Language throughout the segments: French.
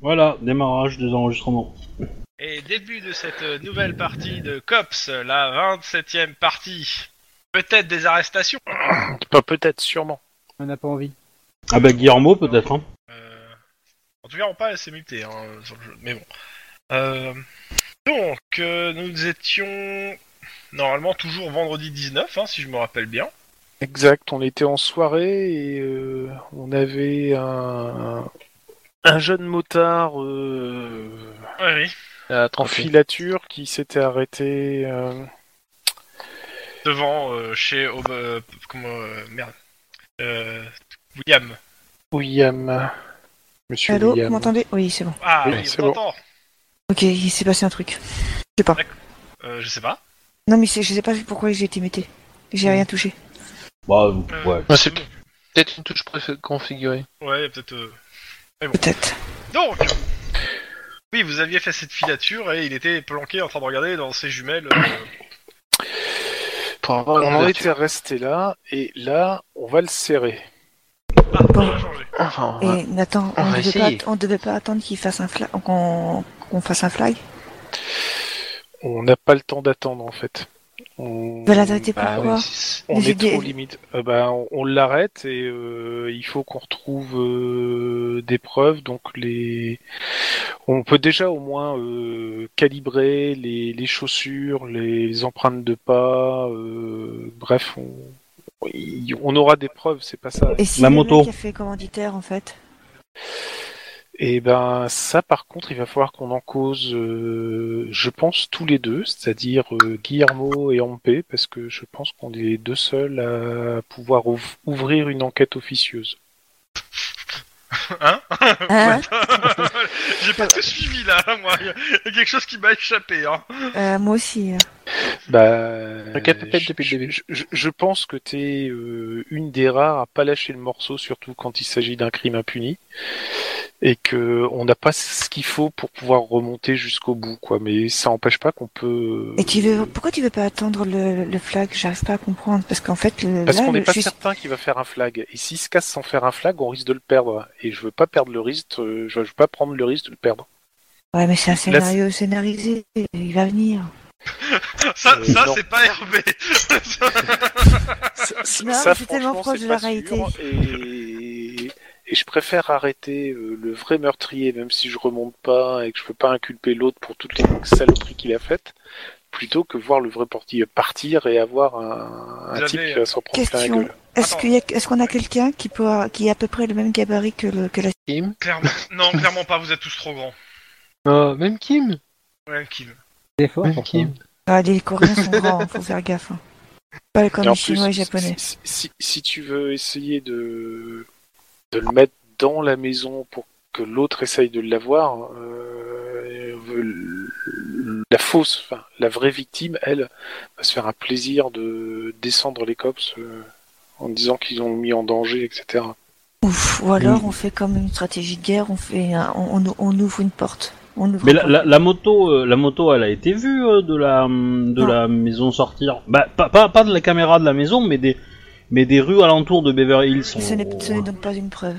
Voilà, démarrage des enregistrements. Et début de cette euh, nouvelle partie de COPS, la 27ème partie. Peut-être des arrestations Pas peut-être, sûrement. On n'a pas envie. Ah bah Guillermo peut-être. Hein. Euh, En tout cas, on parle SMUT hein, sur le jeu, mais bon. Euh, Donc, euh, nous étions normalement toujours vendredi 19, hein, si je me rappelle bien. Exact, on était en soirée et euh, on avait un, un jeune motard euh, Ouais, oui. en filature qui s'était arrêté. euh, Devant, euh, chez... Ob- euh, comment... euh, merde. Euh, William. William. Monsieur Allô, vous William. m'entendez Oui, c'est bon. Ah, Oui, oui, c'est on bon. t'entend. Ok, il s'est passé un truc. Je sais pas. Euh, je sais pas. Non, mais c'est- je sais pas pourquoi j'ai été muté. J'ai rien touché. Bah vous- Euh, ouais. Ouais, c'est- bon. Peut-être une touche préfigurée. Ouais, peut-être... euh, Peut-être. Donc Oui, vous aviez fait cette filature et il était planqué en train de regarder dans ses jumelles. euh, Pour avoir On en la- était resté là et là, on va le serrer. Ah, ça Bon. a changé. Ah, Et Nathan, on, on va devait essayer. pas, on devait pas attendre qu'il fasse un flag, qu'on qu'on fasse un flag. On n'a pas le temps d'attendre en fait. On, On va l'arrêter bah pourquoi oui, c'est- on J'ai est dit- trop limite. Euh, bah, on on l'arrête et euh, il faut qu'on retrouve euh, des preuves. Donc les, on peut déjà au moins euh, calibrer les, les chaussures, les, empreintes de pas. euh, bref, on, il- on aura des preuves. C'est pas ça. Et si La le moto. mec a fait commanditaire en fait Et ben ça, par contre, il va falloir qu'on en cause, euh, je pense, tous les deux, c'est-à-dire euh, Guillermo et Ampé, parce que je pense qu'on est les deux seuls à pouvoir ouv- ouvrir une enquête officieuse. Hein J'ai pas tout suivi là, moi. Il y a- il y a quelque chose qui m'a échappé. Hein. Euh, Moi aussi. euh. Bah, Le cap est fait je- depuis le début. Je, je- je pense que t'es euh, une des rares à pas lâcher le morceau, surtout quand il s'agit d'un crime impuni, et que on n'a pas ce qu'il faut pour pouvoir remonter jusqu'au bout, quoi. Mais ça n'empêche pas qu'on peut. euh, Et tu veux pourquoi tu veux pas attendre le, le flag J'arrive pas à comprendre parce qu'en fait le- Parce là qu'on le- n'est pas je suis- certain qu'il va faire un flag. Et s'il se casse sans faire un flag, on risque de le perdre. Et je veux pas perdre le risque. euh, Je veux je veux pas prendre le risque de le perdre. ouais mais c'est un Là, scénario scénarisé. Il va venir. Ça, Euh, ça non. c'est pas Hervé. Ça, Non, mais c'est tellement franchement, proche c'est de la pas sûr. Et... et je préfère arrêter euh, le vrai meurtrier, même si je remonte pas et que je peux pas inculper l'autre pour toutes les saloperies qu'il a faites, plutôt que voir le vrai portier partir et avoir un, un Vous type avez, qui va s'en prendre plein la Question. gueule. Est-ce Attends. qu'il y a- est-ce qu'on a quelqu'un qui peut qui est à peu près le même gabarit que le que la Kim. Clairement... Non, clairement pas, vous êtes tous trop grands. Oh, même Kim. Ouais, Kim. C'est fort, Même pour Kim. Ah, les Coréens sont grands, faut faire gaffe. hein. Pas comme Et en les Chinois et plus, Japonais. Si, si- si tu veux essayer de, de le mettre dans la maison pour que l'autre essaye de l'avoir, euh, le- la fausse, enfin, la vraie victime, elle, va se faire un plaisir de descendre les cops euh, en disant qu'ils ont mis en danger, etc. Ouf, ou alors on fait comme une stratégie de guerre, on fait, un- on, on- on ouvre une porte. On ouvre Mais une la, porte. la, la moto, euh, la moto, elle a été vue euh, de la hum, de Non. la maison sortir. Bah pas, pas pas de la caméra de la maison, mais des mais des rues alentour de Beverly Hills. Ce n'est on- ce n'est donc pas une preuve.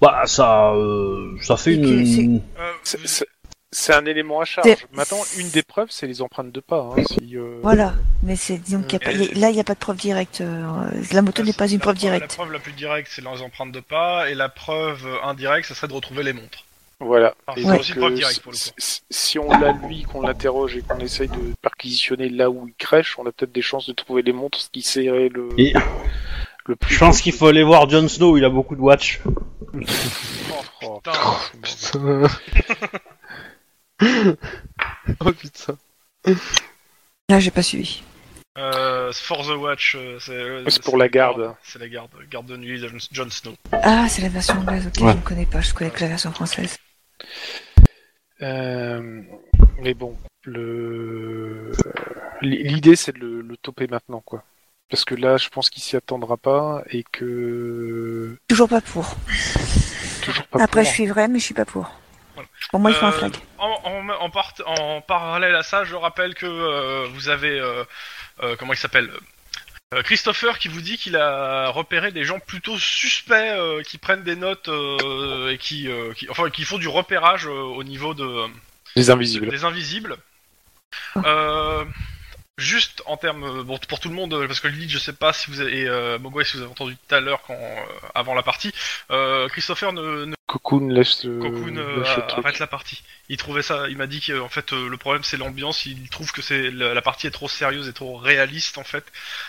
Bah ça euh, ça fait Et une. que c'est- une- Euh, C'est- vous- C'est c'est un élément à charge. C'est- Maintenant, une des preuves, c'est les empreintes de pas. hein, si, euh, Voilà, mais c'est disons qu'il y a pas- Et- il y a- là il n'y a pas de preuve directe. euh, la moto n'est pas une la preuve La directe. preuve la plus directe, c'est les empreintes de pas, et la preuve euh, indirecte, ça serait de retrouver les montres. Voilà. Enfin, Et Ah, c'est donc, aussi une preuve euh, directe, pour le si- si- Si on l'a lui, qu'on l'interroge et qu'on essaye de perquisitionner là où il crèche, on a peut-être des chances de trouver les montres, ce qui serait le, Et- le plus. Je pense qu'il faut aller voir Jon Snow. Il a beaucoup de watch. Oh, Putain. Putain. oh putain. Là j'ai pas suivi. Euh, for the Watch, euh, c'est... euh, C'est pour la garde. C'est la garde. Garde de nuit de Jon Snow. Ah c'est la version anglaise, ok, Ouais. je ne connais pas, je connais que la version française. Euh, mais bon, le l'idée c'est de le, le toper maintenant, quoi. Parce que là, je pense qu'il s'y attendra pas et que Toujours pas pour. toujours pas. Après je pour. suivrai mais je suis pas pour. Voilà. Pour moi il faut un Euh, flag. En, en, en part- en parallèle à ça, je rappelle que euh, vous avez euh, euh, comment il s'appelle Euh, Christopher qui vous dit qu'il a repéré des gens plutôt suspects euh, qui prennent des notes euh, et qui, euh, qui- enfin qui font du repérage euh, au niveau de Les invisibles. des invisibles. Euh, juste en termes euh, bon, pour tout le monde, euh, parce que Lilith, je sais pas si vous avez, et euh, Mogwai, si vous avez entendu tout à l'heure quand euh, avant la partie, euh, Christopher ne, ne- Cocoon laisse le. Cocoon, euh, lâche le a- truc. arrête la partie. Il trouvait ça, il m'a dit que en fait euh, le problème c'est l'ambiance. Il trouve que c'est la la partie est trop sérieuse et trop réaliste en fait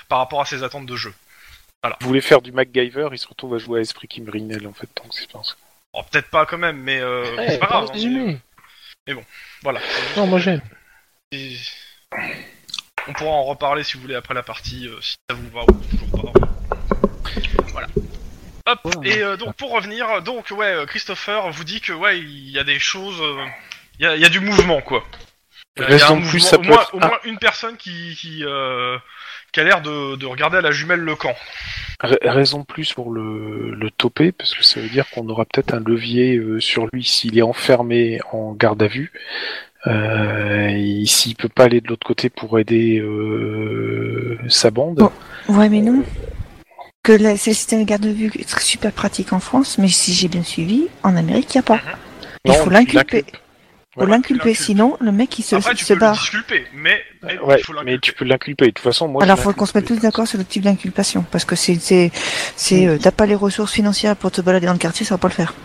par rapport à ses attentes de jeu. Il voulait faire du MacGyver, il se retrouve à jouer à Esprit Kim Rinel en fait, donc c'est pas un scandale. Oh, peut-être pas quand même, mais euh, Eh, c'est pas grave. hein, résumé. Voilà. Non, moi j'aime. Et- On pourra en reparler si vous voulez après la partie, euh, si ça vous va ou toujours pas. Voilà. Hop. Ouais. Et euh, donc pour revenir, donc ouais, euh, Christopher vous dit que ouais, il y a des choses, euh, il y a- il y, a du mouvement quoi. Euh, il y Reste a un en plus, mouvement- ça au peut moins, être au moins une personne qui qui, euh, qui a l'air de, de regarder à la jumelle le camp. Ra- Raison de plus pour le, le toper, parce que ça veut dire qu'on aura peut-être un levier euh, sur lui s'il est enfermé en garde à vue. Euh, et s'il peut pas aller de l'autre côté pour aider euh, sa bande. Bon. Ouais, mais non. Que la- c'est le système garde-vue est très- super pratique en France, mais si j'ai bien suivi, en Amérique, il n'y a pas. Il Non, faut tu l'inculper. l'inculpes. Faut Voilà, tu l'inculper, l'inculpes. sinon le mec il se, Après tu se peux le barre. disculper, mais, mais Ouais, il faut mais l'inculper. tu peux l'inculper. De toute façon, moi. je Alors faut qu'on se mette l'inculpe. tous d'accord sur le type d'inculpation, parce que c'est c'est c'est euh, t'as pas les ressources financières pour te balader dans le quartier, ça va pas le faire.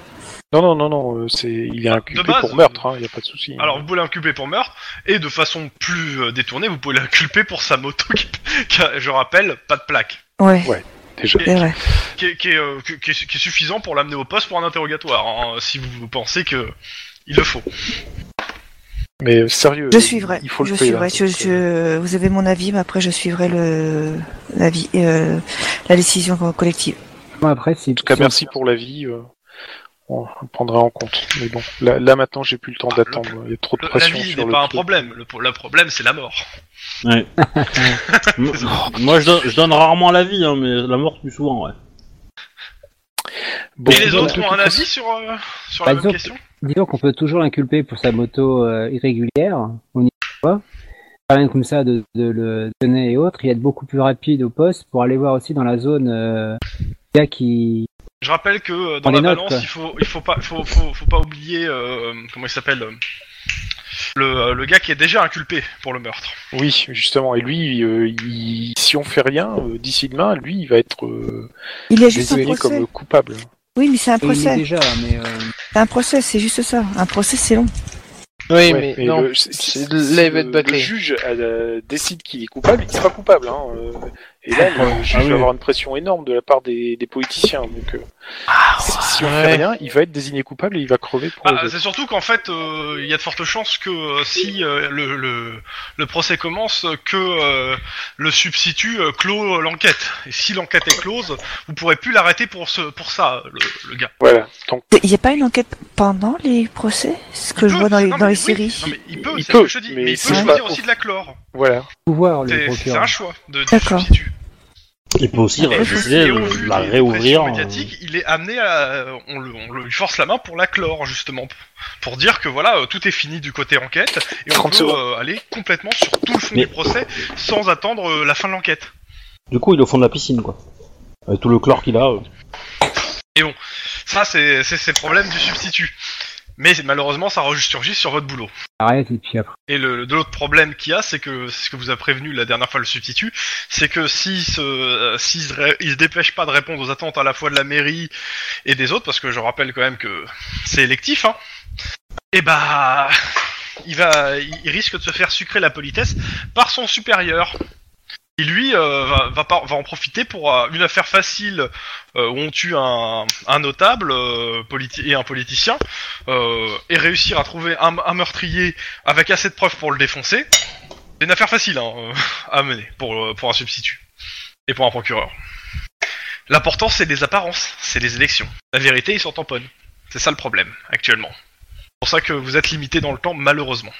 Non, non, non, non. euh, C'est il est inculpé base, pour euh, meurtre. hein, Il n'y a pas de souci. Alors vous pouvez l'inculper pour meurtre, et de façon plus euh, détournée, vous pouvez l'inculper pour sa moto qui, qui a, je rappelle, pas de plaque. Ouais, Ouais. hein, déjà. c'est vrai. Qui est, qui est, euh, qui- qui est- qui est suffisant pour l'amener au poste pour un interrogatoire, hein, si vous pensez que il le faut. Mais euh, sérieux. Je suivrai. Il faut le je payer, suivrai. hein, Je, donc, euh, je- vous avez mon avis, mais après je suivrai le l'avis, euh, la décision co- collective. Bon, après, si, En tout cas, si on- merci pour l'avis. euh, On on prendra en compte. Mais bon, là, là, maintenant, j'ai plus le temps Ah, le- d'attendre. Il y a trop de Le- la pression vie sur n'est le pas un truc. problème, le, pro- le problème c'est la mort. Ouais. M- Moi, je donne, je donne rarement la vie, hein, mais la mort plus souvent, ouais. Bon, et les donc, autres de ont un toute façon- avis sur, euh, sur la Bah, même disons- question disons qu'on peut toujours l'inculper pour sa moto euh, irrégulière, on n'y voit pas. Pas Rien comme ça de, de le donner et autres, il y a de beaucoup plus rapide au poste pour aller voir aussi dans la zone euh, le gars qui. Je rappelle que euh, dans On les la note, balance, quoi. il faut, il faut pas, faut, faut, faut pas oublier euh, comment il s'appelle euh, le, euh, le gars qui est déjà inculpé pour le meurtre. Oui, justement. Et lui, euh, il- si on fait rien euh, d'ici demain, lui, il va être euh, Il y a juste un désigné procès. comme coupable. Oui, mais c'est un Et il est procès. déjà, mais. euh, C'est un procès, c'est juste ça. Un procès, c'est long. Oui, Ouais, mais mais non. le- c'est- c'est c'est- de l'Evette le- Batley. Le juge euh, décide qu'il est coupable, il n'est pas coupable. hein, euh, Et là, le juge Ah oui. va avoir une pression énorme de la part des, des politiciens. Donc, euh, si, si on Ouais. fait rien, il va être désigné coupable et il va crever Oh, pour. Ah, les autres. c'est surtout qu'en fait, euh, il y a de fortes chances que euh, si euh, le, le, le procès commence, euh, que euh, le substitut euh, clôt euh, l'enquête. Et si l'enquête est close, vous pourrez plus l'arrêter pour ce pour ça, le, le gars. Voilà. Donc, Il n'y a pas une enquête pendant les procès Ce que Il je peut, vois dans les, non, dans mais les oui, séries. non, mais il peut, Il c'est ce que peut, je dis, mais mais il c'est peut pas choisir au- aussi de la chlore. voilà. pouvoir le C'est c'est procureur. hein. un choix de, de D'accord. substitut. Il peut aussi Après, Et décider au de vu la des réouvrir. pressions euh, médiatiques, il est amené à. On, le, on le- lui force la main pour la clore, justement. Pour dire que voilà, euh, tout est fini du côté enquête et on 30 peut secondes. euh, aller complètement sur tout le fond Mais- du procès sans attendre euh, la fin de l'enquête. Du coup, il est au fond de la piscine, quoi. Avec tout le chlore qu'il a. euh. Ça, c'est c'est- c'est le problème du substitut. Mais c'est- malheureusement, ça ressurgit sur votre boulot. Arrête, et puis après. Et le, le- de l'autre problème qu'il y a, c'est que c'est ce que vous a prévenu la dernière fois le substitut, c'est que si se, euh, s'il se, ré- il se dépêche pas de répondre aux attentes à la fois de la mairie et des autres, parce que je rappelle quand même que c'est électif, hein, et bah il va, il il risque de se faire sucrer la politesse par son supérieur. qui lui euh, va, va, par- va en profiter pour euh, une affaire facile euh, où on tue un, un notable euh, politi- et un politicien euh, et réussir à trouver un- un meurtrier avec assez de preuves pour le défoncer, c'est une affaire facile hein, euh, à mener pour, euh, pour un substitut et pour un procureur. L'important, c'est les apparences, c'est les élections. La vérité, ils s'en tamponnent. C'est ça le problème, actuellement. C'est pour ça que vous êtes limité dans le temps, malheureusement.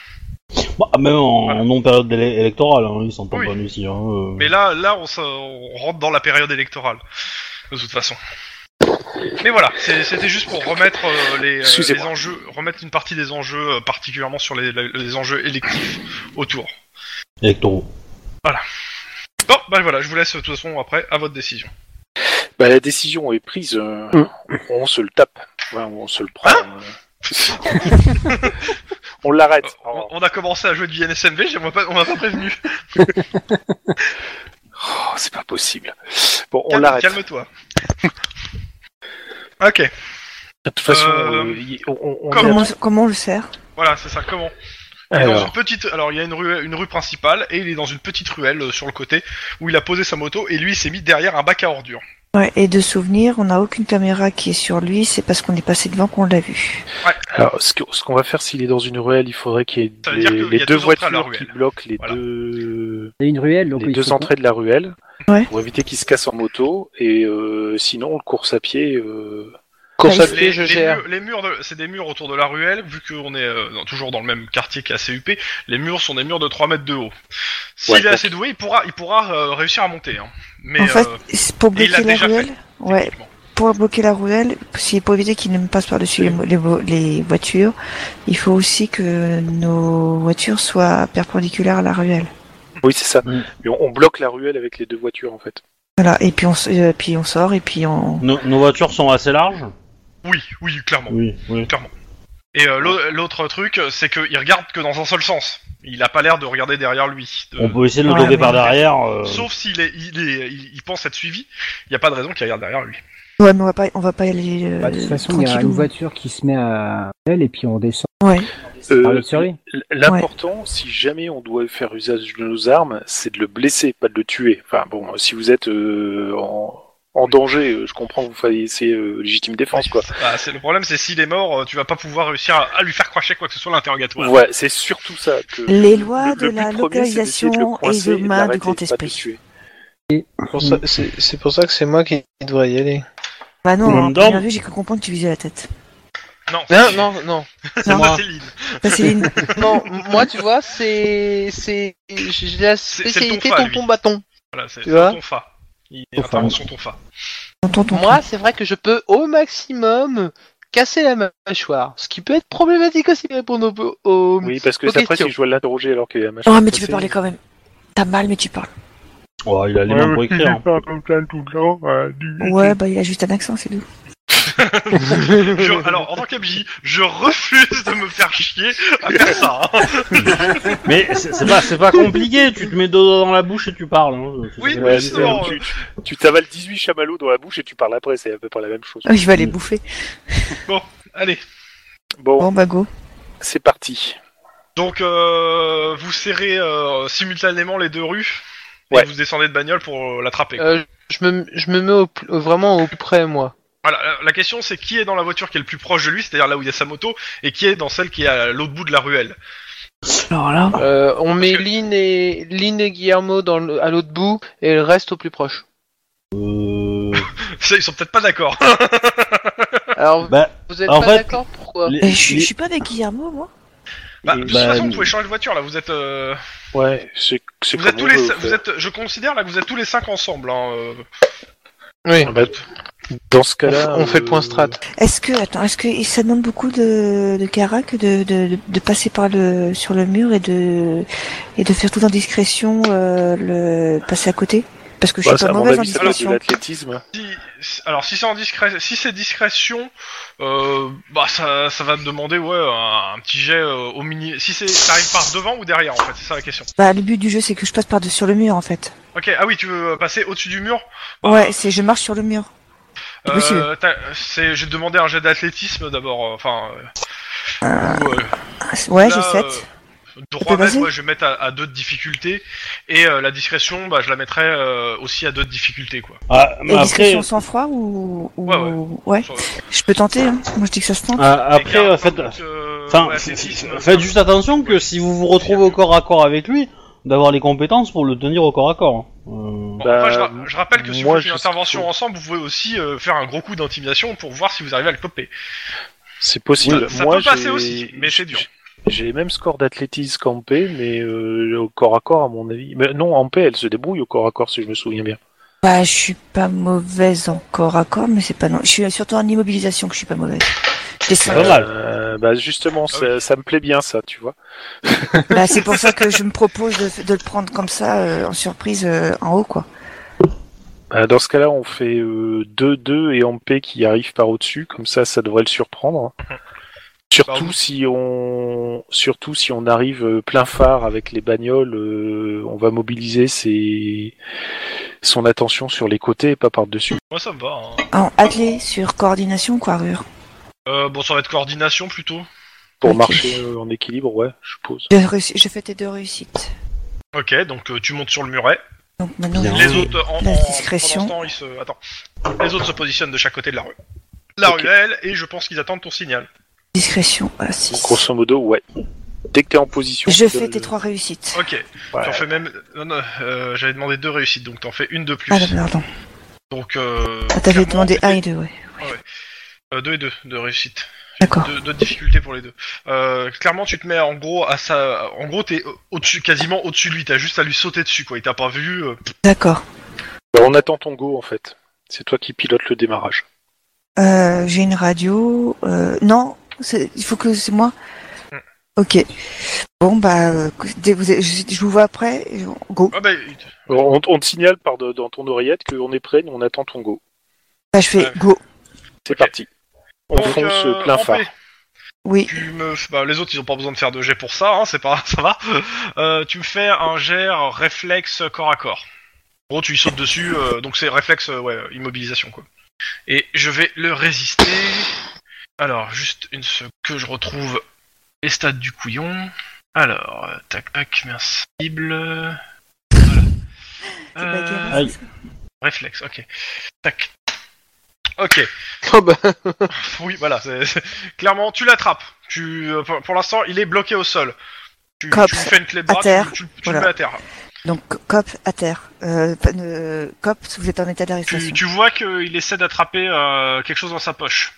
Bah, même en, Voilà. en non-période éle- électorale, hein, il s'entend Oui. pas aussi. Hein, euh. Mais là, là on, se- on rentre dans la période électorale, de toute façon. Mais voilà, c'est- c'était juste pour remettre euh, les, euh, les Excusez-moi. enjeux, remettre une partie des enjeux, euh, particulièrement sur les, les enjeux électifs, autour. Électoraux. Bon, bah voilà, je vous laisse de toute façon après à votre décision. Bah, la décision est prise. euh, Mm. On se le tape. Ouais, on se le prend. Ah euh. on l'arrête. On, on a commencé à jouer du NSMV, j'ai- on m'a pas, on m'a pas prévenu. Oh, c'est pas possible. Bon, on Calme- l'arrête. Calme-toi. ok, De toute façon, Euh, euh, y- on, on- on comment- est à- Comment, comment on le sert voilà, c'est ça. Comment Il est dans une Alors, petite. Alors, il y a une rue, une rue principale et il est dans une petite ruelle euh, sur le côté où il a posé sa moto et lui il s'est mis derrière un bac à ordures. ouais, Et de souvenir, on n'a aucune caméra qui est sur lui, c'est parce qu'on est passé devant qu'on l'a vu. alors, ce que- ce qu'on va faire, s'il est dans une ruelle, il faudrait qu'il y ait Ça veut les, dire qu'il les y a deux deux entrées à la voitures qui ruelle. bloquent les Voilà. deux, Il y a une ruelle, donc les il deux faut- entrées de la ruelle Ouais. pour éviter qu'il se casse en moto. Et euh, sinon, on le course à pied. euh, Course à pied, Les, je les gère. murs, les murs de- c'est des murs autour de la ruelle, vu qu'on est euh, dans- toujours dans le même quartier qui est assez huppé, les murs sont des murs de 3 mètres de haut. S'il Ouais, est donc- assez doué, il pourra, il pourra euh, réussir à monter. Hein. Mais en fait, euh, c'est pour et il l'a bloquer déjà la ruelle Ouais, techniquement. pour bloquer la ruelle, si pour éviter qu'il ne me passe par-dessus les, mo- les vo- les voitures, il faut aussi que nos voitures soient perpendiculaires à la ruelle. Oui, c'est ça. Mm. Mais on, on bloque la ruelle avec les deux voitures, en fait. Voilà, et puis on, s- euh, puis on sort, et puis on... Nos, nos voitures sont assez larges oui, oui, clairement. Oui, oui. Et euh, l'au- l'autre truc, c'est qu'il regarde que dans un seul sens. Il a pas l'air de regarder derrière lui. De- On peut essayer de le Ouais, doper mais- par derrière. euh, Euh, Sauf s'il est, il est, il, il pense être suivi, il n'y a pas de raison qu'il regarde derrière lui. Ouais, mais on va pas, on va pas y aller euh, Bah, de toute façon, il y a une tranquillou. voiture qui se met à elle et puis on descend. Ouais. par Euh, l'autre sur lui. l- L'important, si jamais on doit faire usage de nos armes, c'est de le blesser, pas de le tuer. Enfin bon, si vous êtes euh, en, en danger, euh, je comprends que vous fassiez euh, légitime défense, quoi. Bah, c'est le problème, c'est s'il est mort, euh, tu vas pas pouvoir réussir à, à lui faire cracher quoi que ce soit l'interrogatoire. Ouais, c'est surtout ça que. Les lois le- de le la but premier, c'est d'essayer localisation de le et coincer de main l'arrêter, du grand pas de le esprit. tuer. Pour ça- C'est c'est pour ça que c'est moi qui devrais y aller. Bah non, En même en temps- première vue, j'ai cru comprendre que tu visais la tête. Non, Non, non, non. c'est non. ça, c'est Lynn. Ça, c'est une- Non, m- moi, tu vois, c'est. c'est J'ai la c'est spécialité ton fa, lui. tonton-bâton. Voilà, c'est Tu vois ton fa. Il est Ton fa. intervention ton fa. Tonton, tonton. Moi, c'est vrai que je peux au maximum casser la mâchoire. Ce qui peut être problématique aussi pour nos. Au... Oui, parce que Aux après, questions. si je dois l'interroger alors qu'il y a machin. Oh, mais tu peux c'est- parler quand même. T'as mal, mais tu parles. ouais, il a les mains pour écrire. hein. Ouais, bah il a juste un accent, c'est tout. Je- alors, en tant qu'MJ, je refuse de me faire chier à faire ça. hein. Mais c'est c'est pas, c'est pas compliqué, tu te mets deux doigts dans la bouche et tu parles. hein, c'est- Oui, c'est- Ouais, c'est- c'est- Non, tu, tu t'avales 18 chamallows dans la bouche et tu parles après, c'est à peu près la même chose. Ah, Je vais aller bouffer. Allez, Bon, Bon, bah go. c'est parti. donc euh, vous serrez euh, simultanément les deux rues Ouais. et vous descendez de bagnole pour euh, l'attraper. Euh, je, me, je me mets au pl- vraiment au plus près, moi. Voilà, la- la question c'est qui est dans la voiture qui est le plus proche de lui, c'est-à-dire là où il y a sa moto, et qui est dans celle qui est à l'autre bout de la ruelle. Alors là. Euh, on met que- Lynn, et... Lynn et Guillermo dans le- à l'autre bout et le reste au plus proche. Euh, Ça, ils sont peut-être pas d'accord. Alors, Bah, vous êtes en pas fait, d'accord Pourquoi les- Euh, Je je les- suis pas avec Guillermo, moi. Bah, de toute Bah, façon, vous nous- pouvez changer de voiture là. Vous êtes, euh, Ouais, c'est c'est vous comme êtes tous on les, veut, cin- en fait. vous êtes, je considère là que vous êtes tous les cinq ensemble. Hein, euh. Oui, Ah bah, Dans ce on, cas-là, on fait le point euh, strat. Est-ce que, attends, est-ce que ça demande beaucoup de, de Carac de, de, de, de passer par le, sur le mur et de, et de faire tout en discrétion, euh, le, passer à côté? Parce que je bah, suis ça, pas à mon mauvaise en avis, ça va être de discrétion. l'athlétisme. Si, si- alors si c'est en discré- si c'est discrétion, euh, bah ça, ça va me demander ouais un, un petit jet euh, au mini. Si c'est, t'arrives par devant ou derrière en fait, c'est ça la question. Bah, le but du jeu, c'est que je passe par de, sur le mur, en fait. Ok, ah oui, tu veux euh, passer au-dessus du mur Ouais, c'est, je marche sur le mur. C'est possible. Euh, t'as- c'est, j'ai demandé un jet d'athlétisme d'abord. euh, Enfin, euh, ou, euh, Ah, Ouais, Là, Bah, j'ai 7. euh, On peut Droit mètres, baser ouais, je vais mettre à, à deux de difficulté. Et euh, la discrétion, bah, je la mettrai euh, aussi à deux de difficulté, quoi. ah, mais Et après, discrétion sans froid ou, ou- Ouais, ouais. ouais. Sur- Je peux tenter, hein. Moi, je dis que ça se tente. ah, après, Écart, euh, par faites, contre, euh, enfin, ouais, f- athlétisme, f- faites juste attention que si vous vous retrouvez au corps à corps avec lui, d'avoir les compétences pour le tenir au corps à corps. hein. Euh, Bon, Bah, enfin, je, ra- je rappelle que si moi, vous faites une je- intervention ensemble, vous pouvez aussi euh, faire un gros coup d'intimidation pour voir si vous arrivez à le copier. C'est possible. Ça- ça Moi, peut passer j'ai- aussi, mais c'est dur. J'ai les mêmes scores d'athlétisme qu'Ampé, mais euh, au corps à corps, à mon avis. Mais non, Ampé, elle se débrouille au corps à corps, si je me souviens bien. Bah, je suis pas mauvaise encore à corps, mais c'est pas non. Je suis surtout en immobilisation que je suis pas mauvaise. Les C'est Ah cinq. pas mal. Euh, bah justement, ça, ça me plaît bien ça, tu vois. Bah, c'est pour ça que je me propose de, de le prendre comme ça, euh, en surprise, euh, en haut, quoi. Bah, dans ce cas-là, on fait 2-2 et Ampé qui arrive par au-dessus, comme ça, ça devrait le surprendre. Surtout Bah, si on, surtout si on arrive euh, plein phare avec les bagnoles, euh, on va mobiliser ses... son attention sur les côtés et pas par dessus. Moi, ça me va. hein. En attelé sur coordination, quoi, Rure. Euh, bon, ça va être coordination plutôt. Pour Ok. marcher euh, en équilibre, ouais, je suppose. Deux réussi- Je fais tes deux réussites. Ok, donc euh, tu montes sur le muret. Donc maintenant, euh, Bien. je- Les autres, en, en- La pendant ce discrétion. temps, ils se... Attends. Les autres se positionnent de chaque côté de la rue. La Ok. ruelle, et je pense qu'ils attendent ton signal. discrétion à 6. Grosso modo, ouais. Dès que t'es en position. Je tu fais donnes tes le- trois réussites. Ok, Ouais. t'en fais même... Non, non, euh, j'avais demandé deux réussites, donc t'en fais une de plus. Ah, bah, pardon. Donc, euh... Ah, t'avais clairement, demandé t'étais- 1 et 2, ouais. euh, deux et deux de réussite. D'accord. Deux, deux difficultés pour les deux. Euh, clairement, tu te mets en gros à sa... En gros, t'es au- au-dessus, quasiment au-dessus de lui. T'as juste à lui sauter dessus, quoi. Il t'a pas vu... euh, D'accord. Bah, on attend ton go, en fait. C'est toi qui pilotes le démarrage. Euh, j'ai une radio. Euh, non, c'est- il faut que c'est moi. Mm. Ok. Bon, bah, euh, dès que vous êtes- je, je vous vois après. et on- Go. Ah bah, il- On, on te signale par de- dans ton oreillette qu'on est prêt, nous, on attend ton go. Bah, je fais Ouais. go. C'est Ok. parti. On Donc, fonce euh, plein en phare. paix. Oui. Tu me... f- bah, les autres, ils ont pas besoin de faire de jet pour ça, hein, c'est pas... ça va. Euh, tu me fais un jet euh, réflexe corps à corps. En gros, tu y sautes dessus, euh, donc c'est réflexe, euh, ouais, euh, immobilisation, quoi. Et je vais le résister... Alors, juste une seconde que je retrouve les stats du couillon. Alors, euh, tac, tac, merci. Cible. Voilà. C'est Euh, bagarre, aïe. c'est ça réflexe, ok. Tac. Ok. Oh bah, Oui, voilà. c'est- c'est- Clairement, tu l'attrapes. Tu, euh, pour pour l'instant, il est bloqué au sol. Tu, Cop, tu lui fais une clé de bras, à terre, tu, tu- tu voilà. le mets à terre. Donc, cop à terre. Euh, pas de- cop, vous êtes en état Tu, d'arrestation. tu vois qu'il essaie d'attraper euh, quelque chose dans sa poche.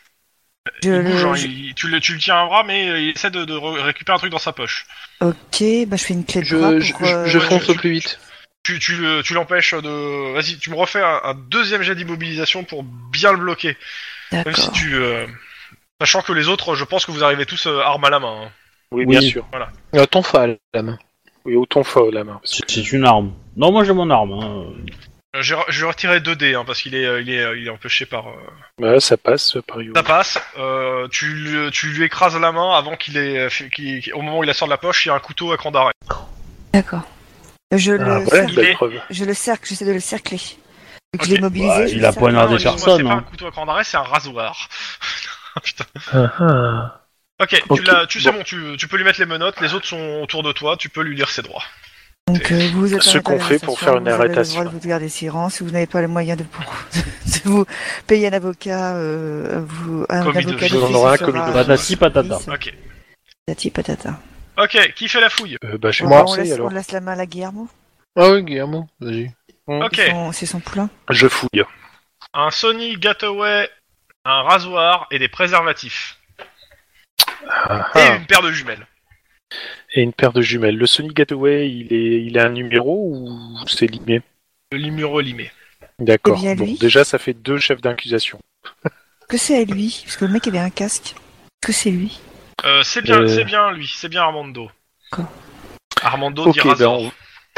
Je il bouge, le- hein, je- il- tu, le, tu le tiens à bras, mais euh, il essaie de, de re- récupérer un truc dans sa poche. Ok, bah, je fais une clé de bras je, pour. je, euh, je fonce au plus vite. Tu, tu, le- tu l'empêches de. Vas-y, tu me refais un, un deuxième jet d'immobilisation pour bien le bloquer. Même si D'accord. tu. euh, Sachant que les autres, je pense que vous arrivez tous euh, armes à la main. hein. Oui, Oui. bien sûr. Euh, ton fal, la main. Oui, au ton fa la main. C'est c'est une arme. Non, moi j'ai mon arme. hein. Euh, J'ai j'ai retiré 2 dés, hein, parce qu'il est, euh, il est, euh, il est empêché par. euh, Bah, ça passe, a priori. Ça passe, euh, tu, lui- tu lui écrases la main avant qu'il ait, qu'il- qu'il- au moment où il la sort de la poche, il y a un couteau à cran d'arrêt. D'accord. Je le, Ah, voilà, cercle- Il belle est- preuve. je le cercle, j'essaie de le cercler. Vu que Ok. je l'ai mobilisé, Ouais, je il le a cercle. poignardé Non, des excuse-moi, C'est personnes, Bah, pas un hein. couteau à cran d'arrêt, c'est un rasoir. Putain. Ah, Ok, Ok, Tu, l'as- tu sais bon. bon, tu, tu peux lui mettre les menottes, les autres sont autour de toi, tu peux lui lire ses droits. Donc, euh, vous êtes en Ce état qu'on fait pour d'arrestation, faire une vous avez le arrestation. droit de vous garder silence. Si vous n'avez pas les moyens de, pour- de vous payer un avocat, euh, vous, un Commis de avocat vice. d'office On aura un sera- commis de Patati patata. Ok, Patati patata. ok, qui fait la fouille Euh, bah, je vais Bon, bah, on, lancer, laisse, alors. on laisse la main à la Guillermo. Ah oui, Guillermo, vas-y. Ok, C'est son- C'est son poulain. Je fouille. un Sony Gateway, un rasoir et des préservatifs. Ah, Et ah. une paire de jumelles. Et une paire de jumelles. Le Sony Gateway, il, est... il a un numéro ou c'est limé Le limuro limé. D'accord. Eh bien, Bon, lui. déjà, ça fait deux chefs d'accusation. Que c'est à lui Parce que le mec avait un casque. Est-ce que c'est lui Euh, c'est bien, Euh. c'est bien lui, c'est bien Armando. Quoi Armando Ok, dit ben, rasoir. on...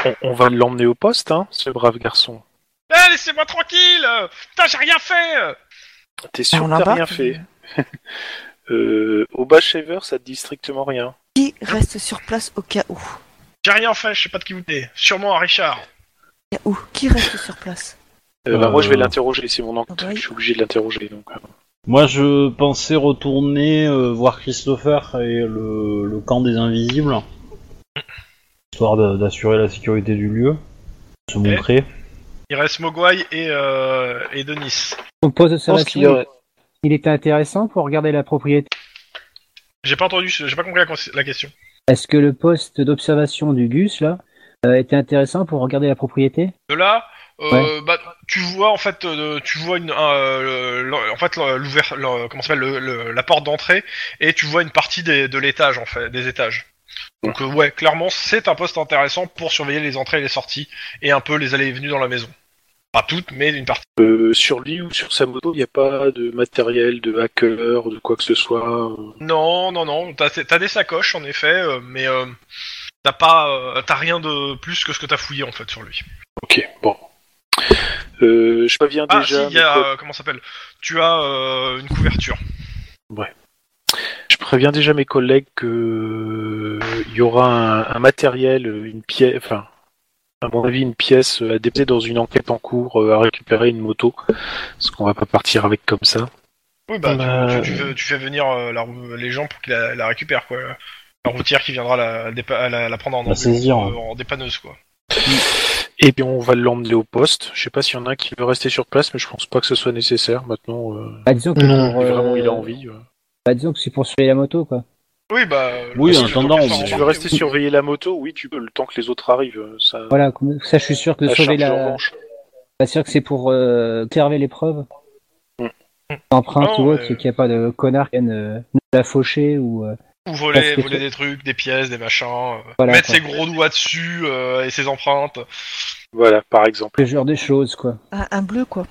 on- on va l'emmener au poste, hein, ce brave garçon. Eh, laissez-moi tranquille euh, Putain, j'ai rien fait euh. T'es Bah, sûr On que t'as l'embarque rien fait euh, Au bas shaver, ça te dit strictement rien. Qui reste sur place au cas où J'ai rien fait, je sais pas de qui vous êtes. Sûrement un Richard. Au cas où Qui reste sur place Euh, bah, moi, je vais Euh. l'interroger. C'est mon enquête. Ouais. Je suis obligé de l'interroger. Donc, euh, Moi je pensais retourner euh, voir Christopher et le, le camp des invisibles. Histoire d'a- d'assurer la sécurité du lieu. Se montrer. Il reste Mogwai et, euh, et Denis. On pose Je pense qu'il y observation. aurait- Il était intéressant pour regarder la propriété. J'ai pas entendu, j'ai pas compris la, cons- la question. Est-ce que le poste d'observation du Gus, là, euh, était intéressant pour regarder la propriété De là, euh, bah, tu vois en fait, euh, tu vois une, un, euh, le- en fait le- l'ouvert, le- comment ça s'appelle, le- le- la porte d'entrée et tu vois une partie des, de l'étage en fait, des étages. Donc euh, ouais, clairement c'est un poste intéressant pour surveiller les entrées et les sorties et un peu les allées et venues dans la maison. Pas toutes, mais une partie. Euh, sur lui ou sur sa moto, il n'y a pas de matériel, de hacker, de quoi que ce soit. euh. Non, non, non. T'as t'as des sacoches en effet, euh, mais euh, t'as pas, euh, t'as rien de plus que ce que t'as fouillé en fait sur lui. Ok, bon. Euh, je préviens Ah, si, déjà. il y a, mes potes- euh, comment ça s'appelle Tu as euh, une couverture. Je préviens déjà mes collègues que euh, il y aura un, un matériel, euh, une pièce, enfin, à mon avis, une pièce euh, à déposer dans une enquête en cours, euh, à récupérer une moto, parce qu'on va pas partir avec comme ça. Oui, bah, Tu, Bah, tu- tu fais, tu fais venir euh, la rou- les gens pour qu'ils la, la récupèrent, quoi. La routière qui viendra la, dépa- la- la prendre en, La saisir, en- en dépanneuse, quoi. Et puis on va l'emmener au poste. Je sais pas s'il y en a un qui veut rester sur place, mais je pense pas que ce soit nécessaire maintenant. euh, Bah, disons que Non, pour, si vraiment, euh, il a envie. euh. bah, disons que c'est pour surveiller la moto, quoi. Oui, bah. Oui, le- un le- gendarme, le- mais- le- Si tu le- veux rester le- surveiller la moto, oui, tu peux, le temps que les autres arrivent. euh, Ça, Voilà, comme- ça je suis sûr que de la sauver charge de la. revanche. Pas sûr que c'est pour euh, conserver l'épreuve. Mm. Ah, Empreinte Non, ou autre, mais- c'est qu'il n'y a pas de connard qui vienne euh, nous la faucher ou. euh, Ou voler, Parce que voler tu- des trucs, des pièces, des machins. euh, Voilà, mettre quoi. ses gros doigts dessus euh, et ses empreintes. Voilà, par exemple. ce genre de choses, quoi. Un, un bleu, quoi.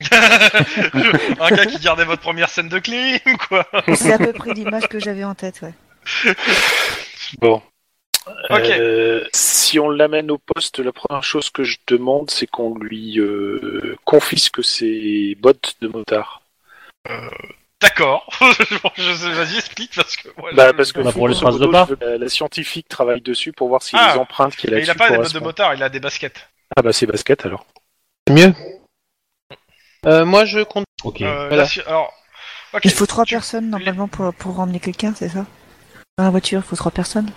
un gars qui gardait votre première scène de crime, quoi. C'est à peu près l'image que j'avais en tête, ouais. Bon. Ok. Euh, si on l'amène au poste, la première chose que je demande, c'est qu'on lui euh, confisque ses bottes de motard. D'accord. Je sais- Vas-y, explique parce que. ouais, Bah, je- parce que Bah, pour les grosso traces de modo, pas. je veux que la, la scientifique travaille dessus pour voir si Ah. les empreintes qu'il Mais a il a dessus pas des bottes de correspondent. motard, il a des baskets. Ah bah c'est basket alors. C'est mieux. Euh, moi, je compte. Ok. Euh, Voilà. la su- Alors. ok. Il faut trois Tu- personnes normalement pour, pour emmener quelqu'un, c'est ça Dans la voiture, il faut trois personnes.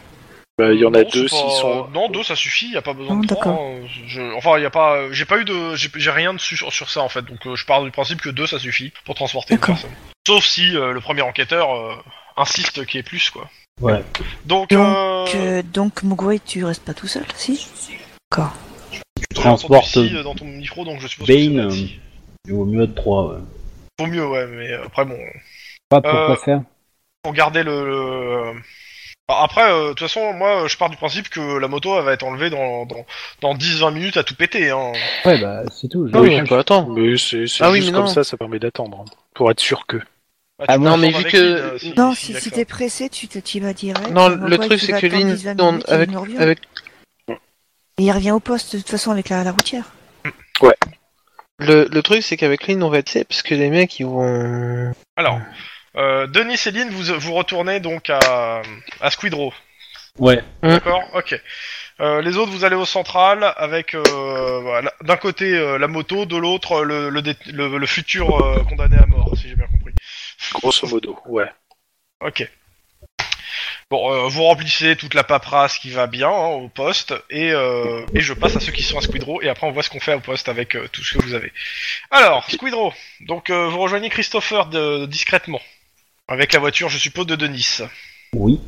Bah, il y en a Non, deux c'est s'ils pas- sont. Non, deux, ça suffit. Il y a pas besoin Non, de trois. Oh, d'accord. hein. Je- Enfin, il y a pas. euh, J'ai pas eu de. J'ai j'ai rien dessus sur, sur ça en fait. Donc, euh, je pars du principe que deux, ça suffit pour transporter une D'accord. personne. Sauf si euh, le premier enquêteur euh, insiste qu'il y ait plus, quoi. Ouais. Donc. Donc, euh, Que- donc, Mogwai, tu restes pas tout seul, si D'accord. Tu j'ai entendu transportes ici, euh, dans ton micro, donc je suppose. que Bane. c'est euh, ici. Il vaut mieux être trois. ouais. Vaut mieux, ouais. Mais euh, après, bon. Pas pour Euh, quoi faire. pour garder le. le- Alors Après, euh, de toute façon, moi, je pars du principe que la moto elle va être enlevée dans, dans, dans 10-20 minutes à tout péter. Hein. Ouais, bah c'est tout. je- Non, mais on peut attendre. Mais c'est c'est Ah oui, juste mais comme non. ça, ça permet d'attendre hein, pour être sûr que. Bah, Ah tu peux bon, mais attendre vu avec que- Lynn, euh, si- Non, si si, il si accepte. t'es pressé, tu te t'y vas direct. Non, Et le Mogwai, truc, tu c'est vas que attendre Lynn, 10-20 on- minutes, avec- il nous revient. avec- Et il revient au poste, de toute façon, avec la, la routière. Le, le truc, c'est qu'avec Lynn, on va être safe, parce que les mecs, ils vont. Alors, euh, Denis et Lynn, vous, vous retournez donc à, à Squidrow, Ouais. d'accord Ok. Euh, les autres, vous allez au central avec euh, voilà, d'un côté euh, la moto, de l'autre euh, le, le, dé- le- le futur euh, condamné à mort, si j'ai bien compris. Grosso modo, ouais. Ok. Bon, euh, vous remplissez toute la paperasse qui va bien hein, au poste, et, euh, et je passe à ceux qui sont à Squidrow, et après on voit ce qu'on fait au poste avec euh, tout ce que vous avez. Alors, Squidrow, donc euh, vous rejoignez Christopher de- discrètement, avec la voiture, je suppose, de Denis. Oui.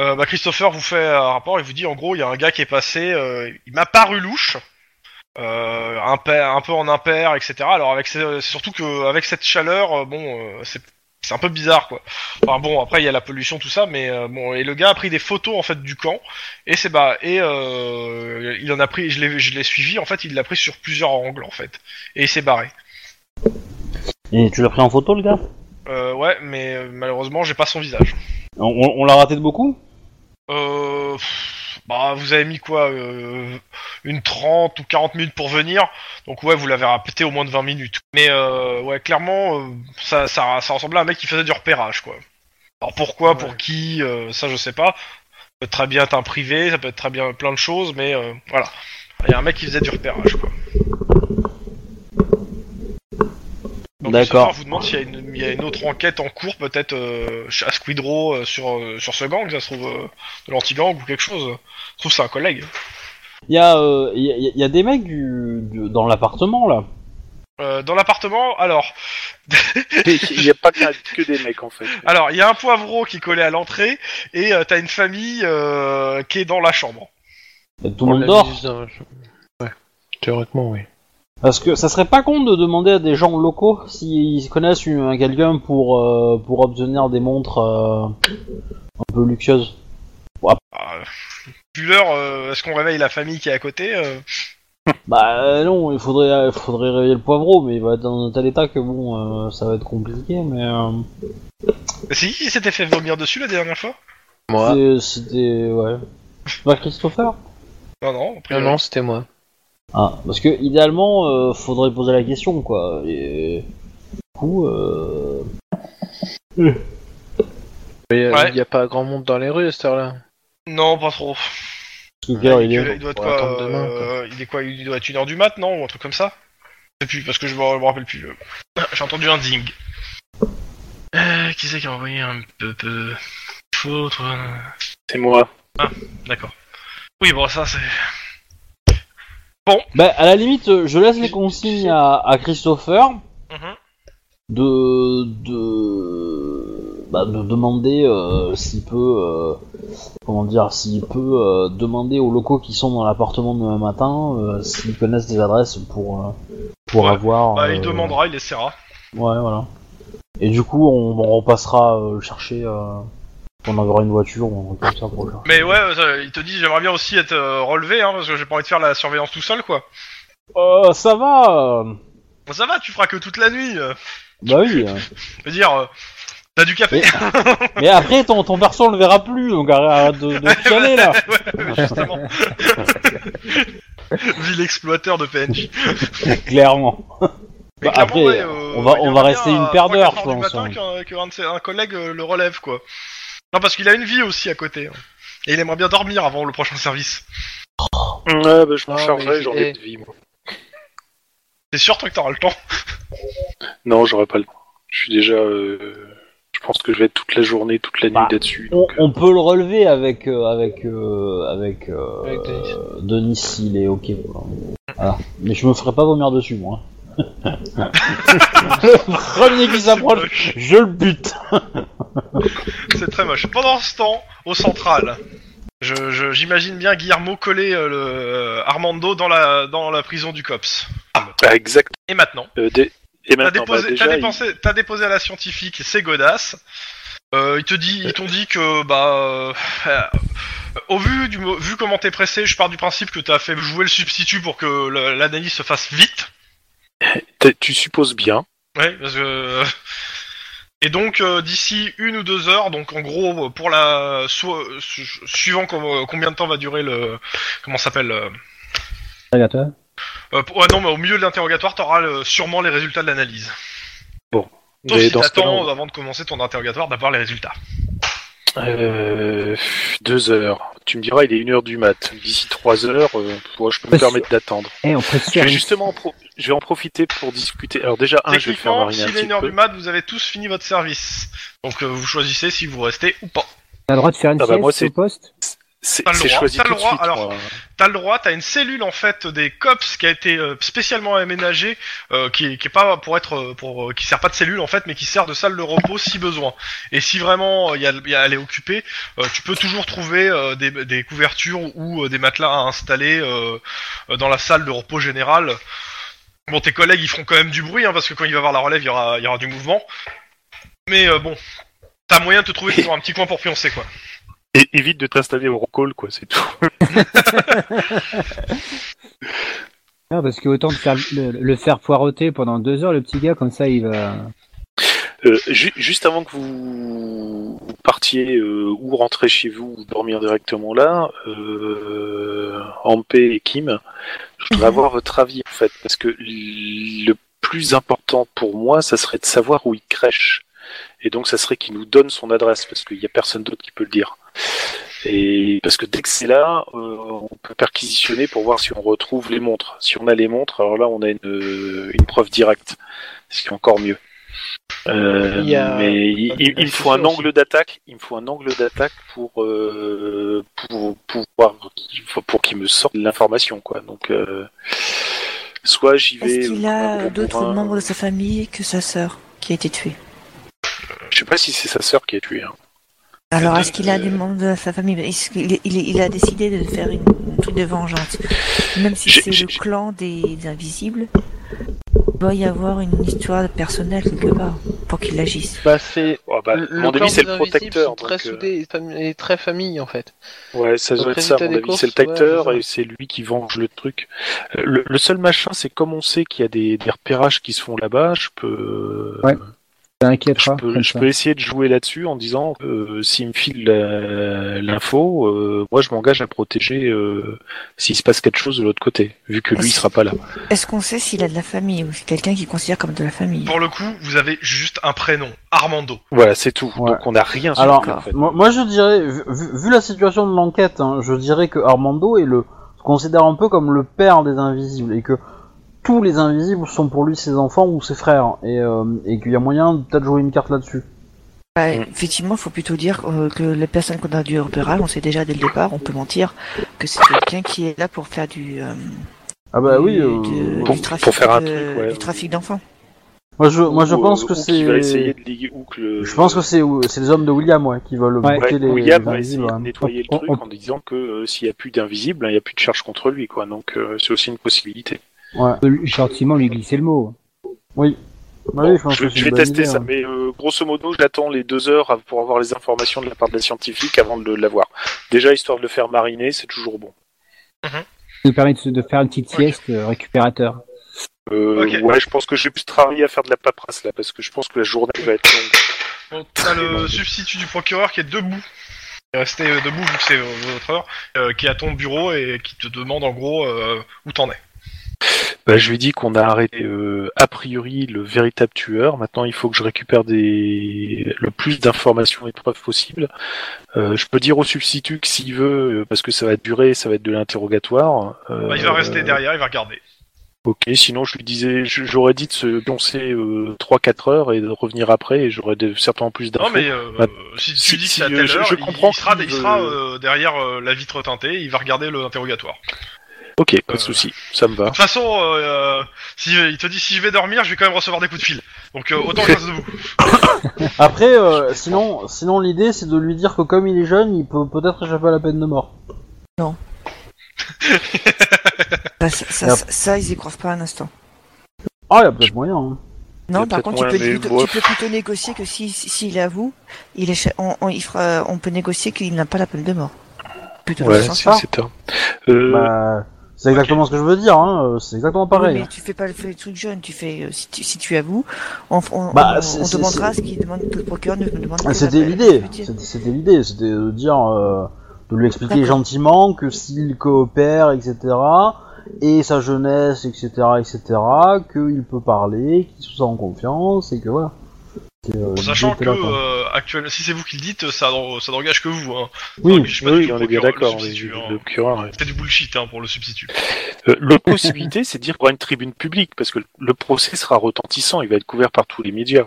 Euh, bah, Christopher vous fait un rapport, il vous dit en gros, il y a un gars qui est passé, euh, il m'a paru louche, euh, impair- un peu en impair, etc. Alors avec ce- c'est surtout que avec cette chaleur, euh, bon, euh, c'est c'est un peu bizarre quoi. Enfin bon, après il y a la pollution tout ça, mais euh, bon et le gars a pris des photos en fait du camp et c'est bah et euh, il en a pris, je l'ai je l'ai suivi en fait, il l'a pris sur plusieurs angles en fait et il s'est barré. Et tu l'as pris en photo, le gars Euh, ouais, mais euh, malheureusement j'ai pas son visage. On, on- on l'a raté de beaucoup Euh, pff, bah, vous avez mis quoi euh, Une 30 ou 40 minutes pour venir. Donc ouais, vous l'avez répété au moins de 20 minutes. Mais euh, ouais, clairement, euh, ça, ça, ça ressemblait à un mec qui faisait du repérage, quoi. Alors pourquoi, pour qui, euh, ça je sais pas. Ça peut très bien être un privé, ça peut être très bien plein de choses, mais euh, voilà. Il y a un mec qui faisait du repérage, quoi. Donc, D'accord. Christopher vous demande s'il y, a une- il y a une autre enquête en cours, peut-être euh, à Squidrow euh, sur, euh, sur ce gang, ça se trouve, euh, de l'anti-gang ou quelque chose. Je trouve ça un collègue. Il y, a, euh, il y a- il y a des mecs du, du- dans l'appartement, là. Euh, dans l'appartement, alors, Il n'y a pas que que des mecs en fait. alors il y a un poivreau qui est collé à l'entrée et euh, t'as une famille euh, qui est dans la chambre. Tout le monde dort. Ouais. Théoriquement, oui. Parce que ça serait pas con de demander à des gens locaux s'ils connaissent une- quelqu'un pour, euh, pour obtenir des montres euh, un peu luxueuses. Ah, euh, Vu l'heure, euh, est-ce qu'on réveille la famille qui est à côté euh Bah euh, non, il faudrait, euh, faudrait réveiller le poivreau, mais il va être dans un tel état que bon, euh, ça va être compliqué, mais... euh, Si, il s'était fait vomir dessus la dernière fois Moi. c'est- C'était... Ouais. Bah Christopher Non, non, après, Non, non, c'était moi. Ah, parce que idéalement, euh, faudrait poser la question, quoi. Et... Du coup, euh... Il n'y a, Ouais. il euh, y a pas grand monde dans les rues à cette heure-là. Non, pas trop. parce que quelle heure il, il est, est il doit être On quoi, attend demain, quoi. euh, Il est quoi Il doit être une heure du mat, non Ou un truc comme ça Je sais plus, parce que je me, je me rappelle plus. euh. J'ai entendu un ding. Euh, qui c'est qui a envoyé un peu... peu... Faut, toi, euh, C'est moi. D'accord. Oui, bon, ça, c'est... Bah à la limite, euh, je laisse les consignes à, à Christopher Mhm. de... de... Bah, de demander euh, s'il peut... euh, Comment dire S'il peut euh, demander aux locaux qui sont dans l'appartement demain matin euh, s'ils connaissent des adresses pour... euh, pour Ouais. Ah, avoir... Bah, il euh, demandera, il essaiera. Ouais, voilà. Et du coup, on, on repassera euh, le chercher. euh, on enverra une voiture ou un truc comme ça pour le chercher. Mais ouais, euh, il te dit, j'aimerais bien aussi être euh, relevé, hein, parce que j'ai pas envie de faire la surveillance tout seul, quoi. Euh, ça va euh, Bon, ça va, tu feras que toute la nuit. euh. Bah oui. euh. Je veux dire, euh, t'as du café. Mais après, ton, ton perso, on le verra plus, donc arrête de, de chialer, là. Ouais, justement. Ville exploiteur de PNJ. Clairement. Mais Bah, après, clairement, ouais, euh, on va- il y on en va a rester bien une à paire trois, d'heures, quatre je du pense, matin hein. qu'un- qu'un de ses- un collègue euh, le relève, quoi. Non, parce qu'il a une vie aussi à côté. hein. Et il aimerait bien dormir avant le prochain service. Ouais, bah, je m'en Non, chargerai, mais- j'aurai eh. de vie, moi. T'es sûr, toi, que t'auras le temps Non, j'aurai pas le temps. Je suis déjà. euh, Je pense que je vais être toute la journée, toute la nuit Bah, là-dessus. On, donc, euh, on peut le relever avec... euh, avec... euh, avec... euh, Avec Denis. Denis, s'il est ok. Voilà. Mais je me ferai pas vomir dessus, moi. le premier qui s'approche, je le bute. C'est très moche. Pendant ce temps, au central, je- je- j'imagine bien Guillermo coller euh, le, euh, Armando dans la, dans la prison du COPS. bah, exact. Et maintenant Euh, dé- Et T'as maintenant, bah, déposé, t'as déjà, il- dépensé- t'as déposé à la scientifique, c'est Godas. Euh, il te dit, ils t'ont dit que bah, euh, euh, au vu du mo- vu comment t'es pressé, je pars du principe que t'as fait jouer le substitut pour que le- l'analyse se fasse vite. t'es- tu supposes bien. Ouais, parce que euh, et donc euh, d'ici une ou deux heures, donc en gros pour la so- su- suivant com- euh, combien de temps va durer le comment ça s'appelle euh, Regarde toi. euh, ouais, non mais au milieu de l'interrogatoire, t'auras le- sûrement les résultats de l'analyse. Sauf mais si dans ce t'attends cas-là, avant de commencer ton interrogatoire d'avoir les résultats. on- euh, deux heures. Tu me diras, il est une heure du mat. D'ici trois heures, euh, moi, je peux me Bah, Parce- permettre d'attendre. Eh, on peut se Je faire vais une- justement en pro- je vais en profiter pour discuter. Alors déjà, un, je vais le faire Techniquement, mariner un s'il est petit une heure peu. du mat, vous avez tous fini votre service. Donc euh, vous choisissez si vous restez ou pas. on a le droit de faire une Ah bah, moi, sieste au c'est- poste C'est T'as le c'est droit, choisi t'as le tout de droit, suite. alors- moi. T'as le droit, t'as une cellule en fait des cops qui a été euh, spécialement aménagée, euh, qui, qui est pas pour être euh, pour euh, qui sert pas de cellule en fait, mais qui sert de salle de repos si besoin. Et si vraiment euh, y a, y a- elle est occupée, euh, tu peux toujours trouver euh, des, des couvertures ou euh, des matelas à installer euh, euh, dans la salle de repos générale. Bon, tes collègues ils feront quand même du bruit hein, parce que quand il va voir la relève, il y aura, il y aura du mouvement. Mais euh, bon, t'as moyen de te trouver toujours un petit coin pour pioncer quoi. Et évite de t'installer au recall, quoi, c'est tout. Non, parce que autant de faire le, le faire poireauter pendant deux heures, le petit gars, comme ça, il va. Euh, ju- juste avant que vous vous partiez euh, ou rentrez chez vous ou dormir directement là, euh, Ampé et Kim, je voudrais avoir votre avis en fait, parce que l- le plus important pour moi, ça serait de savoir où il crèche. Et donc, ça serait qu'il nous donne son adresse, parce qu'il n'y a personne d'autre qui peut le dire. Et parce que dès que c'est là, euh, on peut perquisitionner pour voir si on retrouve les montres. Si on a les montres, alors là, on a une, une preuve directe, ce qui est encore mieux. Euh, Il y a- Mais il, il- il me faut un aussi. angle d'attaque. Il me faut un angle d'attaque pour euh, pour pouvoir pour qu'il me sorte l'information, quoi. Donc euh, soit j'y vais. Est-ce qu'il a euh, euh, d'autres pour un- membres de sa famille que sa sœur qui a été tuée Je sais pas si c'est sa sœur qui a tué. hein. Alors, Euh, est-ce qu'il a des membres de sa famille Est-ce qu'il est- il, est- il a décidé de faire une, un truc de vengeance Même si J'ai- c'est j'ai- le clan des, des invisibles, Il doit y avoir une histoire personnelle quelque part pour qu'il agisse. Bah, c'est. Oh, bah, le- à le mon clan avis, c'est des le invisibles protecteur. sont très donc, euh, soudés et fam- et très famille en fait. Ouais, ça doit être ça, à mon résultat des avis. C'est le courses, ouais, tacteur c'est ça. et c'est lui qui venge le truc. Euh, Le, le seul machin, c'est comme on sait qu'il y a des, des repérages qui se font là-bas, je peux, Ouais, Ça je Ah, inquiétera. peux, hein, comme je ça. peux essayer de jouer là-dessus en disant euh, s'il me file la- l'info, euh, moi je m'engage à protéger euh, s'il se passe quelque chose de l'autre côté, vu que lui il sera pas là. Est-ce qu'on sait s'il a de la famille ou c'est quelqu'un qu'il considère comme de la famille Pour le coup, vous avez juste un prénom, Armando. Voilà, c'est tout. Ouais. Donc on n'a rien sur Alors, lui, en fait. moi, moi, je dirais, vu, vu- vu la situation de l'enquête, hein, je dirais que Armando est le se considère un peu comme le père des invisibles et que tous les invisibles sont pour lui ses enfants ou ses frères et, euh, et qu'il y a moyen de peut-être jouer une carte là-dessus. Bah, Mm. Effectivement, il faut plutôt dire euh, que les personnes qu'on a du repérage, on sait déjà dès le départ, on peut mentir, que c'est quelqu'un qui est là pour faire du, euh, Ah bah du- oui. euh, du- Pour- du trafic, pour faire un de- truc, ouais. du trafic d'enfants. Moi je, moi je Ou, pense euh, que ou qu'il va essayer c'est. de liguer- ou que le- Je pense que c'est c'est les hommes de William ouais qui veulent Ouais. bloquer Ouais, les, William les va essayer invisibles. de ouais. nettoyer le On- truc on- en disant que euh, s'il n'y a plus d'invisible, hein, il n'y a plus de charge contre lui, quoi. Donc euh, c'est aussi une possibilité. Je peux lui- gentiment lui glisser le mot. Ouais, Bon, Bah je pense je, que c'est je une vais bonne tester idée, Ah hein. ça, ouais. mais euh, grosso modo, j'attends les deux heures à- pour avoir les informations de la part de la scientifique avant de l'avoir. Déjà, histoire de le faire mariner, c'est toujours bon. Ça nous permet de, se- de faire une petite Ok. sieste euh, récupérateur. Euh, Ok. Ouais, je pense que je vais plus travailler à faire de la paperasse là, parce que je pense que la journée va être longue. Bon, t'as le substitut du procureur qui est debout. Il est resté euh, debout vu que c'est euh, votre heure, euh, qui est à ton bureau et qui te demande en gros euh, où t'en es. Bah, je lui dis qu'on a arrêté euh, a priori le véritable tueur. Maintenant, il faut que je récupère des... le plus d'informations et de preuves possibles. Euh, je peux dire au substitut que s'il veut, euh, parce que ça va durer, ça va être de l'interrogatoire. euh, Bah, il va rester derrière, il va regarder. Ok, sinon je lui disais, je- j'aurais dit de se pioncer euh, 3-4 heures et de revenir après et j'aurais de- certainement plus d'infos. Non mais euh, Bah, si tu si- dis que si, c'est à euh, telle je- heure, je il- comprends il sera, qu'il il sera, veut- euh, derrière euh, la vitre teintée, il va regarder le interrogatoire. Ok, pas de Euh, souci, ça me De va. toute façon, euh, euh, si, il te dit si je vais dormir, je vais quand même recevoir des coups de fil. Donc euh, autant que je reste debout. Après, euh, sinon, sinon l'idée c'est de lui dire que comme il est jeune, il peut peut-être échapper à la peine de mort. Bah, ça, ça, Yep. ça- ça, ils y croient pas un instant. Ah, il y a peut-être moyen. hein. Non, a par peut-être contre, tu moyen, peux, mais plutôt, bof. tu peux plutôt négocier que s'il si, s'il est à vous, il écha- on, on, il fera, on peut négocier qu'il n'a pas la peine de mort. Plutôt dans Ouais, ce sens c'est c'est un. Euh, Bah, c'est exactement ce que je veux dire. Hein. euh, C'est exactement pareil. Oui, mais tu fais pas le, fais le truc jeune, tu fais euh, si tu, si tu es à vous, on, on, Bah, on- c'est- on c'est- demandera c'est- ce qu'il demande que le procureur ne demande Ah, pas. C'était l'idée. C'était c'était l'idée. C'était de dire, euh, de lui expliquer D'accord. gentiment que s'il coopère, etc. Et sa jeunesse, etc., etc. Qu'il peut parler, qu'il se sent en confiance et que voilà. C'est, euh, En l'idée sachant que était là, quoi. euh, actuellement, si c'est vous qui le dites, ça, n'en- ça n'engage que vous. Hein. oui, je suis pas du oui, tout on est bien procureur, le d'accord. on est- substitut, hein. le procureur, ouais. C'est du bullshit hein, pour le substitut. Euh, L'autre possibilité, c'est de dire qu'il y aura une tribune publique, parce que le procès sera retentissant, il va être couvert par tous les médias.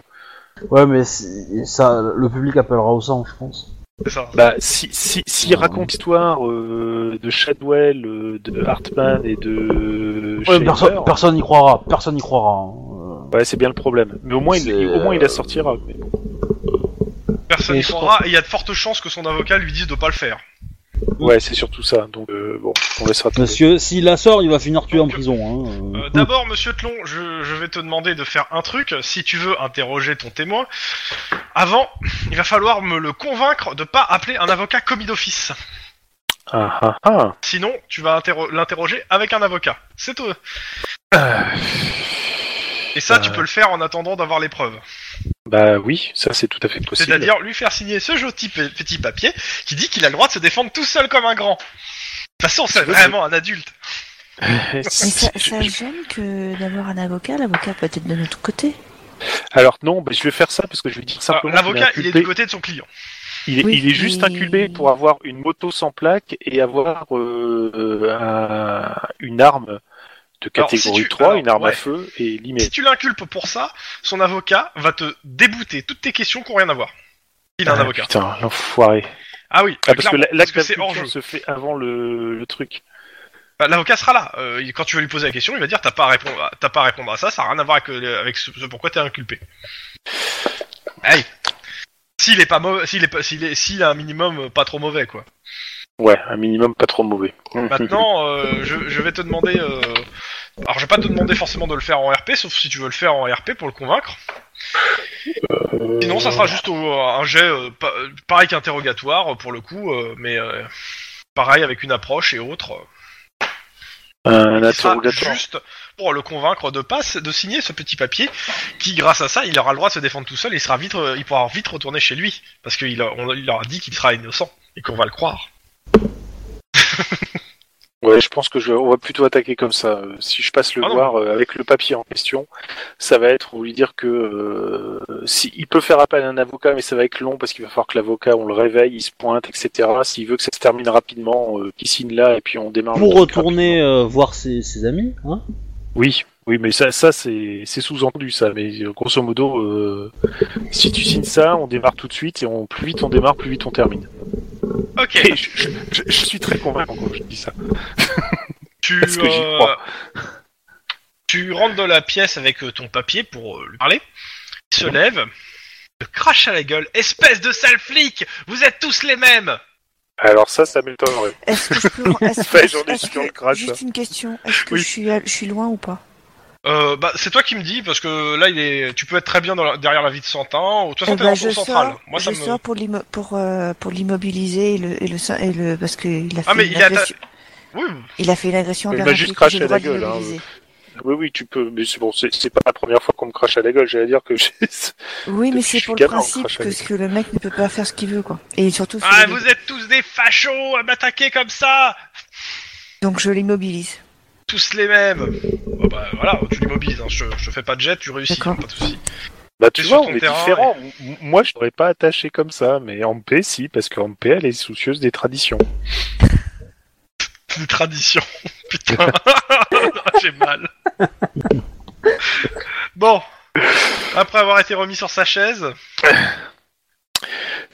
ouais, mais c'est- ça, le public appellera au sang, je pense. C'est ça. Bah, si, si, si Ouais. raconte l'histoire euh, de Shadwell, euh, de Hartman et de. Ouais, Shader, perso- personne n'y croira. Personne n'y croira. hein. ouais, c'est bien le problème. Mais au moins, il, C'est, au moins, il euh, la sortira. Personne Et n'y je croira et il y a de fortes chances que son avocat lui dise de pas le faire. Ouais, c'est surtout ça. Donc, euh, bon, on laissera Euh, tomber. Parce que s'il la sort, il va finir tué en Donc, prison. Hein. Euh, euh. D'abord, monsieur Tlon, je, je vais te demander de faire un truc. Si tu veux interroger ton témoin, avant, il va falloir me le convaincre de pas appeler un avocat commis d'office. Ah, ah, ah. Sinon, tu vas interro- l'interroger avec un avocat. C'est tout. ah. Et ça, tu Euh. peux le faire en attendant d'avoir les preuves. Bah oui, ça c'est tout à fait possible. C'est-à-dire lui faire signer ce joli pe- petit papier qui dit qu'il a le droit de se défendre tout seul comme un grand. De toute façon, c'est Tu veux vraiment un adulte. Mais ça, ça gêne que d'avoir un avocat, l'avocat peut être de notre côté. Alors non, bah, je vais faire ça parce que je vais dire Alors, simplement. qu'il Ah, Euh, L'avocat, il est inculpé. du côté de son client. Il est, Oui, il est juste mais- inculpé pour avoir une moto sans plaque et avoir euh, euh, un- une arme de Alors, si catégorie tu- 3, alors, une arme à ouais. feu Si et limée. tu l'inculpes pour ça, son avocat va te débouter toutes tes questions qui n'ont rien à voir. Il a un Ah, avocat. Putain, l'enfoiré. Ah oui, Ah, parce que clairement, la- l'acte parce que c'est hors d'inculpation jeu. se fait avant le, le truc. Bah, L'avocat sera là. Euh, il- quand tu vas lui poser la question, il va dire t'as pas à répondre, à- t'as pas à répondre à ça, ça n'a rien à voir avec, euh, avec ce, ce pourquoi t'es inculpé. Hey. S'il est pas mauvais, s'il est pas, s'il est, s'il a un minimum euh, pas trop mauvais quoi. Ouais, un minimum pas trop mauvais. Maintenant, euh, je, je vais te demander euh, Alors, je vais pas te demander forcément de le faire en RP, sauf si tu veux le faire en RP pour le convaincre. Sinon, ça sera juste au- un jet euh, pa- euh, pareil qu'interrogatoire euh, pour le coup, euh, mais euh, pareil avec une approche et autre. euh, Un qui sera interrogatoire. juste pour le convaincre de pas de signer ce petit papier, qui grâce à ça, il aura le droit de se défendre tout seul. Et il sera vite, euh, il pourra vite retourner chez lui parce qu'il a- on- il aura dit qu'il sera innocent et qu'on va le croire. Ouais, je pense que je, on va plutôt attaquer comme ça. Euh, Si je passe le Ah non. voir euh, avec le papier en question, ça va être on lui dire que euh, si il peut faire appel à un avocat, mais ça va être long parce qu'il va falloir que l'avocat on le réveille, il se pointe, etc. S'il veut que ça se termine rapidement, euh, qu'il signe là et puis on démarre. le Pour truc retourner euh, voir ses, ses amis, hein Oui, oui, mais ça, ça c'est c'est sous-entendu ça. Mais euh, grosso modo, euh, si tu signes ça, on démarre tout de suite et on plus vite on démarre, plus vite on termine. Ok. Et je, je- je- je suis très convaincant quand je dis ça. Tu, Parce que j'y euh, crois. tu rentres dans la pièce avec euh, ton papier pour euh, lui parler. Il se lève, te crache à la gueule. Espèce de sale flic Vous êtes tous les mêmes Alors ça, ça m'étonnerait. Est-ce que je peux. Est-ce Ouais, Bah, j'en ai est-ce sur que- le crâne, Juste là. une question. Est-ce que Oui. je, suis, à- je suis loin ou pas euh, bah, C'est toi qui me dis, parce que là, il est... tu peux être très bien dans la- derrière la vie de Santin. De toute façon, Eh t'es ben, dans Je ton central. sors, Moi, je ça me... sors pour l'immo- pour, euh, pour l'immobiliser et le, et le, sa- et le- Parce qu'il a fait Ah, mais une il est atta- agression. Oui, Il a fait une agression Il envers m'a un juste flic, j'ai craché le la droit de gueule, hein. l'immobiliser. Oui, oui, tu peux, mais c'est bon, c'est c'est pas la première fois qu'on me crache à la gueule. J'allais dire que j'ai- Oui, Depuis que mais c'est je pour suis le gamin, on principe crache à que, la ce que le mec ne peut pas faire ce qu'il veut, quoi. Et surtout, Ah, c'est- vous êtes tous des fachos à m'attaquer comme ça donc je l'immobilise. Tous les mêmes Bon, bah voilà, tu l'immobilises, hein. je, je fais pas de jet, tu réussis, pas D'accord. de soucis. Bah tu T'es vois, sur on ton est terrain, différents. M- Moi, je n'aurais pas attaché comme ça, mais Ampé, si, parce qu'Ampé, elle est soucieuse des traditions. Des traditions, putain J'ai mal Bon, après avoir été remis sur sa chaise,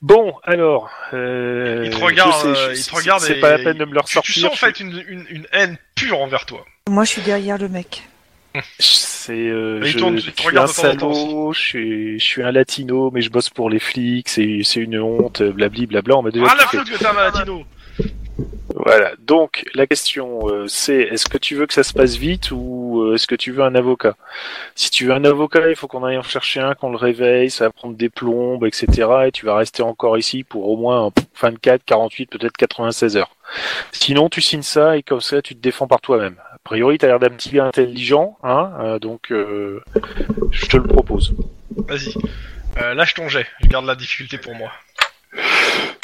Bon, alors, euh, Il te regarde, je sais, euh, je- il te c'est- regarde C'est et- pas la peine de me le tu, ressortir. tu sens en je- fait une, une- une haine pure envers toi. Moi, je suis derrière le mec. C'est, euh, Mais il je, tourne, il te je suis un regarde de temps en temps salaud, je suis, je suis un latino, mais je bosse pour les flics, c'est, c'est une honte, blabli, blabla. On m'a déjà Ah la tout fait. flûte que t'as, Malatino Voilà. Donc la question, euh, c'est est-ce que tu veux que ça se passe vite ou euh, est-ce que tu veux un avocat Si tu veux un avocat, il faut qu'on aille en chercher un, qu'on le réveille, ça va prendre des plombes, etc. Et tu vas rester encore ici pour au moins euh, 24, 48, peut-être 96 heures. Sinon, tu signes ça et comme ça, tu te défends par toi-même. A priori, t'as l'air d'un petit gars intelligent, hein euh, Donc, euh, je te le propose. Vas-y, euh, lâche ton jet, je garde la difficulté pour moi.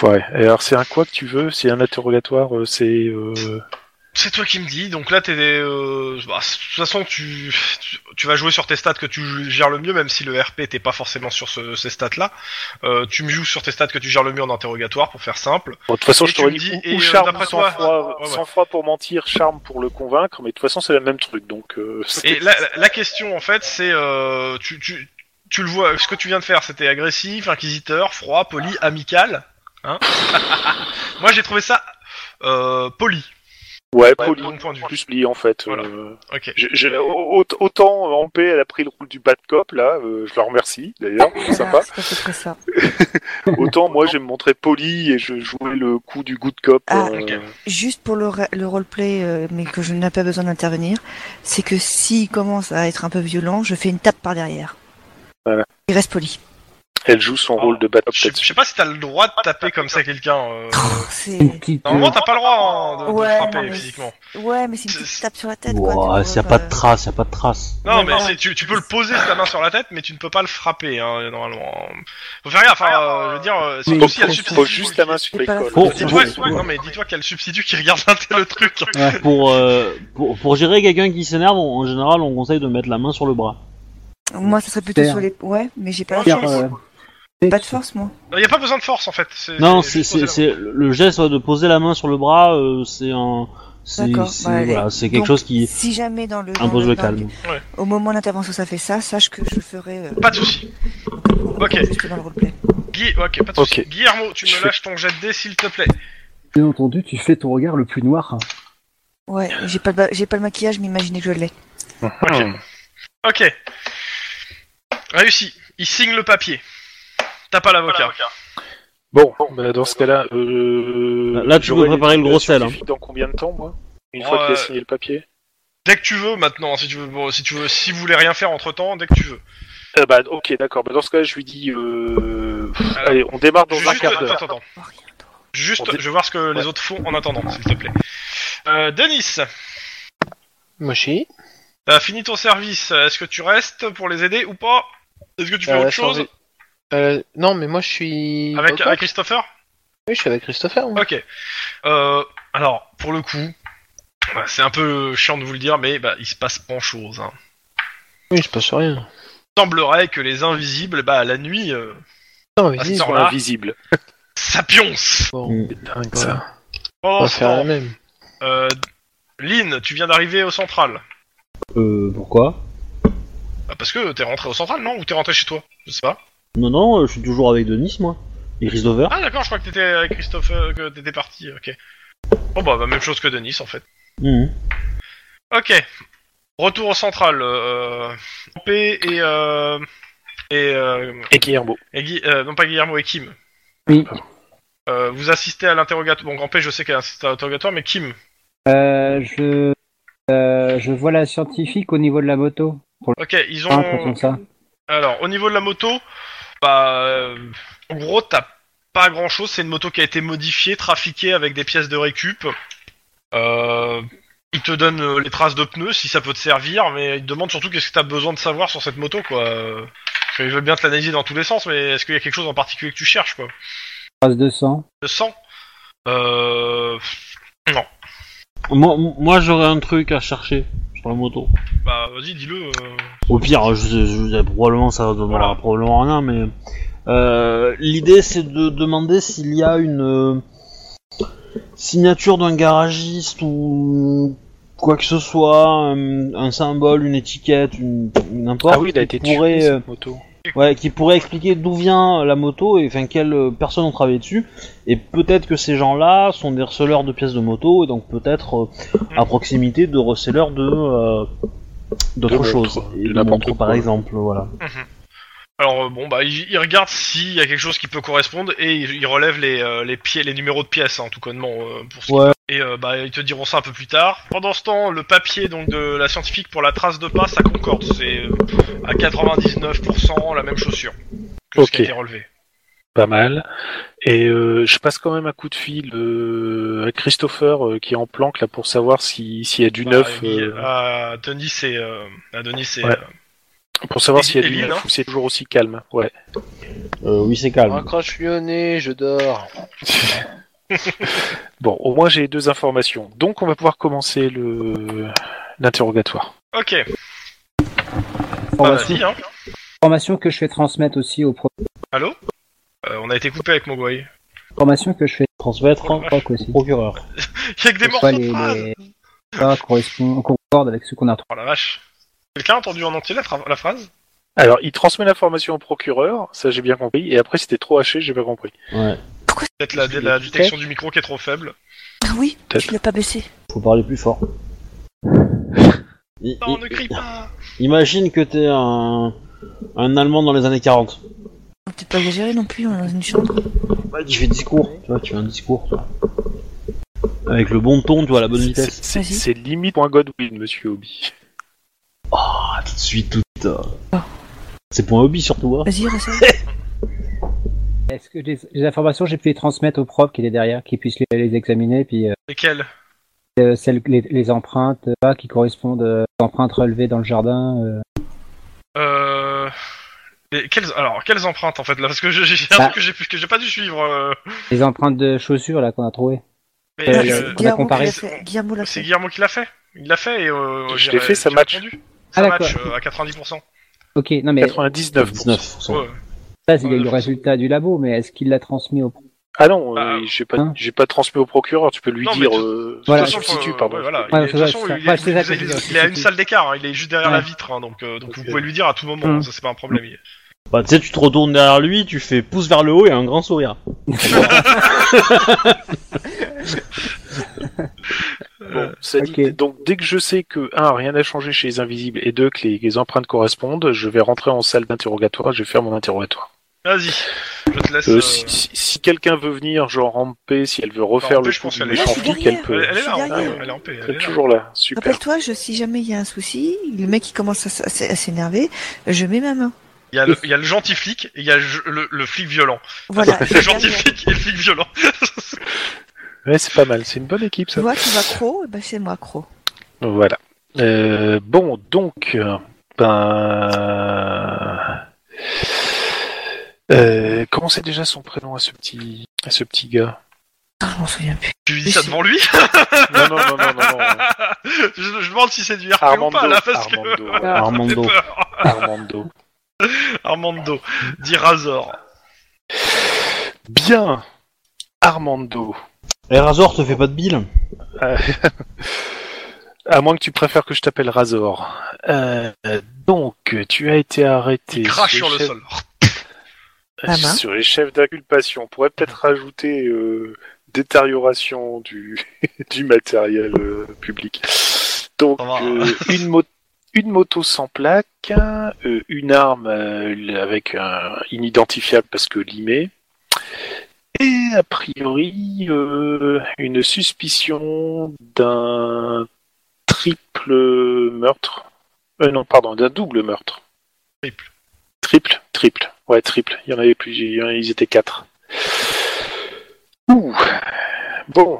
Ouais. Et Alors, c'est un quoi que tu veux C'est un interrogatoire euh, C'est euh, C'est toi qui me dis, donc là t'es... Euh, bah, de toute façon tu, tu, tu vas jouer sur tes stats que tu gères le mieux, même si le RP t'es pas forcément sur ce- ces stats là. tu me joues sur tes stats que tu gères le mieux en interrogatoire, pour faire simple. Bon, de toute façon, Et je t'aurais tu me dit, dis- ou, et, ou euh, charme d'après sans toi- ah, froid, Ouais, ouais. sans froid pour mentir, charme pour le convaincre, mais de toute façon, c'est le même truc, donc... euh, c'est- Et la, la question en fait c'est... Euh, tu, tu, tu le vois, ce que tu viens de faire c'était agressif, inquisiteur, froid, poli, amical. Hein Moi j'ai trouvé ça euh, poli, Ouais, de poli, mon point de vue. plus pli, en fait. bah, Voilà. euh, Ok. je- je- au- autant euh, en paix, elle a pris le rôle du bad cop, là, euh, je la remercie, d'ailleurs, c'est Voilà, sympa. c'est à peu près ça. Autant, moi, je vais me montrer poli et je jouais le coup du good cop. Ah. euh, Ok. Juste pour le, ra- le roleplay, euh, mais que je n'ai pas besoin d'intervenir, c'est que s'il commence à être un peu violent, je fais une tape par derrière. Voilà. Il reste poli. Elle joue son rôle de bad cop. Ah, Je sais- je sais pas si t'as le droit de taper comme ça quelqu'un. euh. C'est... Une petite. euh, Normalement Mm. t'as pas le droit hein, de, de Ouais, non, frapper mais- physiquement. Ouais, mais c'est une C'est- petite tape sur la tête, quoi. tu Ouah, vois, S'il n'y a bah, pas de trace, il n'y a pas de trace. Non, mais Voilà. c'est- tu, tu peux le poser ta main sur la tête, mais tu ne peux pas le frapper, hein, normalement. Faut faire gaffe, enfin, euh, je veux dire, euh, surtout Donc, si elle faut, faut substitue. juste la main sur C'est pas la l'école. faute. Dis-toi, Faut- ouais, non, mais dis-toi qu'il y a le substitut qui regarde un tel truc. Ouais. Pour, euh, pour, pour gérer quelqu'un qui s'énerve, on- en général, on conseille de mettre la main sur le bras. Moi, ça serait plutôt Faire. sur les. Ouais, mais j'ai pas la Faire, force. euh, Pas de force, moi. Il n'y a pas besoin de force, en fait. Non, juste c'est c'est- poser la main. c'est- le geste ouais, de poser la main sur le bras, euh, c'est un, c'est D'accord, c'est- bah, allez. voilà, c'est quelque Donc, chose qui Si jamais dans le. dans impose le- le dans le- calme. Au moment de l'intervention, ça fait ça, sache que je ferai. euh, Pas de soucis. Ok. Juste dans le roleplay. Gui- ok, pas de soucis. Ok. Guillermo, tu Je me fais- lâches ton jet de dés, s'il te plaît. Bien entendu, tu fais ton regard le plus noir. Ouais, j'ai pas, le ba- j'ai pas le maquillage, mais imaginez que je l'ai. Hmm. Ok. Réussi. Il signe le papier. T'as pas l'avocat. Bon, bah, dans ce cas-là... euh, Là, tu peux j'aurai les préparer le notes gros sel, scientifiques Dans combien de temps, moi Une Oh, fois qu'il a euh, signé le papier Dès que tu veux maintenant, si tu veux, bon, si tu veux, si vous voulez rien faire entre temps, dès que tu veux. Euh, bah, ok, d'accord. Bah, dans ce cas, je lui dis. Euh... Allez, on démarre dans un Juste, quart attends, d'heure. attends, attends. Oh, On Juste, dé- je vais voir ce que les Ouais. autres font en attendant, s'il te plaît. Euh, Denis, Moshi. t'as fini ton service. Est-ce que tu restes pour les aider ou pas Est-ce que tu fais Euh, autre chose survie- Euh, non, mais moi je suis. avec, Au avec coq. Christopher Oui, je suis avec Christopher. moi. Ok. Euh, alors, pour le coup, bah, c'est un peu chiant de vous le dire, mais bah, il se passe pas chose. Hein. Oui, il se passe rien. Il semblerait que les invisibles, bah, la nuit, euh, Non, Ah, vas-y, c'est Pour Voilà. l'invisible. ça pionce. bon, Dingue, voilà. ça. on Pendant va ce faire la temps, même. euh, Lynn, tu viens d'arriver au central. Euh, pourquoi Bah, parce que t'es rentré au central, non Ou t'es rentré chez toi Je sais pas. Non, non, euh, je suis toujours avec Denis, moi. Et Christopher Ah d'accord, je crois que t'étais avec Christophe, euh, que t'étais parti, ok. Bon bah, bah, même chose que Denis en fait. Mhm. Ok. Retour au central. Euh, P et euh, et, euh, Et Guillermo. et Gui- euh, non pas Guillermo et Kim. Oui. Euh, vous assistez à l'interrogatoire. Bon, P je sais qu'elle assiste à l'interrogatoire, mais Kim. Euh, je, euh, je vois la scientifique au niveau de la moto. Ok, ils Hein, quand Euh, ont. on ça. Alors, au niveau de la moto, bah, euh, en gros, t'as pas grand chose. C'est une moto qui a été modifiée, trafiquée avec des pièces de récup. Euh, il te donne euh, les traces de pneus si ça peut te servir, mais il te demande surtout qu'est-ce que t'as besoin de savoir sur cette moto, quoi. Euh, Parce qu'ils veulent bien te l'analyser dans tous les sens, mais est-ce qu'il y a quelque chose en particulier que tu cherches, quoi Trace de sang. Le sang Euh. Moi, moi j'aurais un truc à chercher sur la moto. Bah, vas-y, dis-le. euh. Au pire, je, je- probablement ça donnera Voilà. probablement rien, mais euh, l'idée c'est de demander s'il y a une euh, signature d'un garagiste ou quoi que ce soit, un, un symbole, une étiquette, une n'importe. Ah oui, il a qui été pourrait, tué euh, cette moto. ouais, qui pourrait expliquer d'où vient euh, la moto et enfin quelles euh, personnes ont travaillé dessus. Et peut-être que ces gens-là sont des receleurs de pièces de moto et donc peut-être euh, à proximité de receleurs de euh, De d'autres montres, choses, de Et de n'importe montres, quoi. par exemple, voilà. Alors euh, bon bah il, il regarde s'il y a quelque chose qui peut correspondre et il, il relève les, euh, les pieds les numéros de pièces hein, tout connement euh, pour ce qui- Ouais. et euh, bah ils te diront ça un peu plus tard. Pendant ce temps le papier donc de la scientifique pour la trace de pas ça concorde c'est euh, à 99% la même chaussure que ce qui a Ok. été relevé. Pas mal. Et euh, je passe quand même un coup de fil euh, à Christopher euh, qui est en planque là pour savoir si- s'il y a du Bah, neuf. il- euh, à Denis c'est euh, à Denis c'est Ouais. euh, Pour savoir Et- s'il y a et du lui, neuf non ou c'est toujours aussi calme. Ouais. Euh, oui, c'est On calme. Raccroche lui au nez, je dors. bon, au moins j'ai deux informations. Donc on va pouvoir commencer le l'interrogatoire. euh, ok bah, Formation, vas-y, hein. formation que je fais transmettre aussi au pro- allô Euh, on a été coupé avec Mogwai. formation que je fais Transmettre Oh, hein, au la proc aussi. procureur. Il y a que des morceaux Pourquoi de les, phrases. les- ça correspond concorde avec ce qu'on a trouvé. Oh la vache. Quelqu'un a entendu en entier la, fra- la phrase Alors il transmet l'information au procureur, ça j'ai bien compris. Et après c'était trop haché, j'ai pas compris. Ouais. Peut-être la, la détection du micro qui est trop faible. Ah oui, Peut-être. tu l'as pas baissé. Faut parler plus fort. I- Non, i- ne crie pas Imagine que t'es un un Allemand dans les années 40. T'es pas exagéré non plus, on est dans une chambre. Ouais, tu fais discours, tu vois, tu fais un discours. toi. Avec le bon ton, tu vois, la bonne C'est- vitesse. C'est Vas-y. c'est limite point Godwin, monsieur Obi. Ah, tout de suite, tout de suite. euh. C'est pour un hobby surtout, hein. Vas-y, ressort. Est-ce que les, les informations j'ai pu les transmettre au prof qui était derrière, qui puisse les, les examiner, puis euh, Lesquels euh, celles, les, les empreintes euh, pas qui correspondent euh, aux empreintes relevées dans le jardin, euh, Euh... et quelles... Alors, quelles empreintes en fait là Parce que je- j'ai un Bah. truc que j'ai pu- que j'ai pas dû suivre. euh, les empreintes de chaussures là qu'on a trouvées. mais, Euh, Ah, je- c'est euh, on a Guillermo comparé. qui l'a fait. Guillermo l'a C'est fait. Guillermo qui l'a fait. Il l'a fait et euh, Je j'ai- l'ai fait, ça j'ai match. répondu. Ah, Ça match d'accord. euh, à 90%. Ok, non mais 99. 19%. Ouais. ça il y a eu euh, le résultat du labo, mais est-ce qu'il l'a transmis au prof Ah non, Bah, euh, j'ai pas, hein. j'ai pas transmis au procureur. Tu peux lui Non, mais dire. de- euh, Voilà. te façon, substitue, euh, pardon. ouais, voilà. Ouais, Il est- de toute c'est façon, ça. il Ouais, est- c'est ça que je il veux est- dire, il est à une substitue. salle d'écart, hein, il est juste derrière Ouais. la vitre, hein, donc euh, donc vous Ok. pouvez lui dire à tout moment, Mm. hein, ça c'est pas un problème. il- Bah, tu sais, tu te retournes derrière lui, tu fais pouce vers le haut et un grand sourire. Bon, ça dit- Ok. donc dès que je sais que un rien n'a changé chez les invisibles et deux que les, les empreintes correspondent, je vais rentrer en salle d'interrogatoire. Je vais faire mon interrogatoire. Vas-y, je te laisse. Euh, si euh, si- si quelqu'un veut venir, genre en paix, si elle veut refaire Bah, en paix, le je coup pense du qu'elle est- Là, je méchant suis flic, derrière. elle peut. Elle est là, Je suis hein, derrière. elle est en paix. Elle elle est est là. toujours Ah, là, super. Rappelle-toi, je- si jamais il y a un souci, le mec il commence à, s- à s- à s'énerver, je mets ma main. Il y, a le, il y a le gentil flic et il y a le, le- le flic violent. Voilà. Le gentil flic et le flic violent. Ouais, c'est pas mal, c'est une bonne équipe Tu ça. vois, tu vas croc, eh ben, c'est moi croc. Voilà. Euh, bon, donc, euh, ben, euh, comment c'est déjà son prénom à ce petit, à ce petit gars Ah, je m'en souviens plus. tu lui dis ça devant lui Non, non, non, non, non. non. je, je demande si c'est du RP ou Armando, pas là parce que. Armando, ouais, J'ai Armando. peur. Armando. Armando, dit Razor. Bien, Armando. Euh, Eh, Razor, te fais pas de bill À moins que tu préfères que je t'appelle Razor. Euh, euh, donc, tu as été arrêté. Il crache sur le les chefs- sol. Ah ben. Sur les chefs d'inculpation. On pourrait peut-être rajouter euh, détérioration du, du matériel euh, public. Donc, Ça va. euh, une, mo- une moto sans plaque, euh, une arme euh, avec un inidentifiable parce que limé. Et a priori, euh, une suspicion d'un triple meurtre. Euh, non, pardon, d'un double meurtre. Triple. Triple, triple. Ouais, triple. Il y en avait plus, il y en- ils étaient quatre. Ouh. Bon,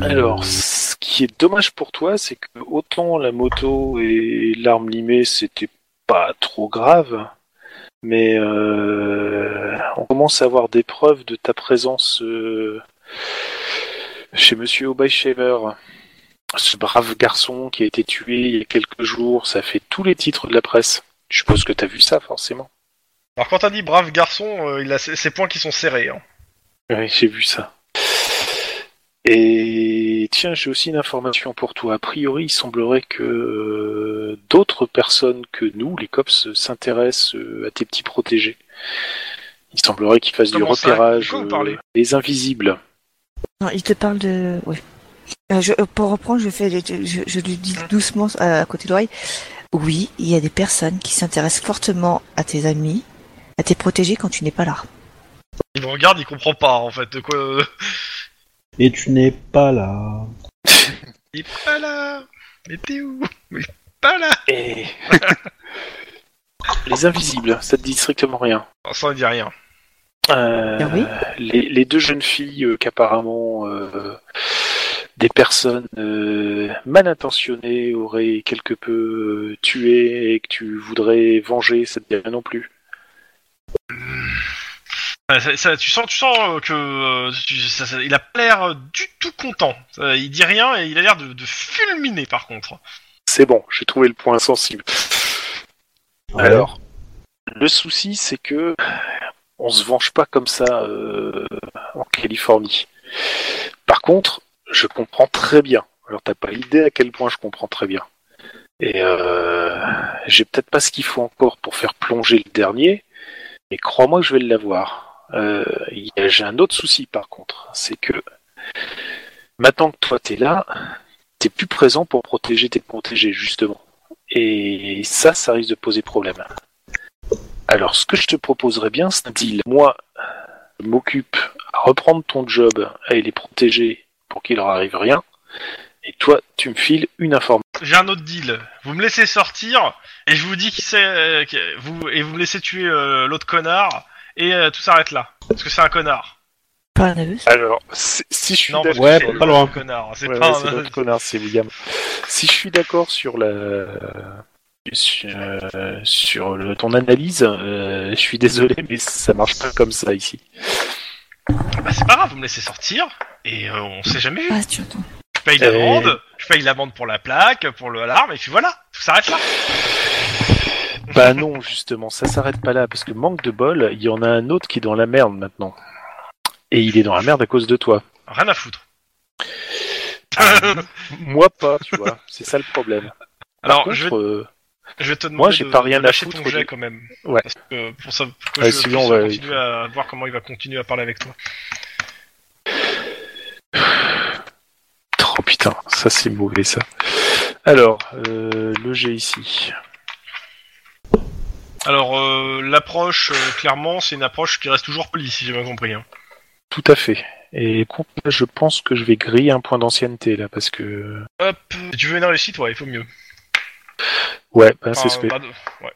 alors, ce qui est dommage pour toi, c'est que autant la moto et l'arme limée, c'était pas trop grave, mais euh, on commence à avoir des preuves de ta présence euh, chez Monsieur Obeichever. Ce brave garçon qui a été tué il y a quelques jours, ça fait tous les titres de la presse. Je suppose que t'as vu ça, forcément. Alors quand t'as dit brave garçon, euh, il a ses, ses poings qui sont serrés. hein. Oui, j'ai vu ça. Et tiens, j'ai aussi une information pour toi. A priori, il semblerait que euh, d'autres personnes que nous, les cops, s'intéressent euh, à tes petits protégés. Il semblerait qu'ils fassent du Comment ça De repérage quoi vous euh, parlez des invisibles. Non, il te parle de. Oui. Euh, je, euh, pour reprendre, je fais, je, je- je lui dis doucement euh, à côté de l'oreille. Oui, il y a des personnes qui s'intéressent fortement à tes amis, à tes protégés quand tu n'es pas là. Il me regarde, il comprend pas en fait de quoi. euh, Et tu n'es pas là. Il est pas là. Mais t'es où Il est pas là. Et... les invisibles, ça te dit strictement rien. Non, ça ne dit rien. Euh, Ah oui les, les deux jeunes filles euh, qu'apparemment euh, des personnes euh, mal intentionnées auraient quelque peu euh, tuées et que tu voudrais venger, ça te dit rien non plus. Ouais, ça- ça- tu sens, tu sens euh, que euh, tu- ça- ça- il a pas l'air euh, du tout content. Ça, il dit rien et il a l'air de, de fulminer par contre. hein. C'est bon, j'ai trouvé le point sensible. Alors, le souci, c'est que on se venge pas comme ça euh, en Californie. Par contre, je comprends très bien. Alors, t'as pas idée à quel point je comprends très bien. Et euh, j'ai peut-être pas ce qu'il faut encore pour faire plonger le dernier, mais crois-moi que je vais l'avoir. Euh, il y a- j'ai un autre souci par contre, c'est que maintenant que toi t'es là, t'es plus présent pour protéger tes protégés justement. Et ça, ça risque de poser problème. Alors, ce que je te proposerais bien, c'est un deal. Moi, je m'occupe à reprendre ton job, à les protéger pour qu'il leur arrive rien. Et toi, tu me files une information. J'ai un autre deal. Vous me laissez sortir et je vous dis qui c'est. euh, qui- vous et vous me laissez tuer euh, l'autre connard et euh, tout s'arrête là. Parce que c'est un connard. Pas nerveuse. Alors, si si je suis Non, parce d'accord... que Ouais, c'est pas l'autre loin. Connard. C'est Ouais, pas. ouais, c'est un- notre connard, c'est William. Si je suis d'accord sur la sur, euh, sur le- ton analyse, euh, je suis désolé, mais ça marche pas comme ça ici. Bah, c'est pas grave. Vous me laissez sortir et euh, on s'est jamais vu. Ah, tu entends. Je paye Euh. l'amende. Je paye l'amende pour la plaque, pour l'alarme et puis voilà. Tout s'arrête là. Bah non, justement, ça s'arrête pas là, parce que manque de bol, il y en a un autre qui est dans la merde maintenant. Et il est dans la merde à cause de toi. Rien à foutre. Moi pas, tu vois, c'est ça le problème. Par Alors, contre, je vais, euh, je vais te demander moi, j'ai de, pas rien de lâcher à foutre ton jet du- quand même. Ouais. Parce que pour ça, pour que Ouais, je sinon, puisse ouais, continuer à voir comment il va continuer à parler avec toi. Oh putain, ça c'est mauvais ça. Alors, euh, le jet ici. Alors, euh, l'approche, euh, clairement, c'est une approche qui reste toujours polie, si j'ai bien compris. hein. Tout à fait. Et contre, là, je pense que je vais griller un point d'ancienneté là, parce que Hop, si tu veux une réussite, ouais, il faut mieux. ouais, bah, c'est Enfin, ce que. pas de- ouais.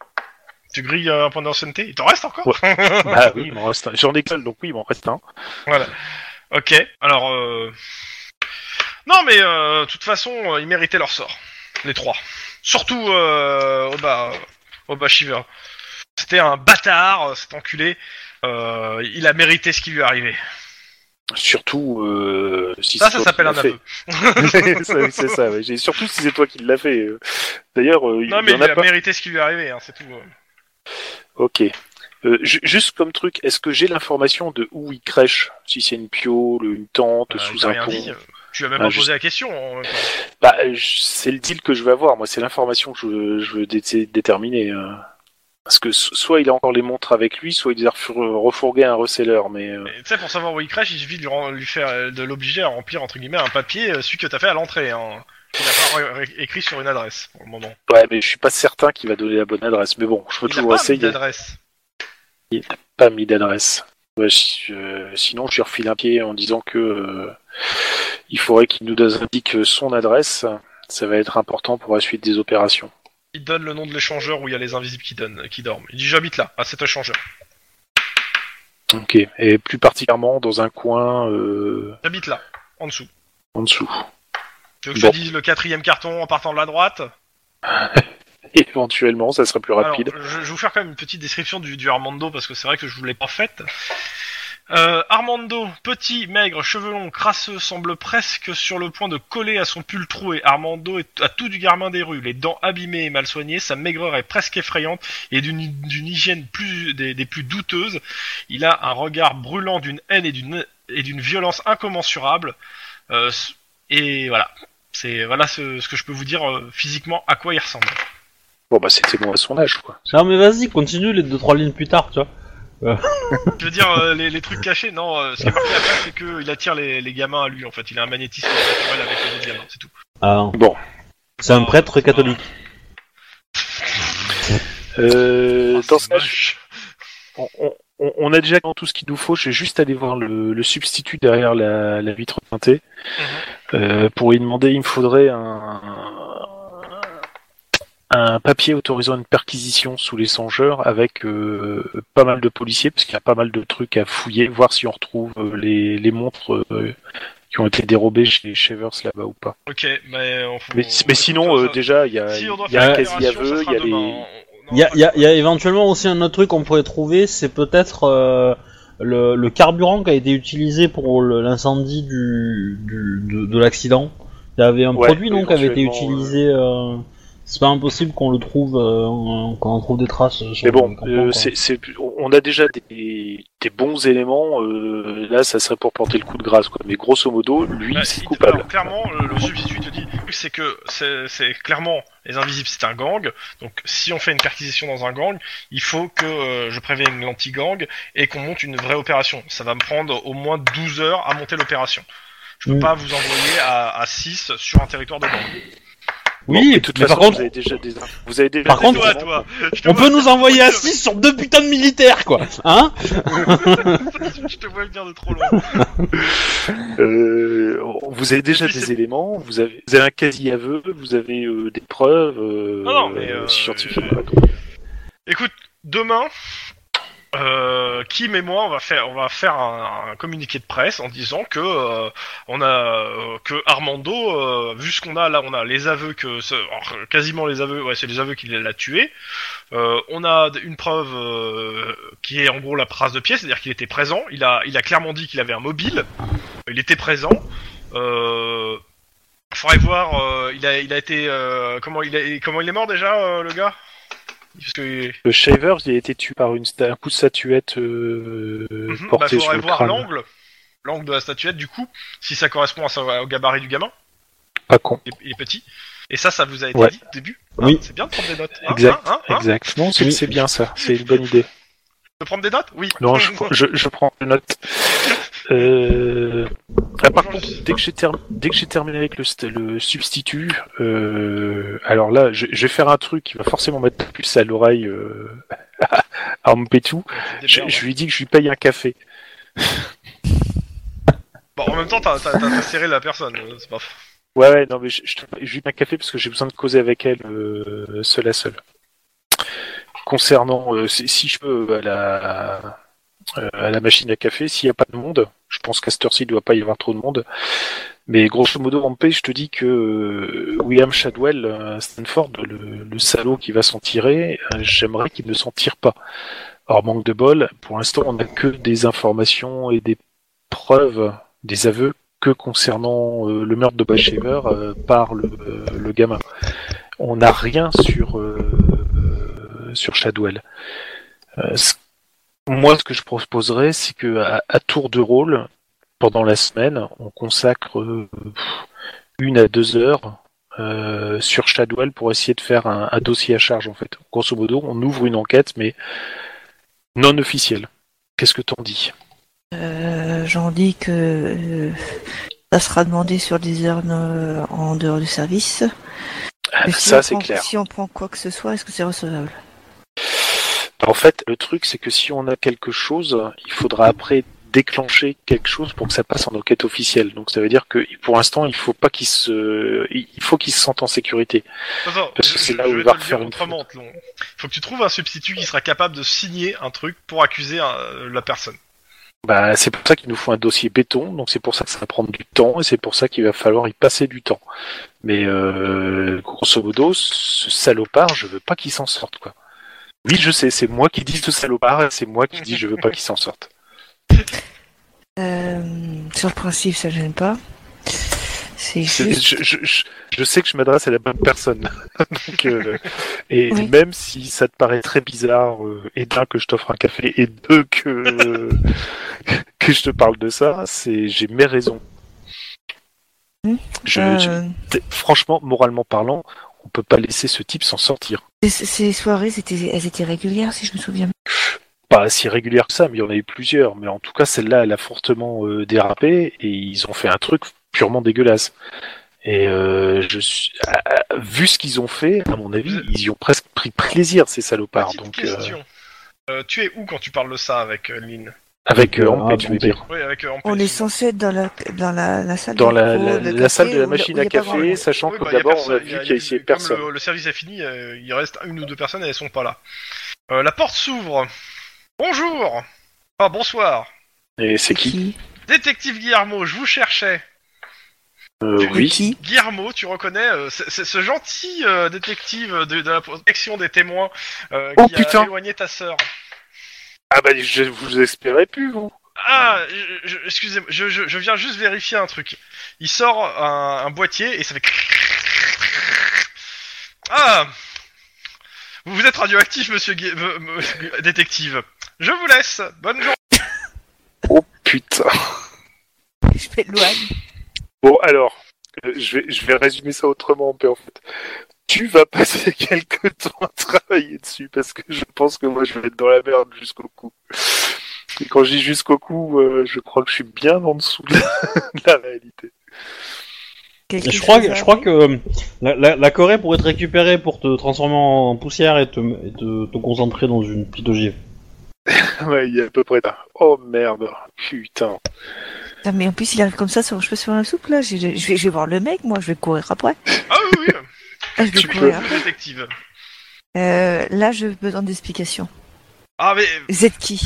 Tu grilles euh, un point d'ancienneté Il t'en reste encore Bah oui, il m'en reste un. J'en ai que seul, donc oui, il m'en reste un. Ok, alors... Euh... Non, mais euh, de toute façon, euh, ils méritaient leur sort. Les trois. Surtout euh, Oba, Oba Shiver. C'était un bâtard, euh, cet enculé. Euh, il a mérité ce qui lui est arrivé. Surtout euh, si Ça, c'est ça toi s'appelle qui un l'as fait. aveu. Ça, oui, c'est ça. ouais. J'ai- Surtout si c'est toi qui l'as fait. euh. D'ailleurs, euh, il Non, mais y en il a a pas. mérité ce qui lui est arrivé, hein, c'est tout. euh. Ok. Euh, ju- juste comme truc, est-ce que j'ai l'information de où il crèche Si c'est une piole, une tente, Euh, il sous t'a un rien pont dit. Tu as même Ah, pas juste- posé la question. hein. en même temps. Bah, euh, je- c'est le deal que je veux avoir. Moi, c'est l'information que je veux, je veux dé- dé- déterminer. euh. Parce que so- soit il a encore les montres avec lui, soit il les a refour- refourguées à un reseller. Mais euh, Et Tu sais, pour savoir où il crache, il suffit de lui, ren- lui faire, euh, de l'obliger à remplir entre guillemets un papier, euh, celui que t'as fait à l'entrée. Hein. Il n'a pas re- écrit sur une adresse pour le moment. ouais, mais je suis pas certain qu'il va donner la bonne adresse. Mais bon, je peux Il n'a toujours pas mis essayer. d'adresse. pas mis d'adresse. Ouais, je- euh, sinon, je lui refile un pied en disant que euh, il faudrait qu'il nous donne- indique son adresse. Ça va être important pour la suite des opérations. Il donne le nom de l'échangeur où il y a les invisibles qui, donnent, qui dorment. Il dit j'habite là, à cet échangeur. Ok. Et plus particulièrement dans un coin euh, J'habite là, en dessous. en dessous, Tu veux que Bon. je te dise le quatrième carton en partant de la droite éventuellement, ça serait plus rapide. Alors, je, je vais vous faire quand même une petite description du, du Armando parce que c'est vrai que je vous l'ai pas faite. Euh, Armando, petit, maigre, cheveux longs, crasseux, semble presque sur le point de coller à son pull troué. Armando est à tout du garmin des rues, les dents abîmées et mal soignées, sa maigreur est presque effrayante et d'une d'une hygiène plus des, des plus douteuses. Il a un regard brûlant d'une haine et d'une et d'une violence incommensurable. Euh, s- et voilà, c'est voilà ce, ce que je peux vous dire euh, physiquement à quoi il ressemble. Bon bah c'était bon à son âge quoi. Non mais vas-y, continue les deux trois lignes plus tard, tu vois. Je veux dire, euh, les, les trucs cachés, non, euh, ce qui est marqué après, c'est qu'il attire les, les gamins à lui, en fait. Il a un magnétisme naturel avec les autres gamins, c'est tout. Ah non. Bon. C'est un prêtre catholique. Euh, Oh, dans ce c'est cas, moche. on, on- on a déjà tout ce qu'il nous faut. Je vais juste aller voir le, le substitut derrière la, la vitre teintée. Mhm. Euh, pour lui demander, il me faudrait un, un papier autorisant une perquisition sous les songeurs avec euh, pas mal de policiers, parce qu'il y a pas mal de trucs à fouiller, voir si on retrouve euh, les, les montres euh, qui ont été dérobées chez Shavers là-bas ou pas. Ok, mais on faut- Mais, mais sinon, ça- euh, déjà, il y a, si on doit il y a faire un une quasi-aveu, opération, il y a ça sera les... demain. hein. On- on- Il y a, y a- y a éventuellement aussi un autre truc qu'on pourrait trouver, c'est peut-être euh, le, le carburant qui a été utilisé pour le- l'incendie du, du- de, de l'accident. Il y avait un Ouais, produit donc qui avait été éventuellement, utilisé. euh, c'est pas impossible qu'on le trouve, euh, qu'on en trouve des traces. euh, sur Mais bon, les campements, euh, quoi. c'est- c'est- on a déjà des, des bons éléments. euh, là, ça serait pour porter le coup de grâce. Quoi. Mais grosso modo, lui, Bah, c'est il- coupable. alors, clairement, euh, le, le substitut te dit c'est que c'est c'est clairement les invisibles, c'est un gang. Donc, si on fait une perquisition dans un gang, il faut que euh, je prévienne l'anti-gang et qu'on monte une vraie opération. Ça va me prendre au moins 12 heures à monter l'opération. Je peux Mm. pas vous envoyer à, à 6 sur un territoire de gang. Oui, Bon, de toute mais façon, par contre, vous avez hein. déjà des. Vous avez déjà Par des contre- Toi, éléments. toi, je te on vois- peut nous envoyer à 6 sur deux putains de militaires, quoi. Hein Je te vois venir de trop loin. Euh, vous avez déjà Puis c'est- des éléments. Vous avez, vous avez un quasi aveu. Vous avez euh, des preuves euh, Non, non, mais, euh, scientifiques. euh, quoi. Donc, Écoute, demain, euh, Kim et moi, on va faire, on va faire un, un communiqué de presse en disant que euh, on a euh, que Armando, euh, vu ce qu'on a là, on a les aveux que, ce- alors, quasiment les aveux, ouais, c'est les aveux qu'il l'a tué. Euh, on a d- une preuve euh, qui est en gros la trace de pied, c'est-à-dire qu'il était présent. Il a, il a clairement dit qu'il avait un mobile. Il était présent. Euh, faudrait voir. euh, il a, il a été euh, comment il a, comment il est mort déjà, euh, le gars Parce que Le Shaver, euh, il a été tué par une, sta- un coup de statuette euh, Mhm, bah, porté sur faudrait le voir crâne. l'angle, l'angle de la statuette du coup, si ça correspond à sa- au gabarit du gamin, Pas con. il est, il est petit. Et ça, ça vous a été Ouais. dit au début. Ah, Oui. C'est bien de prendre des notes. Hein, Exact. hein, hein, hein exact. Non, c'est Oui. c'est bien ça. C'est une bonne idée. de prendre des notes Oui. Non, je, je, je prends une note. Euh, Là, par contre, dès que j'ai term- dès que j'ai terminé avec le, st- le substitut, euh, alors là, je, je vais faire un truc qui va forcément mettre la puce à l'oreille euh, à Mpetu. Je, hein. je lui dis que je lui paye un café. Bon, en même temps, t'as, t'as, t'as- t'as serré la personne, euh, c'est pas fou. Ouais, ouais, non, mais je, je te- je lui paye un café parce que j'ai besoin de causer avec elle euh, seul à seul. Concernant, euh, si, si je peux, à la, euh, à la machine à café, s'il n'y a pas de monde, je pense qu'à cette heure-ci, il ne doit pas y avoir trop de monde. Mais grosso modo, en paix, je te dis que euh, William Shadwell, euh, à Stanford, le, le salaud qui va s'en tirer, euh, j'aimerais qu'il ne s'en tire pas. Or, manque de bol, pour l'instant, on n'a que des informations et des preuves, des aveux que concernant euh, le meurtre de Bashaver euh, par le, euh, le gamin. On n'a rien sur, euh, euh, sur Shadwell. Euh, ce- moi, ce que je proposerais, c'est que à, à tour de rôle, pendant la semaine, on consacre euh, pff, une à deux heures euh, sur Shadwell pour essayer de faire un, un dossier à charge, en fait. Grosso modo, on ouvre une enquête, mais non officielle. Qu'est-ce que t'en dis Euh, J'en dis que euh, ça sera demandé sur des heures euh, en dehors du service. Et si on Ah, bah, Ça, c'est prend- clair. Si on prend quoi que ce soit, est-ce que c'est recevable Bah, En fait, le truc, c'est que si on a quelque chose, il faudra après déclencher quelque chose pour que ça passe en enquête officielle. Donc ça veut dire que pour l'instant, il faut pas qu'ils se, il faut qu'ils se sentent en sécurité. Attends, Parce que je- c'est là je où vais il va te le dire refaire une autrement, Tlon. Faut que tu trouves un substitut qui sera capable de signer un truc pour accuser euh, la personne. Bah, c'est pour ça qu'il nous faut un dossier béton. Donc c'est pour ça que ça va prendre du temps et c'est pour ça qu'il va falloir y passer du temps. Mais euh, grosso modo, ce salopard, je veux pas qu'il s'en sorte quoi. Oui, je sais, c'est moi qui dis ce salopard, et c'est moi qui dis je veux pas qu'il s'en sorte. Euh, Sur le principe, ça ne gêne pas. C'est C'est- juste. Je, je, je, je sais que je m'adresse à la bonne personne. Donc, euh, et Oui. même si ça te paraît très bizarre, euh, et d'un que je t'offre un café, et deux que que je te parle de ça, c'est j'ai mes raisons. Hmm. Je, je- euh, t- franchement, moralement parlant, on peut pas laisser ce type s'en sortir. ces- Ces soirées, c'était- elles étaient régulières, si je me souviens. Pas si régulière que ça, mais il y en a eu plusieurs. Mais en tout cas, celle-là, elle a fortement euh, dérapé et ils ont fait un truc purement dégueulasse. Et euh, je suis, ah, ah, vu ce qu'ils ont fait, à mon avis, ils y ont presque pris plaisir ces salopards. Petite Donc, euh, question. Euh, tu es où quand tu parles de ça avec euh, Lynn avec euh, Ah, Ampé, tu veux Ampé. dire. Oui, avec euh, en On fait, est censé être dans la, dans la, la salle Dans de la, repos, la- de la café, salle de la où- machine où il à y a pas grand café, monde. sachant Oui, que bah, y a d'abord on a personne, vu y a- qu'il y y a a- essayé comme personne. Le, le service est fini, euh, il reste une ou deux personnes et elles sont pas là. Euh, la porte s'ouvre. Bonjour Ah, bonsoir Et c'est qui, Qui Détective Guillermo, je vous cherchais. Euh, C'est Oui. Qui Guillermo, tu reconnais euh, c'est- c'est ce gentil euh, détective de, de la protection des témoins euh, Oh, qui putain. a éloigné ta sœur. Ah bah je vous espérais plus, hein. vous. Ah, je- je- excusez-moi, je, je- je viens juste vérifier un truc. Il sort un, un boîtier et ça fait... Ah Vous vous êtes radioactif, monsieur Gui- me- me- détective. Je vous laisse. Bonne journée. Oh putain. Je m'éloigne. Bon, alors, euh, je, vais, je vais résumer ça autrement, Ampé, en fait. Tu vas passer quelques temps à travailler dessus, parce que je pense que moi, je vais être dans la merde jusqu'au cou. Et quand je dis jusqu'au cou, euh, je crois que je suis bien en dessous de la, de la réalité. Quelque Je crois, chose que- à je crois dire que euh, la, la, la Corée pourrait te récupérer pour te transformer en poussière et te, et te, te concentrer dans une petite ogive. Ouais, il y a à peu près ça. Oh merde, putain. Putain, mais en plus, il arrive comme ça sur un cheveu sur la soupe, là. Je, je vais, je vais voir le mec, moi. Je vais courir après. Ah oui, oui. Ah, je vais Tu courir. peux, détective. Euh, là, j'ai besoin d'explications. Ah mais Vous êtes qui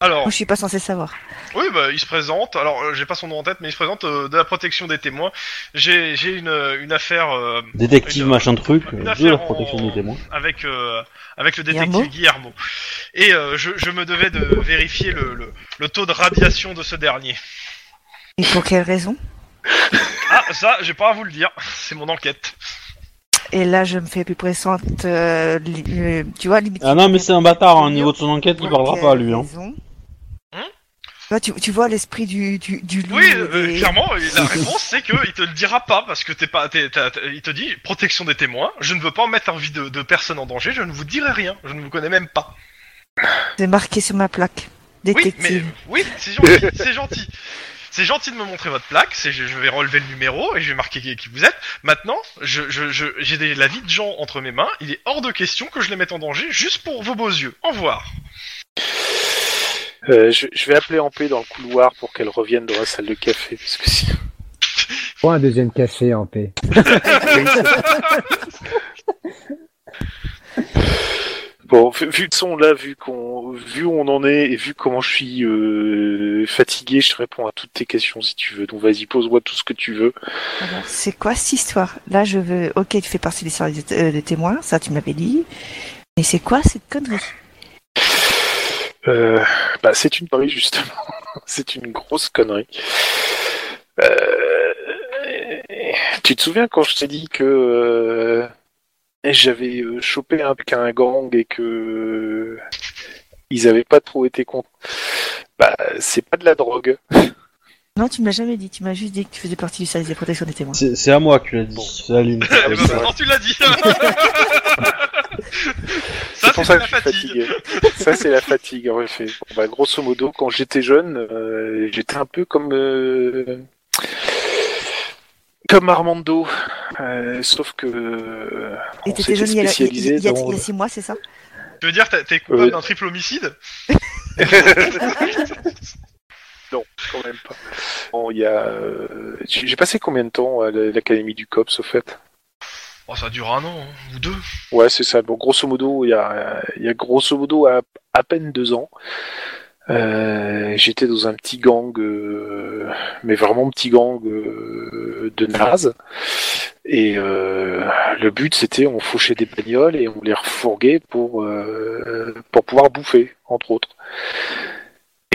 alors Moi, je suis pas censé savoir. oui bah il se présente alors euh, j'ai pas son nom en tête mais il se présente euh, de la protection des témoins j'ai j'ai une euh, une affaire euh, Détective, Une- machin truc, une euh, de affaire la en- protection des témoins. avec euh, avec le Guillermo détective Guillermo, et euh, je, je me devais de vérifier le, le le taux de radiation de ce dernier Et pour quelle raison ah ça j'ai pas à vous le dire c'est mon enquête Et là, je me fais plus pressante. euh, li- euh, tu vois, limite. Ah non, mais c'est un bâtard, hein, au niveau de son enquête, il parlera pas, lui. Hein. raison Hein Tu vois, tu, tu vois l'esprit du, du, du loup. oui et- euh, clairement et la réponse c'est que il te le dira pas parce que t'es pas t'es- t'as- t'as- il te dit protection des témoins je ne veux pas mettre en vie de, de personne en danger je ne vous dirai rien je ne vous connais même pas C'est marqué sur ma plaque. Oui, mais Détective. oui, c'est gentil, c'est gentil. c'est gentil de me montrer votre plaque, c'est, je, je vais relever le numéro et je vais marquer qui, qui vous êtes. Maintenant, je, je, je, j'ai des, la vie de gens entre mes mains, il est hors de question que je les mette en danger juste pour vos beaux yeux. Au revoir. Euh, je, je vais appeler Ampé dans le couloir pour qu'elle revienne dans la salle de café, parce que sinon... Prends un deuxième café en paix. Bon, vu, vu le son là, vu qu'on, vu où on en est et vu comment je suis euh, fatigué, je te réponds à toutes tes questions si tu veux. Donc vas-y, pose-moi tout ce que tu veux. Alors, c'est quoi cette histoire Là, je veux. Ok, tu fais partie des services euh, des témoins, ça tu m'avais dit. Mais c'est quoi cette connerie Euh, bah, c'est une connerie justement. c'est une grosse connerie. Euh, tu te souviens quand je t'ai dit que euh, j'avais euh, chopé un, qu'un gang et que euh, ils avaient pas trop été contents Bah, c'est pas de la drogue. Non, tu m'as jamais dit. Tu m'as juste dit que tu faisais partie du service des protections des témoins. C'est c'est à moi que tu l'as dit. Ah, C'est à Lynn. Eh ben, maintenant, tu l'as dit. ça, C'est c'est pour ça de la que je suis fatigue. fatigué. ça, c'est la fatigue, en effet. Bon, bah, grosso modo, quand j'étais jeune, euh, j'étais un peu comme... euh, Comme Armando, Euh, sauf que euh, on Et t'étais s'était jeune il y a, il y a- spécialisé il y a- dans- il y a six mois, c'est ça Tu veux dire, t'as- t'es coupable Euh. d'un triple homicide quand même pas. Bon, il y a. euh, J'ai j'ai passé combien de temps à l- l'académie du COPS, au fait Oh, ça dure un an hein, ou deux. Ouais, c'est ça. Bon, grosso modo, il y a, euh, il y a grosso modo à, à peine deux ans. euh, J'étais dans un petit gang, euh, mais vraiment petit gang euh, de naze. Et euh, le but, c'était on fauchait des bagnoles et on les refourguait pour euh, pour pouvoir bouffer, entre autres.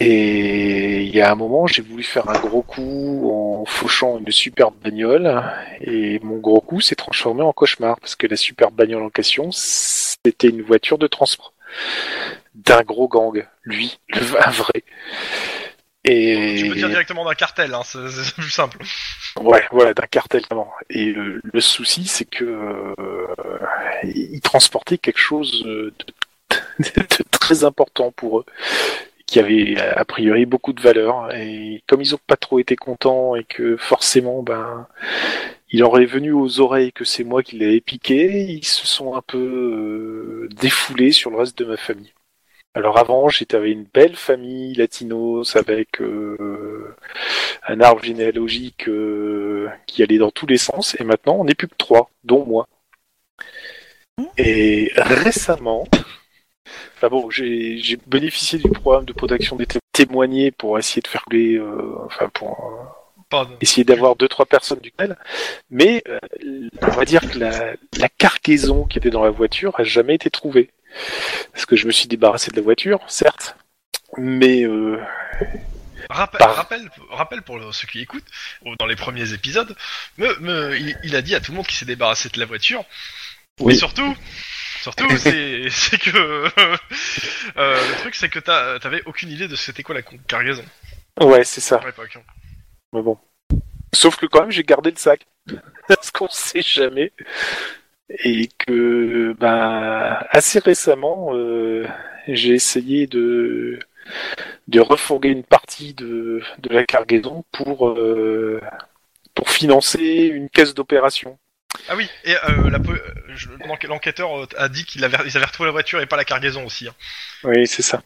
Et il y a un moment, j'ai voulu faire un gros coup en fauchant une superbe bagnole, et mon gros coup s'est transformé en cauchemar, parce que la superbe bagnole en question, c'était une voiture de transport d'un gros gang, lui, le un vrai. Et... Tu peux dire directement d'un cartel, hein, c'est c'est plus simple. Ouais, voilà, d'un cartel vraiment. Et le, le souci, c'est que euh, ils transportaient quelque chose euh, de, de très important pour eux, qui avait a priori beaucoup de valeur. Et comme ils ont pas trop été contents et que forcément, ben, il aurait venu aux oreilles que c'est moi qui l'avais piqué, ils se sont un peu euh, défoulés sur le reste de ma famille. Alors avant, j'étais avec une belle famille latinos avec euh, un arbre généalogique euh, qui allait dans tous les sens, et maintenant on n'est plus que trois, dont moi. Et récemment, enfin bon, j'ai j'ai bénéficié du programme de protection des té- témoignés pour essayer de faire couler, euh, enfin pour euh, Pardon. essayer d'avoir deux trois personnes du canal, mais euh, on va dire que la, la cargaison qui était dans la voiture a jamais été trouvée, parce que je me suis débarrassé de la voiture, certes, mais euh, Rappel, Par- rappel, rappel pour le- ceux qui écoutent, au- dans les premiers épisodes, me, me- il, il a dit à tout le monde qu'il s'est débarrassé de la voiture. Oui. Mais surtout, surtout c'est c'est que euh, le truc c'est que t'as- t'avais aucune idée de c'était quoi la con- cargaison ouais, c'est ça. à l'époque. hein. Mais bon. Sauf que quand même, j'ai gardé le sac. Parce qu'on sait jamais. Et que, ben, assez récemment, euh, j'ai essayé de, de refourguer une partie de, de la cargaison pour, euh, pour financer une caisse d'opération. Ah oui, et euh, la po- euh, je- l'enque- l'enquêteur euh, a dit qu'ils avaient, ils avaient retrouvé la voiture et pas la cargaison aussi. hein. Oui, c'est ça.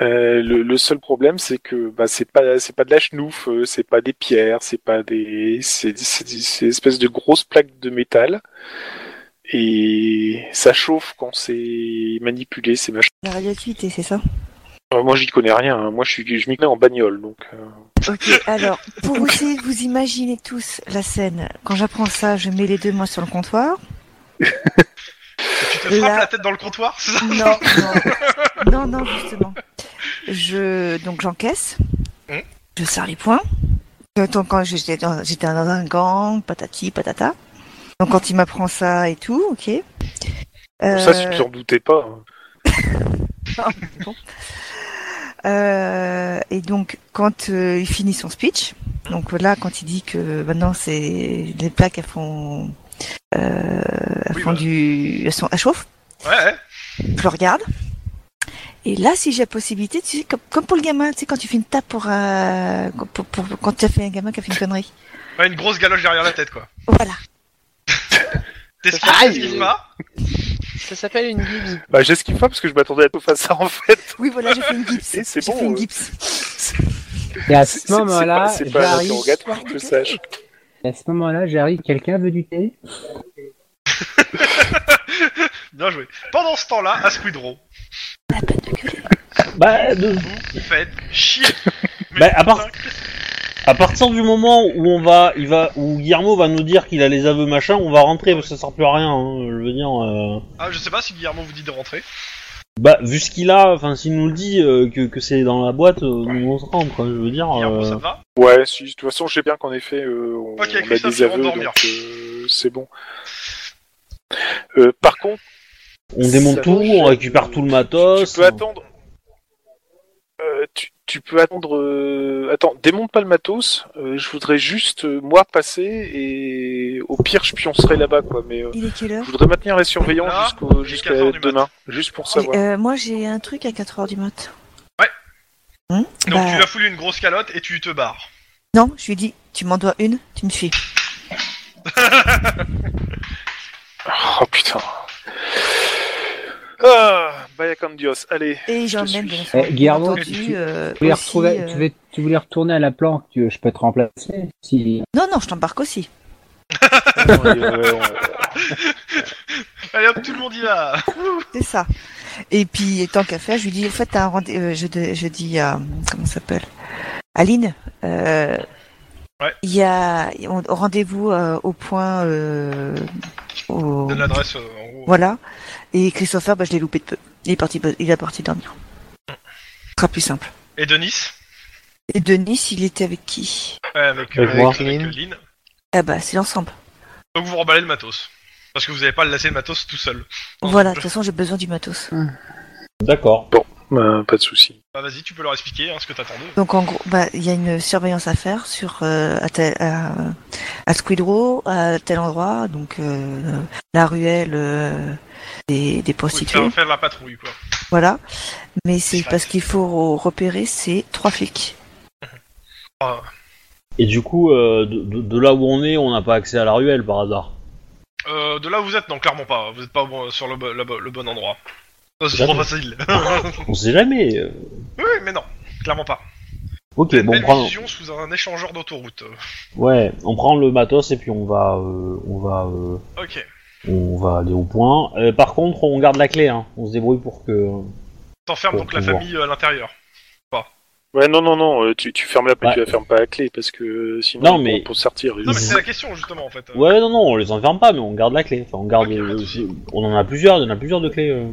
Euh, le, le seul problème, c'est que bah, c'est pas c'est pas de la chenouf, euh, c'est pas des pierres, c'est pas des c'est c'est c'est une espèce de grosses plaques de métal et ça chauffe quand c'est manipulé ces machins. La radioactivité, c'est ça Euh, moi, j'y connais rien. hein. Moi, je suis je m'y connais en bagnole, donc. euh, Ok, alors, pour essayer de vous imaginer tous la scène, quand j'apprends ça, je mets les deux mains sur le comptoir. Tu te frappes La- la tête dans le comptoir, c'est ça Non, non, non, non, justement. Je donc j'encaisse, Hmm. je serre les poings. Euh, Donc, quand j'étais dans, j'étais dans un gang, patati patata. Donc quand il m'apprend ça et tout, ok. Euh, Ça, si tu t'en doutais pas. hein. euh, et donc quand euh, il finit son speech, donc là quand il dit que maintenant c'est les plaques elles font, euh, elles Oui, font voilà. du, elles sont, elles chauffent. Ouais, ouais. Je le regarde. Et là, si j'ai la possibilité, tu sais, comme, comme pour le gamin, tu sais, quand tu fais une tape pour, euh, pour, pour- quand tu as fait un gamin qui a fait une connerie. Ouais, une grosse galoche derrière la tête, quoi. Voilà. T'esquives, Aïe. t'esquives pas Ça s'appelle une Gibbs. Bah, j'esquive pas parce que je m'attendais à tout faire ça en fait. Oui, voilà, j'ai fait une gips. Et c'est J'ai bon, fait une euh. gips. Et à C'est- ce c'est- moment-là, c'est pas- c'est pas un j'arrive. interrogatoire que je sache. À ce moment-là, j'arrive. Quelqu'un veut du thé Bien joué. Pendant ce temps-là, à Squidrow, La peine de gueuler. Bah, de- vous faites chier. Mais Bah, à part- putain, Christ- à partir du moment où on va, il va, où Guillermo va nous dire qu'il a les aveux machin, on va rentrer parce que ça sert plus à rien. hein, je veux dire. euh. Ah, je sais pas si Guillermo vous dit de rentrer. Bah, vu ce qu'il a, enfin, s'il nous le dit euh, que, que c'est dans la boîte, euh, nous on se rentre. quoi, je veux dire. Guillermo, euh, ça te va Ouais, si, de toute façon, je sais bien qu'en effet, euh, on, Ok, on a Christophe, des c'est aveux, rendormir. donc euh, c'est bon. Euh, par contre, on démonte Ça tout, va, on je- récupère tout le matos. tu peux attendre. Euh, tu, tu peux attendre. euh, Attends, démonte pas le matos. euh, je voudrais juste euh, moi passer et au pire, je pioncerai là-bas, quoi. Mais euh, Il est quelle je heure voudrais maintenir les surveillants Là, jusqu'au- Ah, il est jusqu'à 4 heures du mat. demain, juste pour savoir. Euh, Moi, j'ai un truc à 4h du mat. Ouais. Hmm Donc Bah, tu lui as foulé une grosse calotte et tu te barres. Non, je lui ai dit, tu m'en dois une, tu me suis. Oh putain. Ah, vaya con Dios. Allez, Et Je te j'emmène suis. bien sûr, Eh, Guillermo, bien tu- entendu, tu- euh, Tu voulais, aussi, retrouver- euh, tu, veux- tu voulais retourner à la planque, tu- je peux te remplacer. Si... Non, non, je t'embarque aussi. Allez hop, tout le monde y va C'est ça. Et puis, tant qu'à faire, je lui dis, en fait, t'as un rendez euh, je, de- je dis à, comment ça s'appelle Aline, euh, Ouais. il y a on- au rendez-vous euh, au point, euh, au- Donne l'adresse, euh, en gros. voilà. Et Christopher, bah, je l'ai loupé de peu. Il est parti, il est parti dormir. Ce sera plus simple. Et Denis Et Denis, il était avec qui Ouais, avec, Avec euh, moi. avec, euh, Lynn. Lynn. Ah bah, c'est l'ensemble. Donc vous remballez le matos. Parce que vous avez pas le lacet de matos tout seul. Voilà, de toute façon, j'ai besoin du matos. D'accord. Bah, pas de souci. Bah vas-y, tu peux leur expliquer hein, ce que t'attends d'eux. Donc en gros, bah, il y a une surveillance à faire sur euh, à, tel- à, à Squidrow, à tel endroit, donc euh, la ruelle euh, des, des Oui, prostituées, faire, faire la patrouille, quoi. voilà. Mais c'est Discrète. parce qu'il faut repérer ces trois flics. Ah, Et du coup, euh, de, de- de là où on est, on n'a pas accès à la ruelle par hasard. Euh, de là où vous êtes, non, clairement pas. Vous êtes pas au bon- sur le, bo- la bo- le bon endroit. Ça, c'est Jamais. trop facile. On sait jamais. euh. oui, mais non, clairement pas. Ok, Vous bon, on belle prend. vision sous un échangeur d'autoroute. Ouais, on prend le matos et puis on va, euh, on va, euh, Ok. on va aller au point. Euh, par contre, on garde la clé. Hein. On se débrouille pour que. T'enfermes Pour donc la pouvoir. famille euh, à l'intérieur. Ouais, non, non, non, euh, tu, tu fermes la, Ouais. tu la fermes pas à clé parce que euh, sinon Non, ils mais- vont pour sortir. ils- Non, mais c'est la question, justement, en fait. Euh, Ouais, non, non, on les enferme pas, mais on garde la clé. Enfin, on garde. Ok, pas de euh, souci. on en a plusieurs. Il y en a plusieurs de clés. euh.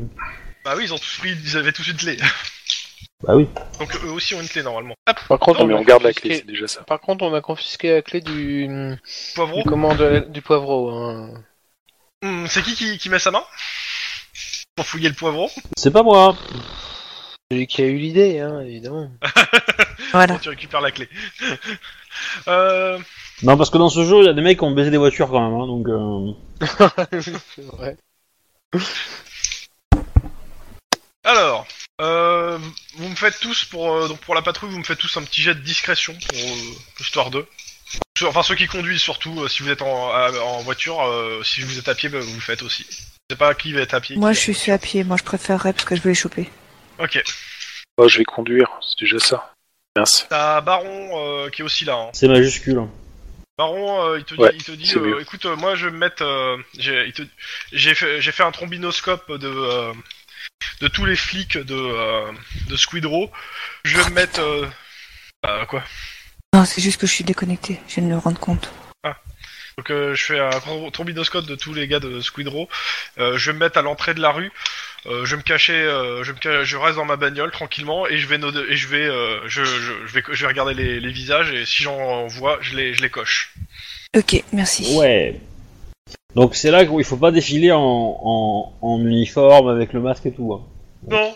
Bah oui, ils ont tous pris, ils avaient tous une clé. Bah oui. Donc eux aussi ont une clé, normalement. Hop, Par contre, Non, mais m'a on garde la confisqué- clé, c'est déjà ça. Par contre, on m'a confisqué la clé du, poivron. du comment de- du poivreau. hein. Hum, c'est qui, qui qui met sa main Pour fouiller le poivron C'est pas moi. Celui qui a eu l'idée, hein, évidemment. Voilà. Tu récupères la clé. euh, Non, parce que dans ce jeu, il y a des mecs qui ont baisé des voitures quand même. Hein, donc. euh, C'est vrai. alors, euh, vous me faites tous pour euh, donc pour la patrouille, vous me faites tous un petit jet de discrétion pour euh, l'histoire 2. Sur- Enfin ceux qui conduisent surtout, euh, si vous êtes en, à- en voiture, euh, si vous êtes à pied, bah, vous le faites aussi. Je sais pas qui va être à pied. Moi, qui je va- suis à pied. Moi, je préférerais parce que je veux les choper. Ok. Oh, je vais conduire, c'est déjà ça. Mince. T'as Baron euh, qui est aussi là. hein. C'est majuscule. Baron, euh, il te dit, Ouais, il te dit, c'est euh, mieux. écoute, euh, moi je vais me mettre, euh, j'ai il te- j'ai fait, j'ai fait un trombinoscope de euh, de tous les flics de euh, de Squidrow. Je vais me mettre euh, euh, quoi Non, c'est juste que je suis déconnectée. Je viens de me rendre compte. Donc euh, je fais un trom- trombinoscope de tous les gars de Squidrow. Euh, je vais me mettre à l'entrée de la rue. Euh, je vais me cacher, euh, je, me ca- je reste dans ma bagnole tranquillement et je vais node- et je vais, euh, je, je, je vais je vais regarder les, les visages et si j'en vois, je les je les coche. Ok, merci. Ouais. Donc c'est là qu'il faut pas défiler en, en, en uniforme avec le masque et tout. hein. Non,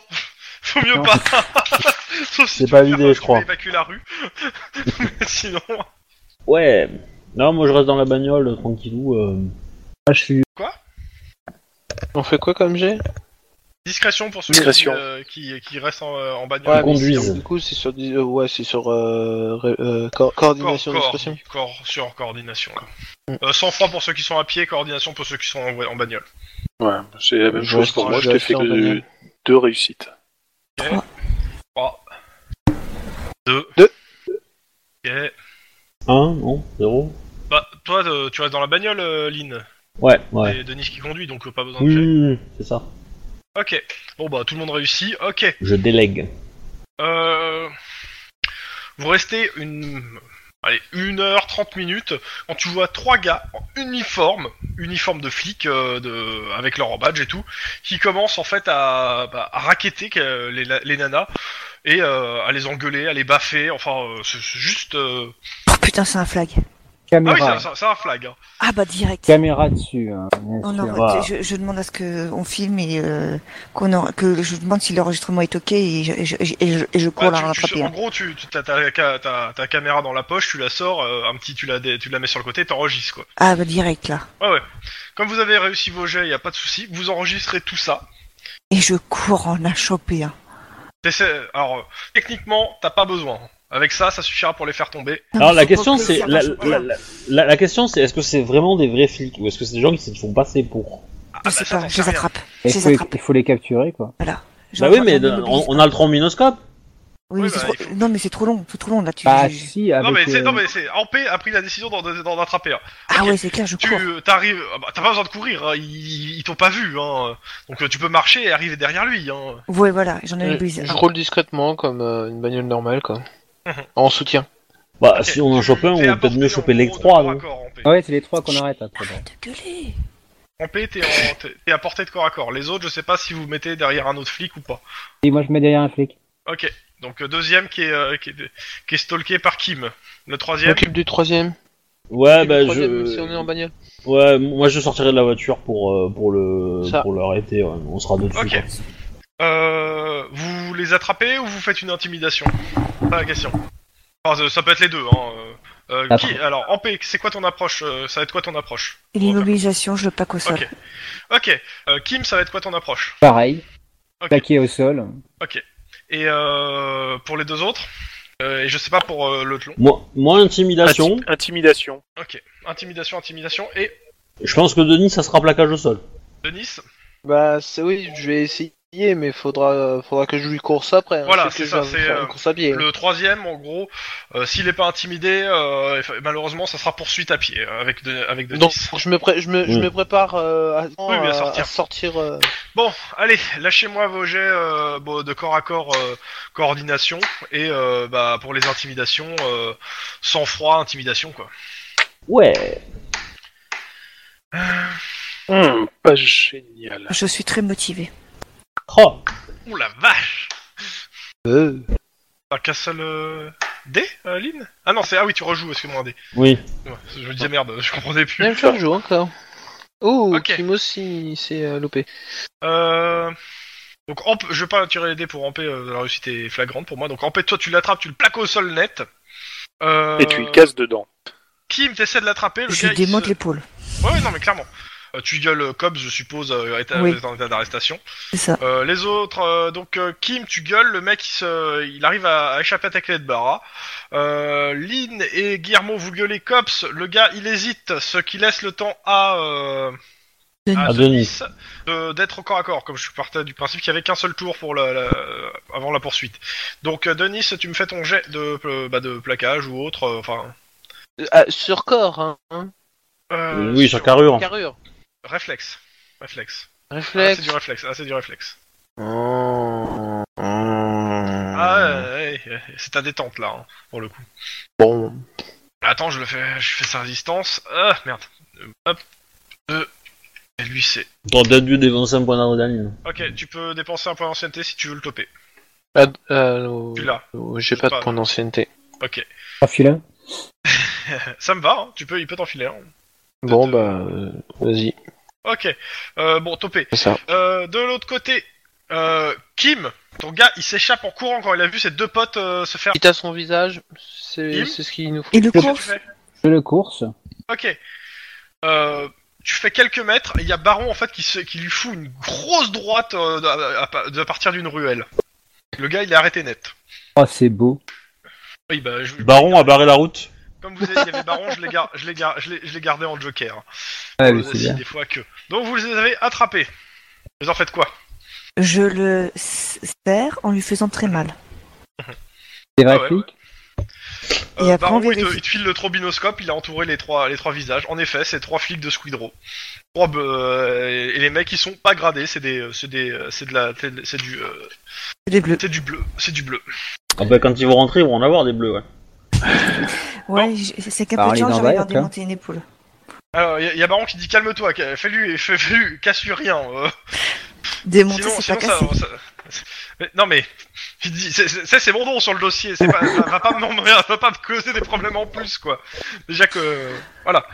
faut mieux Non. pas. Sauf si C'est tu pas veux faire l'idée, je tu crois. veux évacuer la rue. Mais sinon, Ouais. Non, moi je reste dans la bagnole euh, tranquillou. euh. Ah, je suis On fait quoi comme jet Discrétion pour ceux Discrétion. Qui, euh, qui, qui restent en, euh, en Ouais, bagnole. mais conduisent. c'est- Du coup, c'est sur, dis- euh, ouais, c'est sur euh, ré- euh, co- coordination, Corps- discrétion. corps sur coordination. Là. Euh, sang froid pour ceux qui sont à pied, coordination pour ceux qui sont en, en bagnole. Ouais, c'est la même Je chose reste- pour moi, je je t'ai reste fait en que bagnole. deux réussites. 3, 2, Deux. Ok. Un, Hein, non, zéro. Bah, toi, euh, tu restes dans la bagnole, euh, Lynn. Ouais, ouais. Et Denis qui conduit, donc euh, pas besoin de Oui, jet. oui, oui, c'est ça. Ok. Bon, bah, tout le monde réussit. Ok. Je délègue. Euh, vous restez une, allez, une heure, 30 minutes, quand tu vois trois gars en uniforme, uniforme de flic, euh, de, avec leur badge et tout, qui commencent en fait à, bah, à raqueter euh, les, la- les nanas et euh, à les engueuler, à les baffer, enfin, euh, c'est c'est juste... euh, Oh putain, c'est un flag. Ah oui, Caméra. c'est un- c'est un flag. hein. Ah bah direct. Caméra dessus. hein. Bien Non, sûr. non, Voilà. je, je demande à ce que on filme et euh, qu'on en- que je demande si l'enregistrement est ok et je, et je, et je- et je cours Ouais, la Bah, tu- tu- rattraper. en hein. gros, tu, tu- t'as ta, ca- ta- ta caméra dans la poche, tu la sors, euh, un petit, tu la, dé- tu la mets sur le côté, t'enregistres quoi. Ah bah direct là. Ouais, ouais. Comme vous avez réussi vos jets, il a pas de souci. Vous enregistrez tout ça. Et je cours en a chopé un. T'essaies- Alors, euh, techniquement, t'as pas besoin. Avec ça, ça suffira pour les faire tomber. Non, Alors mais la faut pas question que c'est ça la, marche pas. la- la- la- la question c'est est-ce que c'est vraiment des vrais flics ou est-ce que c'est des gens qui se font passer pour Ah, Je bah, sais ça, pas, t'en je sais les rien. attrape. Il Je les faut, attrape. il faut les capturer quoi. Voilà. Bah J'en- oui j'en mais immobilise. on, on a le trombinoscope. Ouais, Oui, mais c'est bah, trop- il faut- Non mais c'est trop long, c'est trop long là. Tu... Bah je- je- si avec. Non mais, c'est, euh, non mais c'est Ampé a pris la décision d'en, d'en attraper un. Ah ok. ouais, c'est clair, je Tu cours. euh, t'arrives, ah bah, t'as pas besoin de courir, hein, ils, ils t'ont pas vu, hein. donc euh, tu peux marcher et arriver derrière lui. Hein. Ouais, voilà, j'en Euh, ai Je, brisé. je roule discrètement comme euh, une bagnole normale, quoi. en soutien. Bah Ok. si on en chope un on T'es va apporté, peut-être mieux en choper hein. gros, les de trois. corps à non corps, Ampé. Ah ouais c'est les trois qu'on arrête après. Arrête de gueuler. Ampé, t'es, en, t'es- t'es à portée de corps à corps. Les autres, je sais pas si vous mettez derrière un autre flic ou pas. Et moi je mets derrière un flic. Ok. Donc euh, deuxième qui est, euh, qui, est, qui est stalké par Kim. Le Je troisième. m'occupe du troisième. Ouais Le bah troisième, Si on est en je bagnole. ouais moi je sortirai de la voiture pour euh, pour le Ça. pour l'arrêter. ouais. On sera dessus. Ok. quoi. Euh, vous les attrapez ou vous faites une intimidation Pas la question. Enfin, ça- ça peut être les deux. Hein. Euh, euh, qui, Attends. alors, en paix, c'est quoi ton approche euh, Ça va être quoi ton approche Et l'immobilisation, je le pack au sol. Ok. Ok. Euh, Kim, ça va être quoi ton approche Pareil. Ok. Plaqué au sol. Et euh, pour les deux autres euh, Et je sais pas pour euh, le tlon. Moi moi intimidation. Inti- intimidation. Ok. Intimidation, intimidation. Et Je pense que Denis ça sera plaquage au sol. Denis Bah, c'est oui, je vais essayer, mais faudra, faudra que je lui course après. hein. Voilà, Je sais que c'est je vais ça, faire c'est, une euh, course à pied. hein. Le troisième, en gros, euh, s'il est pas intimidé, euh, eff- malheureusement, ça sera poursuite à pied euh, avec, de, avec Denis. Donc, je me, pré- je me, je Oui. me prépare euh, à, mais à à- sortir. à sortir, euh, Bon, allez, lâchez-moi vos jets euh, bon, de corps à corps euh, coordination et euh, bah, pour les intimidations, euh, sang-froid, intimidation quoi. Ouais. Hmm, pas génial. Je suis très motivée. Oh. Ouh la vache euh, T'as qu'un seul euh, dé, euh, Lynn Ah non, c'est ah oui, tu rejoues, excuse-moi un dé. Oui. Ouais, je me disais merde, je comprenais plus. Même chose, je joue encore. Oh, Ok. Kim aussi s'est euh, loupé. Euh... Donc, Amp- je vais pas tirer les dés pour Ampé, euh, la réussite est flagrante pour moi. Donc, Ampé, toi, tu l'attrapes, tu le plaques au sol net. Euh... Et tu y casses dedans. Kim, t'essaies de l'attraper, le Je gars, lui il démonte se- l'épaule. Ouais, ouais, non, mais clairement. Euh, tu gueules euh, Cobbs, je suppose, euh, est- Oui. est en état d'arrestation. C'est ça. Euh, les autres, euh, donc euh, Kim, tu gueules, le mec, il, se, il arrive à, à échapper à ta clé de barra. Euh, Lynn et Guillermo, vous gueulez Cobbs, le gars, il hésite, ce qui laisse le temps à, euh, Denis. À Denis. de- d'être au corps à corps, comme je partais du principe qu'il y avait qu'un seul tour pour la, la- avant la poursuite. Donc, euh, Denis, tu me fais ton jet de, pl- bah, de plaquage ou autre, euh, enfin... Euh, ah, sur corps, hein. hein. euh, oui sur carrure. Carrure. Réflexe. Réflexe. Ah, Réflexe. c'est du réflexe, ah, c'est du réflexe. Oh, oh. Ah, ouais, ouais, ouais, c'est ta détente là, hein, pour le coup. Bon. Attends, je le fais, je fais sa résistance. Ah, merde. Euh, Hop. Euh, et lui c'est. T'aurais peut-être dû dévancer un point d'adrénaline. Ok, tu peux dépenser un point d'ancienneté si tu veux le toper. Ah, euh, non, Tu l'as. non, J'ai pas de pas. point d'ancienneté. Ok. Trois filins. Ça me va, hein, tu peux, il peut t'enfiler. hein. Bon, de- bah, euh, vas-y, Ok. Euh, bon, topé. c'est ça. Euh, de l'autre côté, euh, Kim, ton gars, il s'échappe en courant quand il a vu ses deux potes euh, se faire. Quitte à son visage, c'est Kim c'est ce qu'il nous faut. Et le Qu'est-ce que cours tu fais Je le course. Ok. Euh, tu fais quelques mètres, et il y a Baron en fait qui, se- qui lui fout une grosse droite euh, à, à- à partir d'une ruelle. Le gars il est arrêté net. Oh, c'est beau. Oui bah je- Baron a barré la route. comme vous avez, il y avait Baron, je l'ai gar- je l'ai gar- je l'ai- je l'ai gardé en joker. Ouais, Pour mais le- c'est si, bien. des fois que. Donc vous les avez attrapés. Vous en faites quoi Je le s- serre en lui faisant très mal. C'est vrai, Ah ouais, flic Et après, on Euh, Baron, il, te, vérifie. il te file le trobinoscope, il a entouré les trois, les trois visages. En effet, c'est trois flics de Squidrow. Trois, be- euh, et les mecs, ils sont pas gradés, c'est des, euh, c'est des, euh, c'est de la, c'est de- c'est du, euh, Les bleus. c'est du bleu, c'est du bleu. Ah bah quand ils vont rentrer, ils vont en avoir des bleus. Ouais. Ouais, j- c'est qu'à Bah, peu on de est temps, dans j'aurais Riot, leur démonter une épaule. Alors, il y, a- il y a Baron qui dit calme-toi, ca- fais-lui, fais- fais-lui, casse-lui rien. euh. Démonter, Sinon, c'est pas sinon cassé. ça, ça- mais- non mais, il dit, c'est- c'est c'est mon nom sur le dossier, c'est pas, va, va pas me, va pas me causer des problèmes en plus quoi. Déjà que, euh, voilà.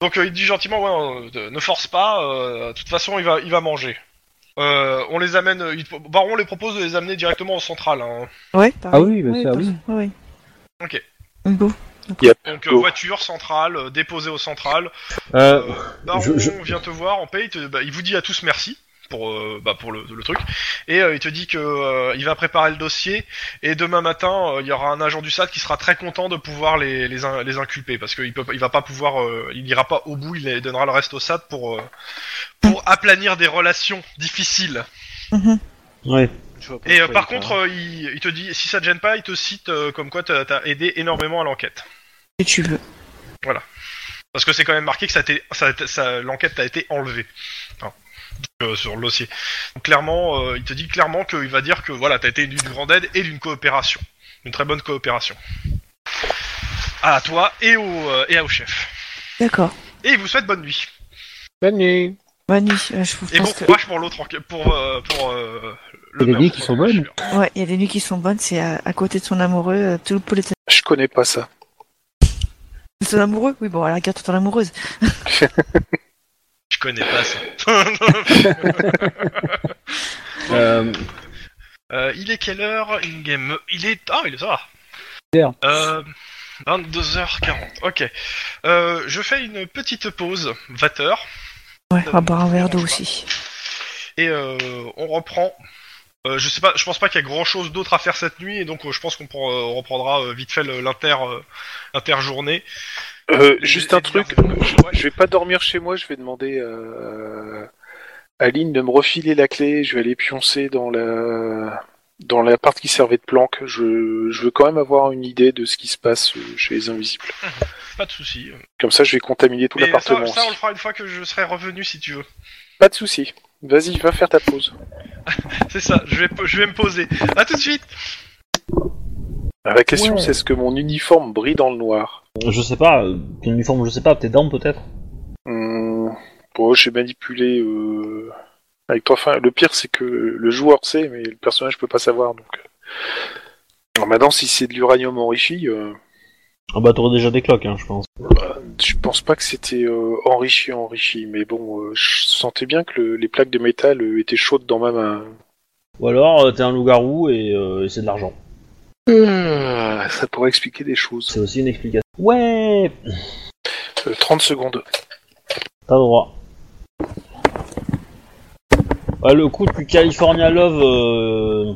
Donc euh, il dit gentiment, ouais, non, euh, ne force pas, euh, de toute façon il va, il va manger. Euh, on les amène, euh, il- Baron les propose de les amener directement en centrale. hein. Ouais, Ah oui, bah ça, par- oui. ouais, ouais. Ok. Bon. Donc euh, Oh. voiture centrale, euh, déposée au central. Euh, Euh, Baron je- je- vient te voir en paix, il, te- bah, il vous dit à tous merci pour, euh, bah, pour le, le truc, et euh, il te dit que euh, il va préparer le dossier, et demain matin, euh, il y aura un agent du SAD qui sera très content de pouvoir les, les, in- les inculper, parce qu'il peut, pas- il va pas pouvoir, euh, il ira pas au bout, il les donnera le reste au SAD pour, euh, pour aplanir des relations difficiles. Mhm. ouais. Je vois pas Et euh, pourquoi par il contre, parle. euh, il, il te dit, si ça te gêne pas, il te cite euh, comme quoi t'as t'as aidé énormément à l'enquête. Si tu veux. Parce que c'est quand même marqué que ça a été- ça a été- ça- l'enquête a été enlevée Enfin, euh, sur le dossier. Donc clairement, euh, il te dit clairement qu'il va dire que voilà, t'as été d'une grande aide et d'une coopération, d'une très bonne coopération. À toi et au euh, et au chef. D'accord. Et il vous souhaite bonne nuit Bonne nuit. Bonne nuit. Ouais, Je et bon pense que... courage pour l'autre enquête, pour euh, pour euh, le Et les meurtre nuits qui sont de la bonnes. sueur. Ouais, il y a des nuits qui sont bonnes, c'est à, à côté de son amoureux, euh, tout le politi- Je connais pas ça. de Son amoureux Oui, bon, à la regarde ton amoureuse. Je connais pas ça. Euh, Euh, il est quelle heure in game Il est ah il est ça. Une heure. Euh, 22h40. Ok. Euh, je fais une petite pause, 20 heures, Ouais, on va boire un verre d'eau Je aussi. et euh, on reprend. Euh, je sais pas, je pense pas qu'il y a grand chose d'autre à faire cette nuit, et donc euh, je pense qu'on prend- euh, on reprendra euh, vite fait le- l'inter euh, l'interjournée. Euh, juste Et- un et truc, diverses- Ouais. je vais pas dormir chez moi, je vais demander euh, à Aline de me refiler la clé, je vais aller pioncer dans la dans la part qui servait de planque. Je, je veux quand même avoir une idée de ce qui se passe euh, chez les invisibles. Pas de souci. Comme ça, je vais contaminer tout Mais l'appartement. ça, ça, on aussi. le fera une fois que je serai revenu, si tu veux. Pas de souci. Vas-y, va faire ta pause. C'est ça. Je vais, po- je vais me poser. À tout de suite. Ah, La question, Ouais. c'est est-ce que mon uniforme brille dans le noir je sais pas, euh, ton uniforme, je sais pas, tes dents peut-être. Hum, Bon, j'ai manipulé euh, avec trois fins. Le pire, c'est que le joueur sait, mais le personnage peut pas savoir. Donc, euh. Alors maintenant, si c'est de l'uranium enrichi, euh, Ah bah t'aurais déjà des cloques, hein, je pense. je pense pas que c'était euh, enrichi, enrichi. Mais bon, euh, je sentais bien que le- les plaques de métal euh, étaient chaudes dans ma main. Ou alors euh, t'es un loup-garou et, euh, et c'est de l'argent. Euh, ça pourrait expliquer des choses. C'est aussi une explication. Ouais, Euh, 30 secondes. t'as le droit. Ah, le coup du California Love, euh,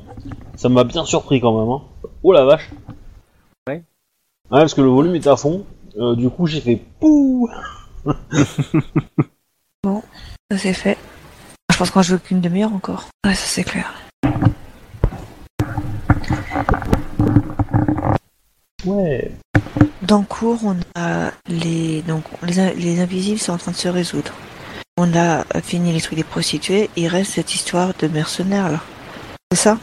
ça m'a bien surpris quand même. Hein. Oh la vache. Ouais. Ouais, parce que le volume était à fond. Euh, du coup, j'ai fait pouh. Ça, c'est fait. Je pense qu'on joue qu'une demi-heure encore. Ouais, ça, c'est clair. Ouais. Dans le cours, on a les donc les, in- les invisibles sont en train de se résoudre. On a fini les trucs des prostituées. Il reste cette histoire de mercenaires là. C'est ça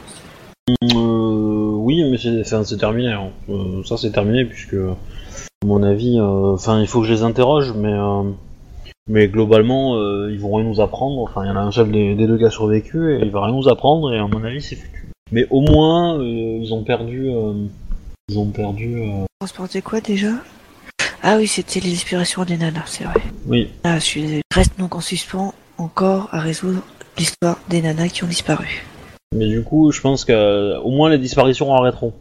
Euh, oui, mais c'est enfin, c'est terminé. hein. Euh, ça, c'est terminé puisque, à mon avis, euh, enfin, il faut que je les interroge, mais euh, mais globalement, euh, ils vont rien nous apprendre. Enfin, il y en a un seul des, des deux qui a survécu et il va rien nous apprendre. Et à mon avis, c'est foutu. Mais au moins, euh, ils ont perdu, euh, ils ont perdu. euh, Transporter quoi déjà Ah oui, c'était les aspirations des nanas, c'est vrai. Oui, Ah, je suis désolée. Reste donc en suspens encore à résoudre l'histoire des nanas qui ont disparu. mais du coup, je pense que euh, au moins les disparitions arrêteront.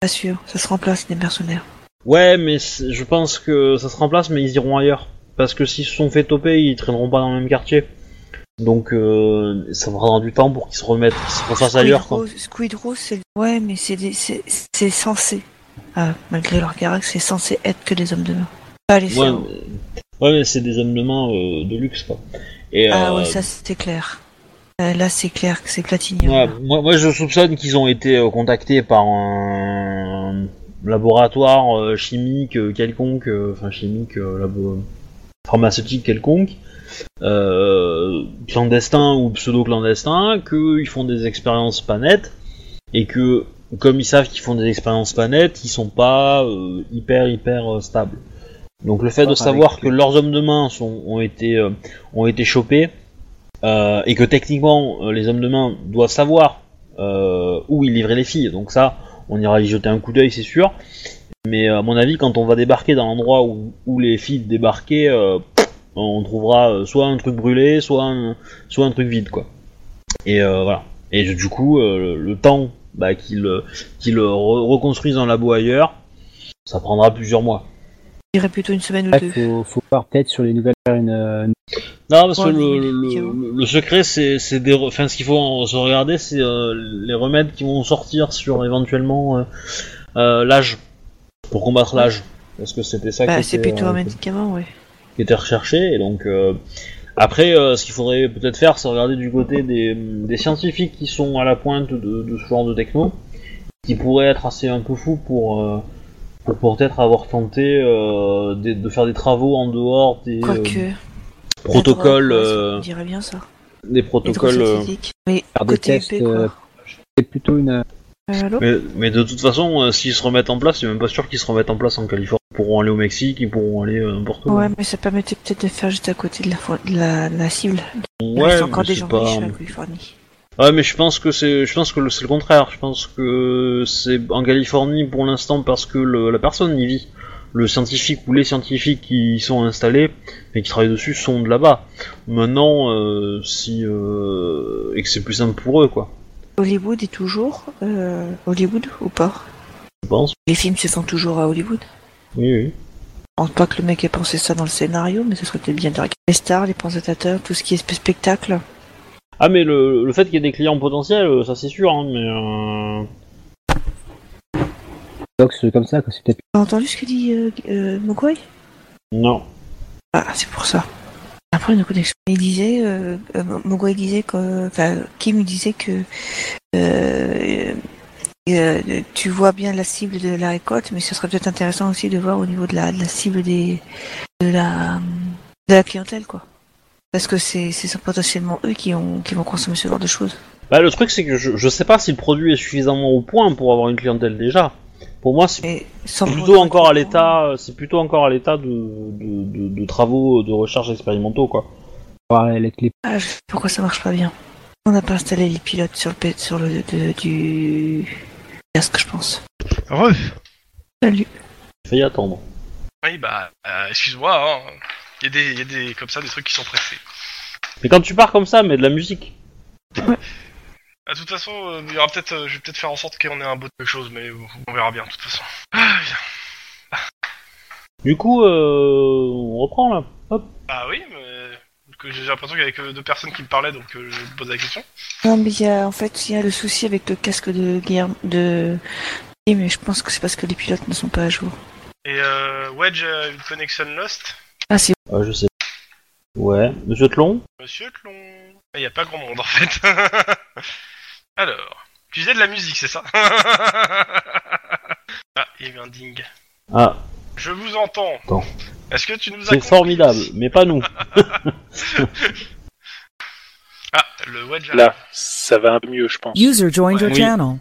Pas sûr, ça se remplace des mercenaires. Ouais, mais c'est- je pense que ça se remplace, mais ils iront ailleurs. parce que s'ils se sont fait toper, ils traîneront pas dans le même quartier. Donc euh, ça prendra du temps pour qu'ils se remettent, qu'ils se refassent ailleurs. Quoi. Rose- Squid Rose, c'est ouais, mais c'est des- c'est c'est censé, ah, malgré leur caractère, c'est censé être que des hommes de main. Pas les Ouais, cerfs. mais- ouais, mais c'est des hommes de main euh, de luxe quoi. Et, Ah euh, ouais, ça c'était clair. Euh, là, c'est clair que c'est Platini. Ouais, moi, moi, je soupçonne qu'ils ont été euh, contactés par un laboratoire euh, chimique euh, quelconque, euh, enfin chimique, euh, labo- pharmaceutique quelconque, euh, clandestin ou pseudo-clandestin, qu'ils font des expériences pas nettes, et que comme ils savent qu'ils font des expériences pas nettes, ils sont pas euh, hyper hyper euh, stables. Donc le fait de Avec- savoir que leurs hommes de main sont, ont été euh, ont été chopés euh, et que techniquement euh, les hommes de main doivent savoir euh, où ils livraient les filles. Donc ça, on ira y jeter un coup d'œil, c'est sûr. Mais euh, à mon avis, quand on va débarquer dans l'endroit où, où les filles débarquaient, euh, on trouvera euh, soit un truc brûlé, soit un, soit un truc vide, quoi. Et euh, voilà. Et du- du coup, euh, le, le temps bah, qu'ils euh, qu'ils, euh, re- reconstruisent un labo ailleurs, ça prendra plusieurs mois. Je dirais plutôt une semaine ou Ah, Là, deux. faut, faut voir peut-être sur les nouvelles faire une, euh, Non, parce Ouais, que mais le, les le- médicaments. le- le secret, c'est c'est des. re- Enfin, ce qu'il faut en- se regarder, c'est euh, les remèdes qui vont sortir sur éventuellement euh, euh, l'âge. Pour combattre l'âge. Parce que c'était ça Bah, qui, c'est était, plutôt euh, un médicament, ouais. qui était recherché. Et donc, euh, après, euh, ce qu'il faudrait peut-être faire, c'est regarder du côté des, des scientifiques qui sont à la pointe de, de ce genre de techno. Qui pourraient être assez un peu fous pour. euh, pour peut-être avoir tenté euh, des- de faire des travaux en dehors des euh, Quoique. protocoles la drogue, ouais, euh, On dirait bien ça. des protocoles. euh, Hydrostatique. Mais faire des côté tests. épée, quoi. euh, c'est plutôt une. Euh, allô Mais, mais de toute façon, euh, s'ils se remettent en place, c'est même pas sûr qu'ils se remettent en place en Californie. Ils pourront aller au Mexique, ils pourront aller euh, n'importe où. Ouais, mais ça permettait peut-être de faire juste à côté de la, fo- de la, de la cible. Il Ouais, reste encore mais des c'est gens pas- riches en Californie. Ouais, mais je pense que c'est, je pense que le- c'est le contraire. Je pense que c'est en Californie pour l'instant parce que le- la personne y vit. Le scientifique ou les scientifiques qui y sont installés et qui travaillent dessus sont de là-bas. Maintenant, euh, si euh, et que c'est plus simple pour eux, quoi. Hollywood est toujours euh, Hollywood ou pas Je pense. Les films se font toujours à Hollywood. Oui, oui. Je pense pas que le mec ait pensé ça dans le scénario, mais ce serait peut-être bien de regarder. Les stars, les présentateurs, tout ce qui est spe- spectacle. Ah, mais le, le fait qu'il y ait des clients potentiels, euh, ça c'est sûr. Hein, mais euh, Donc, c'est comme ça, que c'est peut-être T'as entendu ce que dit euh, euh, Mogwai non. Ah, c'est pour ça. Après une connexion. Il disait, euh, euh, Mogwai disait que, enfin, Kim disait que euh, euh, tu vois bien la cible de la récolte, mais ce serait peut-être intéressant aussi de voir au niveau de la, de la cible des, de la, de la clientèle, quoi. Parce que c'est, c'est potentiellement eux qui ont, qui vont consommer ce genre de choses. Bah, le truc, c'est que je, je sais pas si le produit est suffisamment au point pour avoir une clientèle déjà. Pour moi, c'est Mais sans plutôt encore à l'état, euh, c'est plutôt encore à l'état de, de, de- de travaux euh, de recherche expérimentaux, quoi. voir les clés. Ah, je sais pourquoi ça marche pas bien. On n'a pas installé les pilotes sur le, pa- sur le, de- du casque, je pense. Heureux. Salut. J'ai failli attendre. Oui, bah, euh, excuse-moi, hein. Il y, a des- il y a des, comme ça, des trucs qui sont pressés. Mais quand tu pars comme ça, mais de la musique. Ah, De toute façon, euh, il y aura peut-être, euh, je vais peut-être faire en sorte qu'on ait un bout de quelque chose, mais euh, on verra bien, de toute façon. Ah, bien. Du coup, euh, on reprend là. Hop. Bah oui, mais que j'ai l'impression qu'il y avait que deux personnes qui me parlaient, donc euh, je pose la question. Non, mais il y a, en fait, il y a le souci avec le casque de Guillermo, de... Oui, mais je pense que c'est parce que les pilotes ne sont pas à jour. Et euh, Wedge, euh, une connexion lost Ah, c'est Ah, je sais. Ouais. Monsieur Tlon. Monsieur Tlon Il n'y a pas grand monde, en fait. Alors, tu faisais de la musique, c'est ça Ah, il y a eu un ding. Ah, Je vous entends. Attends. Est-ce que tu nous as c'est compris formidable, mais pas nous. Ah, le Wedge Là, ça va un peu mieux, je pense. User joined your Oui. channel.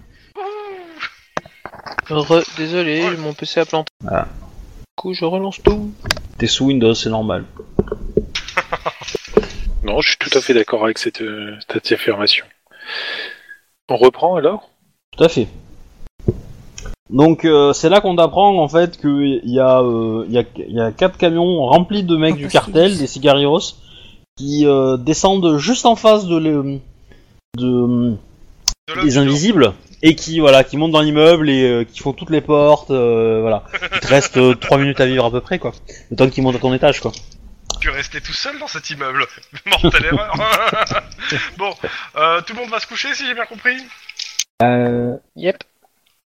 Re- Désolé, mon PC a planté. Ah. Du coup, je relance tout. T'es sous Windows, c'est normal. Non, je suis tout à fait d'accord avec cette, euh, cette affirmation. On reprend alors Tout à fait. Donc euh, c'est là qu'on apprend en fait qu'il y a euh, y a y a quatre camions remplis de mecs Oh, du parce cartel qu'ils- des cigarillos qui euh, descendent juste en face de les, de, de des invisibles et qui voilà qui montent dans l'immeuble et euh, qui font toutes les portes euh, voilà. Il te reste euh, trois minutes à vivre à peu près quoi. Le temps qu'ils montent à ton étage quoi. tu es resté tout seul dans cet immeuble. Mortelle erreur. bon, euh, tout le monde va se coucher si j'ai bien compris Euh, Yep.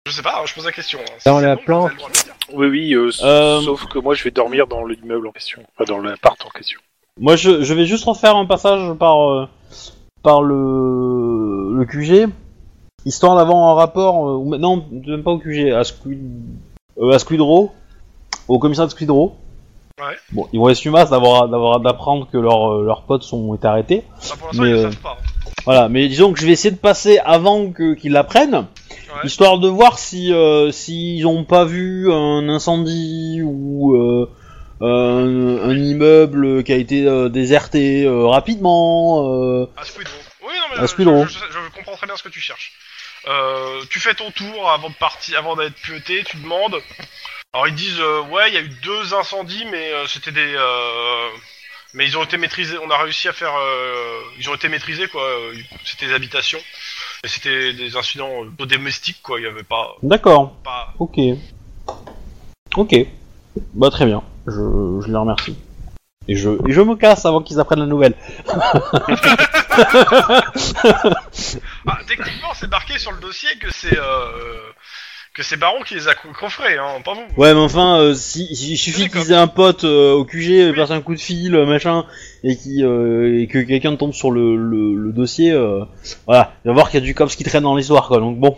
Je sais pas, je pose la question. hein. Si Dans c'est non, la vous avez le planque. droit de le dire. Oui, oui, euh, s- Euh, sauf que moi je vais dormir dans l'immeuble en question, pas dans l'appart en question. Moi, je, je vais juste refaire un passage par, euh, par le, le QG, histoire d'avoir un rapport, euh, ou non, même pas au QG, à, Squid, euh, à Squidrow, au commissariat de Squidrow. Ouais. Bon, ils vont être sumas d'avoir, d'avoir, d'apprendre que leurs euh, leurs potes sont été arrêtés. Ah, pour l'instant, Mais, ils le euh, savent pas. Voilà, mais disons que je vais essayer de passer avant que, qu'ils l'apprennent, Ouais. histoire de voir si euh, s'ils ont pas vu un incendie ou euh, un, un immeuble qui a été euh, déserté euh, rapidement. euh, À Squidrow. Oui, non, mais À euh, je- Squidrow. Je, je- je comprends très bien ce que tu cherches. Euh, tu fais ton tour avant de partir, avant d'être pieuté, tu demandes. Alors ils disent euh, ouais, il y a eu deux incendies, mais euh, c'était des, euh, mais ils ont été maîtrisés. On a réussi à faire, euh, ils ont été maîtrisés quoi. euh, C'était des habitations et c'était des incidents euh, domestiques quoi. Il y avait pas, D'accord, pas. ok. Ok. Bah très bien, je, je les remercie. Et je, et je me casse avant qu'ils apprennent la nouvelle. Ah, techniquement, c'est marqué sur le dossier que c'est euh, que c'est Baron qui les a co- coffrés, hein, pas vous. Ouais, mais enfin, euh, si, si- il suffit D'accord. qu'ils aient un pote euh, au QG, passe un coup de fil, euh, machin, et, qui, euh, et que quelqu'un tombe sur le, le, le dossier, euh, voilà, il va voir qu'il y a du cops qui traîne dans l'histoire, quoi, donc bon.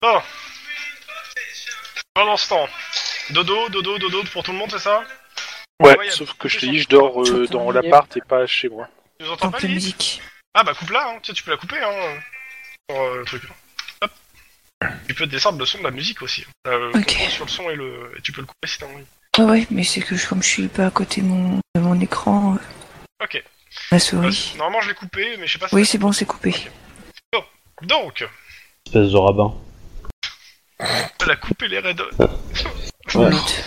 Bon. Pendant ce temps, dodo, dodo, dodo pour tout le monde, c'est ça Ouais, Ouais, y a- sauf que je te dis, je dors euh, dans l'appart et pas chez moi. Tu nous entends Tant pas, que la Lily musique. Ah bah coupe-la, hein. Tiens, tu peux la couper, hein. Pour, euh, le truc. Hop. Tu peux descendre le son de la musique aussi. Euh, Ok. contrôle sur le son et le... et tu peux le couper si t'as envie. Ah ouais, mais c'est que je- comme je suis pas à côté de mon, de mon écran, euh, Ok. ma Euh, souris. normalement, je l'ai coupé, mais je sais pas si... Oui, c'est bon, c'est coupé. Donc, Espèce de rabbin. elle a coupé les raids. Je me doute.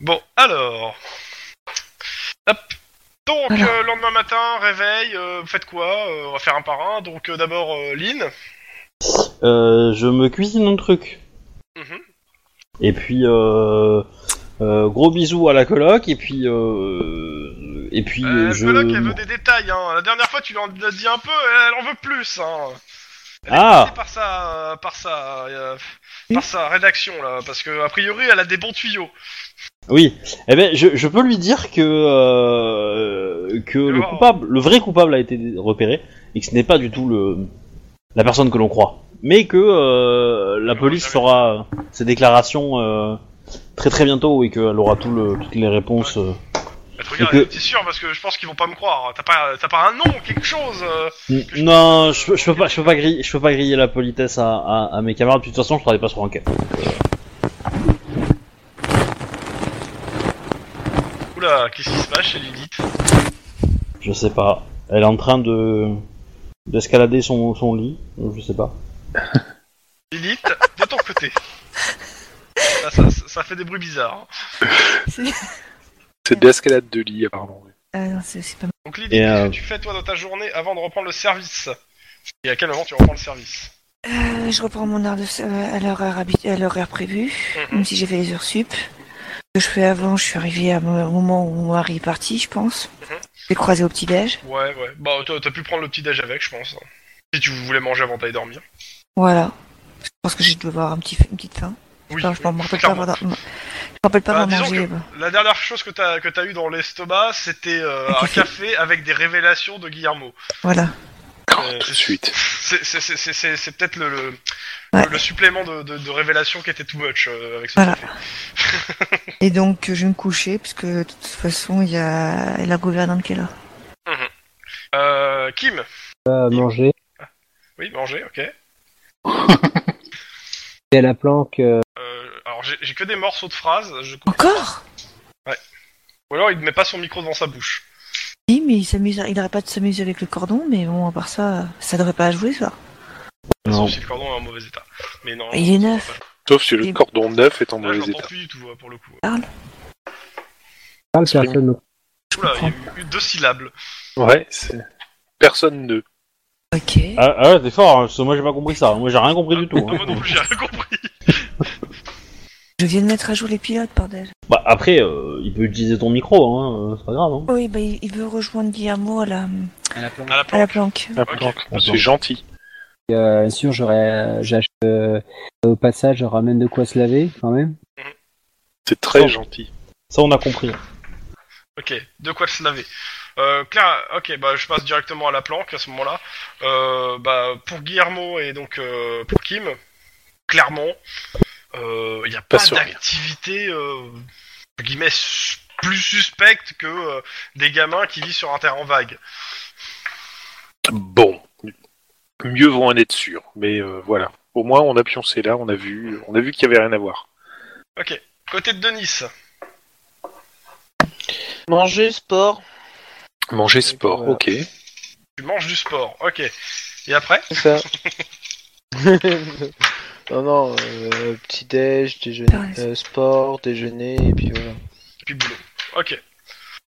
Bon, alors... Hop. Donc, Alors. euh, lendemain matin, réveil, euh, vous faites quoi Euh, On va faire un par un. Donc, euh, d'abord, euh, Lynn. Euh, je me cuisine un truc. Mhm. Et puis, euh, euh, gros bisous à la coloc, et puis, euh, et puis, Euh, euh, la je... coloc, elle veut des détails. Hein. La dernière fois, tu lui en as dit un peu, elle en veut plus. Hein. Elle est Ah. cassée par sa, euh, par sa, euh, par sa rédaction là, parce que a priori, elle a des bons tuyaux. Oui, eh ben, je, je peux lui dire que, euh, que le Oh. coupable, le vrai coupable a été repéré et que ce n'est pas du tout le, la personne que l'on croit. Mais que euh, la Non, police jamais. fera ses déclarations euh, très très bientôt et qu'elle aura tout le, toutes les réponses. euh. Elle te regarde, Et que- elle dit, t'es sûr parce que je pense qu'ils vont pas me croire. T'as pas, t'as pas un nom, quelque chose. euh. je- Non, je, peux- je peux pas, je peux pas griller, je peux pas griller la politesse à, à, à mes camarades. Puis de toute façon, je travaille pas sur enquête. Oula, qu'est-ce qui se passe chez Lilith Je sais pas. Elle est en train de d'escalader son, son lit. Je sais pas. Lilith, de ton côté. Ça, ça- ça fait des bruits bizarres. hein. C'est- C'est de l'escalade de lit apparemment. oui. Ah non, c'est c'est pas mal. Donc Lilith, Et, qu'est-ce euh, que tu fais toi dans ta journée avant de reprendre le service Et à quel moment tu reprends le service Euh, je reprends mon heure de, euh, à l'heure habi- à l'horaire prévu, Mhm. même si j'ai fait les heures sup. Ce que je fais avant, je suis arrivée à mon- au moment où mon mari est parti, je pense. Mhm. Je l'ai croisé au petit-déj. Ouais, ouais. Bah, t'as t'as pu prendre le petit déj avec, je pense. hein. Si tu voulais manger avant d'aller dormir. Voilà. Je pense que j'ai dû avoir un petit, une petite faim. Oui. Enfin, je m'en oui, rappelle pas clairement. avoir... Je m'en rappelle pas Bah, avoir disons mangé. que bah. La dernière chose que t'as que t'as eu dans l'estomac, c'était euh, un café avec des révélations de Guillermo. Voilà. Euh, Tout de suite. C'est c'est- c'est- c'est- c'est- c'est peut-être le, le, Ouais. le supplément de, de, de révélations qui était too much euh, avec ce Voilà. café. Et donc, euh, je vais me coucher, parce que de toute façon, il y a la gouvernante qui est là. Euh, Kim, va manger. oui, manger, ok. Et à la planque, euh, Euh, alors j'ai j'ai que des morceaux de phrases. Je... Encore Ou alors il ne met pas son micro devant sa bouche. Oui, mais il s'amuse, il arrête pas de s'amuser avec le cordon, mais bon, à part ça, ça devrait pas jouer, ça. Non. Sauf si le cordon est en mauvais état. Mais non. Il est ça neuf. va pas. Sauf si le Et- cordon neuf est en Là, je mauvais l'entends état. plus du tout euh, pour le coup. parle personne ne Oula, il y a eu- eu deux syllabes. Ouais, c'est. Personne ne. Ok. Ah, ah hein. ouais, t'es fort. hein, parce que moi, j'ai pas compris ça. Moi, j'ai rien compris du tout. Ah, hein. moi non plus, j'ai rien compris. Je viens de mettre à jour les pilotes, bordel. Bah, après, euh, il peut utiliser ton micro, hein, euh, c'est pas grave. Hein. Oui, bah, il il veut rejoindre Guillermo à la, À la planque. À la à planque. la planque. Ah, Ok, donc, d'accord. C'est gentil. Et, euh, bien sûr, j'aurais, j'achète euh, au passage, je ramène de quoi se laver quand même. C'est très Bon. gentil. Ça, on a compris. Ok, de quoi se laver. Euh, Claire, ok, bah je passe directement à la planque à ce moment-là. Euh, bah pour Guillermo et donc euh, pour Kim, clairement, il n'y a Pas pas, sûr. d'activité euh, entre guillemets sus- plus suspecte que euh, des gamins qui vivent sur un terrain vague. Bon. Mieux vaut en être sûr. Mais euh, voilà. Au moins, on a pioncé là, on a vu, on a vu qu'il y avait rien à voir. Côté de Denis, Manger, sport, Manger sport, Voilà. ok. tu manges du sport, ok. Et après c'est ça. non, non, euh, petit déj, déjeuner, T'as raison. euh, sport, déjeuner, et puis voilà. Puis boulot. Ok.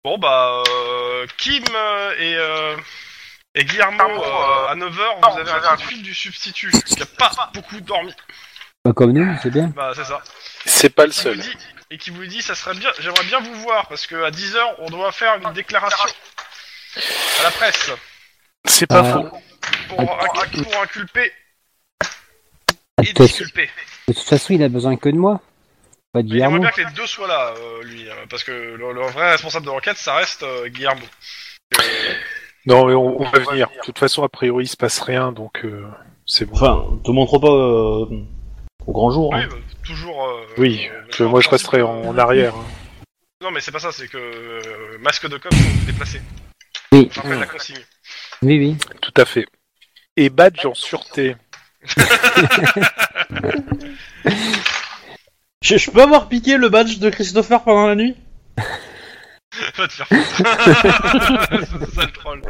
Bon bah euh, Kim euh, et euh, et Guillermo euh, à 9h vous avez un coup de fil du substitut qui a pas beaucoup dormi. Pas comme nous, c'est bien. Bah c'est ça. C'est pas le Qui vous seul. dit- et qui vous dit ça serait bien j'aimerais bien vous voir parce que à 10h on doit faire une déclaration à la presse C'est pas Euh, faux. pour, Ah, inc- pour inculper Ah, et de toute façon- disculper. de toute façon, il a besoin que de moi. Pas de Mais il aimerait Guillermo. bien que les deux soient là euh, lui hein, parce que le, le vrai responsable de l'enquête ça reste euh, Guillermo. Non, mais on, on va venir. De toute façon, a priori, il se passe rien, donc euh, c'est bon. Enfin, te montre pas euh, au grand jour. Oui, hein. bah, toujours. euh, oui, euh, parce que moi, je resterai en, en arrière. hein. Non, mais c'est pas ça, c'est que euh, masque de com, faut vous déplacer. Oui. Je rappelle la consigne. Oui, oui. Tout à fait. Et badge en sûreté. Je, je peux avoir piqué le badge de Christopher pendant la nuit Va te faire foutre. c'est ça le troll.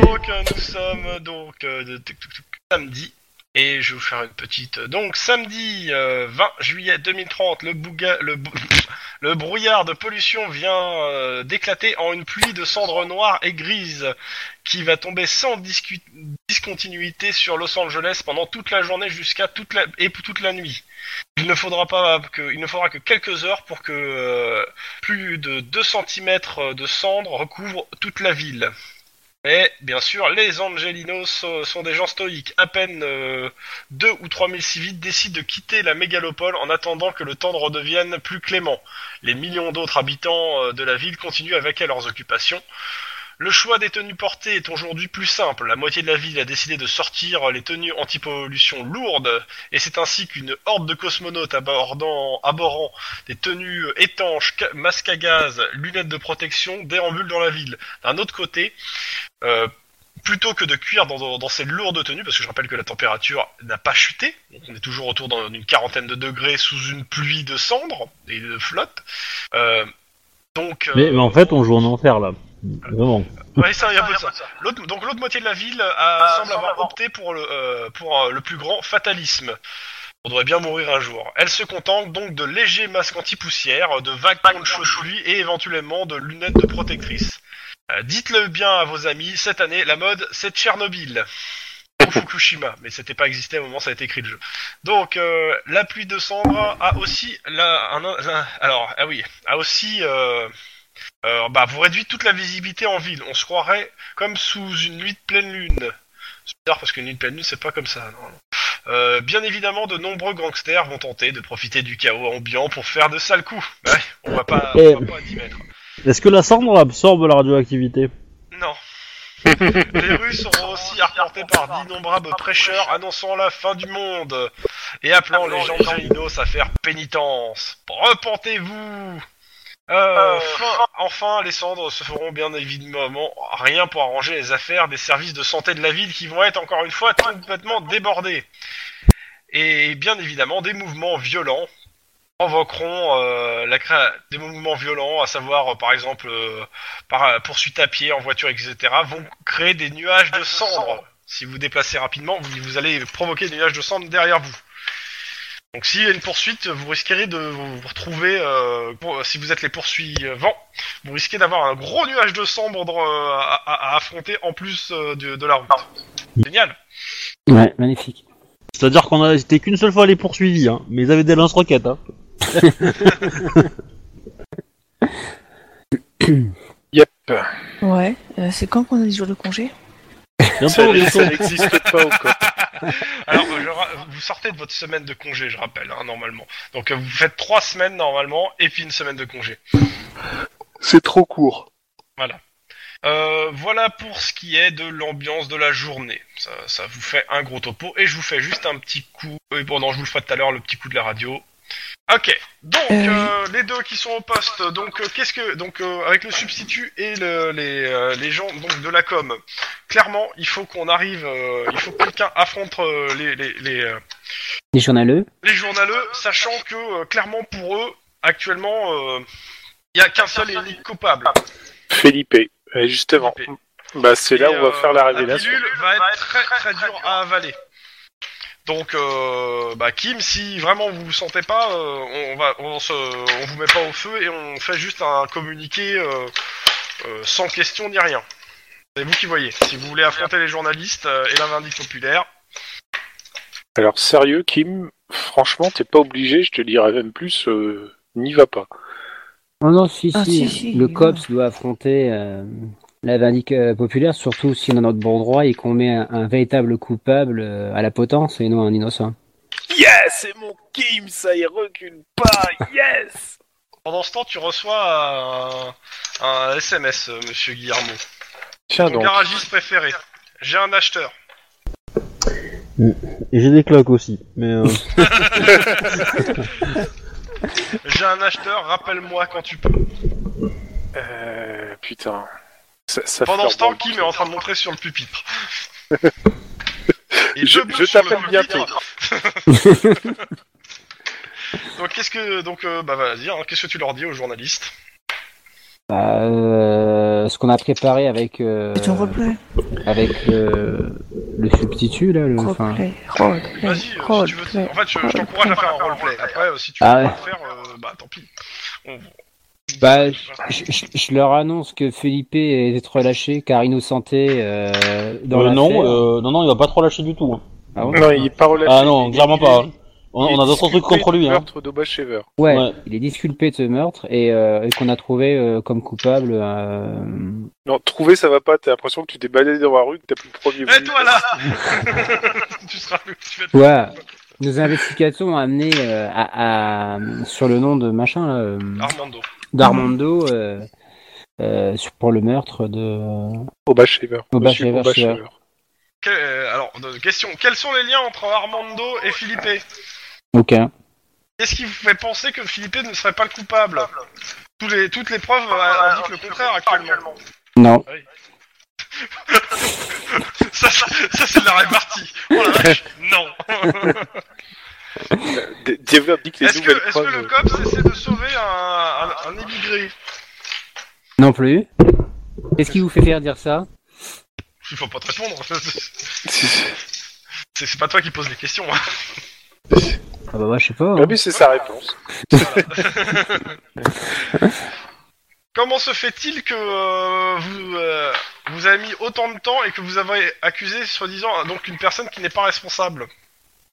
donc, euh, nous sommes donc euh, de- tuk, tuk, tuk, samedi. Et je vais vous faire une petite. euh, Donc, samedi euh, 20 juillet 2030, le, bouga... le, bou- le brouillard de pollution vient euh, d'éclater en une pluie de cendres noires et grises qui va tomber sans discu- discontinuité sur Los Angeles pendant toute la journée jusqu'à toute la... et toute la nuit. Il ne faudra pas que, il ne faudra que quelques heures pour que euh, plus de 2 cm de cendres recouvrent toute la ville. Et bien sûr, les Angelinos sont, sont des gens stoïques. À peine euh, deux ou trois mille civils décident de quitter la mégalopole en attendant que le temps ne redevienne plus clément. Les millions d'autres habitants euh, de la ville continuent à vaquer à leurs occupations. Le choix des tenues portées est aujourd'hui plus simple. La moitié de la ville a décidé de sortir les tenues anti-pollution lourdes et c'est ainsi qu'une horde de cosmonautes abordant, abhorrant des tenues étanches, ca- masques à gaz, lunettes de protection déambulent dans la ville. D'un autre côté, euh, plutôt que de cuire dans, dans- dans ces lourdes tenues, parce que je rappelle que la température n'a pas chuté, donc on est toujours autour d'un- d'une quarantaine de degrés sous une pluie de cendres et de flotte. euh, donc, euh, mais, mais en fait, on joue en enfer là. Vraiment. ouais, ça, il y a un peu de ça. L'autre- donc l'autre moitié de la ville a- Ah, semble avoir opté pour le, euh, pour euh, le plus grand fatalisme. On devrait bien mourir un jour. Elle se contente donc de légers masques anti-poussière, de vagues contre-pluie et éventuellement de lunettes de protectrice. Euh, Dites-le bien à vos amis, cette année, la mode, c'est Tchernobyl. Ou Fukushima, mais c'était pas existé au moment où ça a été écrit le jeu. Donc, euh, la pluie de cendres a aussi... La, un- un- alors, ah oui, a aussi... euh, euh, bah, vous réduit toute la visibilité en ville. On se croirait comme sous une nuit de pleine lune. C'est bizarre parce qu'une nuit de pleine lune, c'est pas comme ça. normalement. Euh, bien évidemment, de nombreux gangsters vont tenter de profiter du chaos ambiant pour faire de sales coups. Bah Ouais, on va pas, on va pas d'y mettre. Est-ce que la cendre absorbe la radioactivité Non. Les rues seront aussi arpentées par d'innombrables prêcheurs annonçant la fin du monde et appelant les gens Jainos à faire pénitence. Repentez-vous Euh, fin- Enfin, les cendres se feront bien évidemment rien pour arranger les affaires des services de santé de la ville qui vont être encore une fois complètement débordés. Et bien évidemment, des mouvements violents provoqueront euh, la créa- des mouvements violents, à savoir euh, par exemple euh, par euh, poursuite à pied, en voiture, etc., vont créer des nuages de cendres. Si vous déplacez rapidement, vous, vous allez provoquer des nuages de cendres derrière vous. Donc s'il y a une poursuite, vous risquerez de vous retrouver, euh, pour- si vous êtes les poursuivants, vous risquez d'avoir un gros nuage de cendres euh, à, à- à affronter en plus euh, de, de la route. Génial Ouais, magnifique. C'est-à-dire qu'on a été qu'une seule fois les poursuivis, hein, mais ils avaient des lance-roquettes. Hein. Yep. Ouais. Euh, c'est quand qu'on a les jours de congé Bientôt, Ça, bientôt. ça n'existe pas encore. Alors, euh, je ra- vous sortez de votre semaine de congé, je rappelle, hein, normalement. Donc, euh, vous faites trois semaines normalement, et puis une semaine de congé. C'est trop court. Euh, voilà pour ce qui est de l'ambiance de la journée. Ça, ça vous fait un gros topo, et je vous fais juste un petit coup. Et bon, non, je vous le ferai tout à l'heure, le petit coup de la radio. Ok. Donc, Euh, euh, les deux qui sont au poste. Donc, euh, qu'est-ce que, donc, euh, avec le substitut et le- les, euh, les gens donc de la com. Clairement, il faut qu'on arrive. euh, il faut que quelqu'un affronte euh, les les, les, euh, Les journaleux. les journaleux, sachant que euh, clairement pour eux, actuellement, euh, il n'y a qu'un seul et unique coupable. Felipe. Euh, justement. Felipe. Bah, c'est là Et, où on euh, va faire la La révélation. pilule va être très très dure à avaler. Donc, euh, bah, Kim, si vraiment vous vous sentez pas, euh, on va, on se, on vous met pas au feu et on fait juste un communiqué euh, euh, sans question ni rien. C'est vous qui voyez. Si vous voulez affronter les journalistes euh, et la vindicte populaire, Alors, sérieux, Kim, franchement, t'es pas obligé, je te dirais même plus, euh, n'y va pas. Non, Oh non, si, Ah, si. si, si, Le oui. COPS doit affronter euh, la vindique euh, populaire, surtout si on a notre bon droit et qu'on met un, un véritable coupable euh, à la potence et non un innocent. Yes, Ah, c'est mon Kim, ça y recule pas, yes pendant ce temps, tu reçois un, un SMS, euh, Monsieur Guillermo. Tiens Mon Ah, donc, garagiste préféré. J'ai un acheteur. Et j'ai des claques aussi. Mais euh, J'ai un acheteur, rappelle-moi quand tu peux. euh, putain. Ça, ça Pendant ce temps, fleure dans le Kim est en train de montrer sur le pupitre. Et Je- deux bouts je sur le t'appelle pupitre. donc qu'est-ce que donc euh, bah vas-y, hein, qu'est-ce que tu leur dis aux journalistes Bah, euh, ce qu'on a préparé avec euh, C'est ton replay. avec le, le substitut là, le, enfin, Replay. Replay. Vas-y, euh, si tu veux. replay. En fait, je, je t'encourage à faire un roleplay. Après, euh, si tu veux Ah pas ouais. le faire, euh, bah tant pis. On- Bah, je, je- je leur annonce que Felipe est relâché car innocenté euh, dans euh, l'affaire. non, euh, non, non, il va pas trop lâcher du tout. hein. Ah ouais Non, il est pas relâché. Ah non, Il est- clairement pas. hein. On, il est on a d'autres disculpé trucs contre du lui. Hein. Meurtre d'Obashever. ouais, ouais. il est disculpé de ce meurtre et, euh, et qu'on a trouvé euh, comme coupable. euh, Non, trouver ça va pas, t'as l'impression que tu t'es baladé dans la rue, que t'as plus le premier. Et venu. Eh, toi là Tu seras le tu vas te- Ouais, nos investigations ont amené euh, à, à- sur le nom de machin là, euh, Armando. d'Armando euh, euh, sur- pour le meurtre de. Obashever. Obashever, Monsieur Obashever. Obashever. Que- euh, alors euh, question, quels sont les liens entre Armando et Philippe Ok. Qu'est-ce qui vous fait penser que Philippe ne serait pas le coupable Tous les- Toutes les preuves euh, indiquent le contraire actuellement. Non. Ça, ça, ça, c'est de la répartie. Oh la vache, non. Dé- Développe, dit que les Est-ce que, nouvelles est-ce que preuves. euh. le COPS essaie de sauver un, un, un émigré Non plus. Qu'est-ce qui vous fait faire dire ça Il faut pas te répondre. C'est, c'est pas toi qui poses les questions. hein. Ah bah moi je sais pas. Ah, mais c'est sa réponse. Comment se fait-il que euh, vous, euh, vous avez mis autant de temps et que vous avez accusé, soi-disant, donc une personne qui n'est pas responsable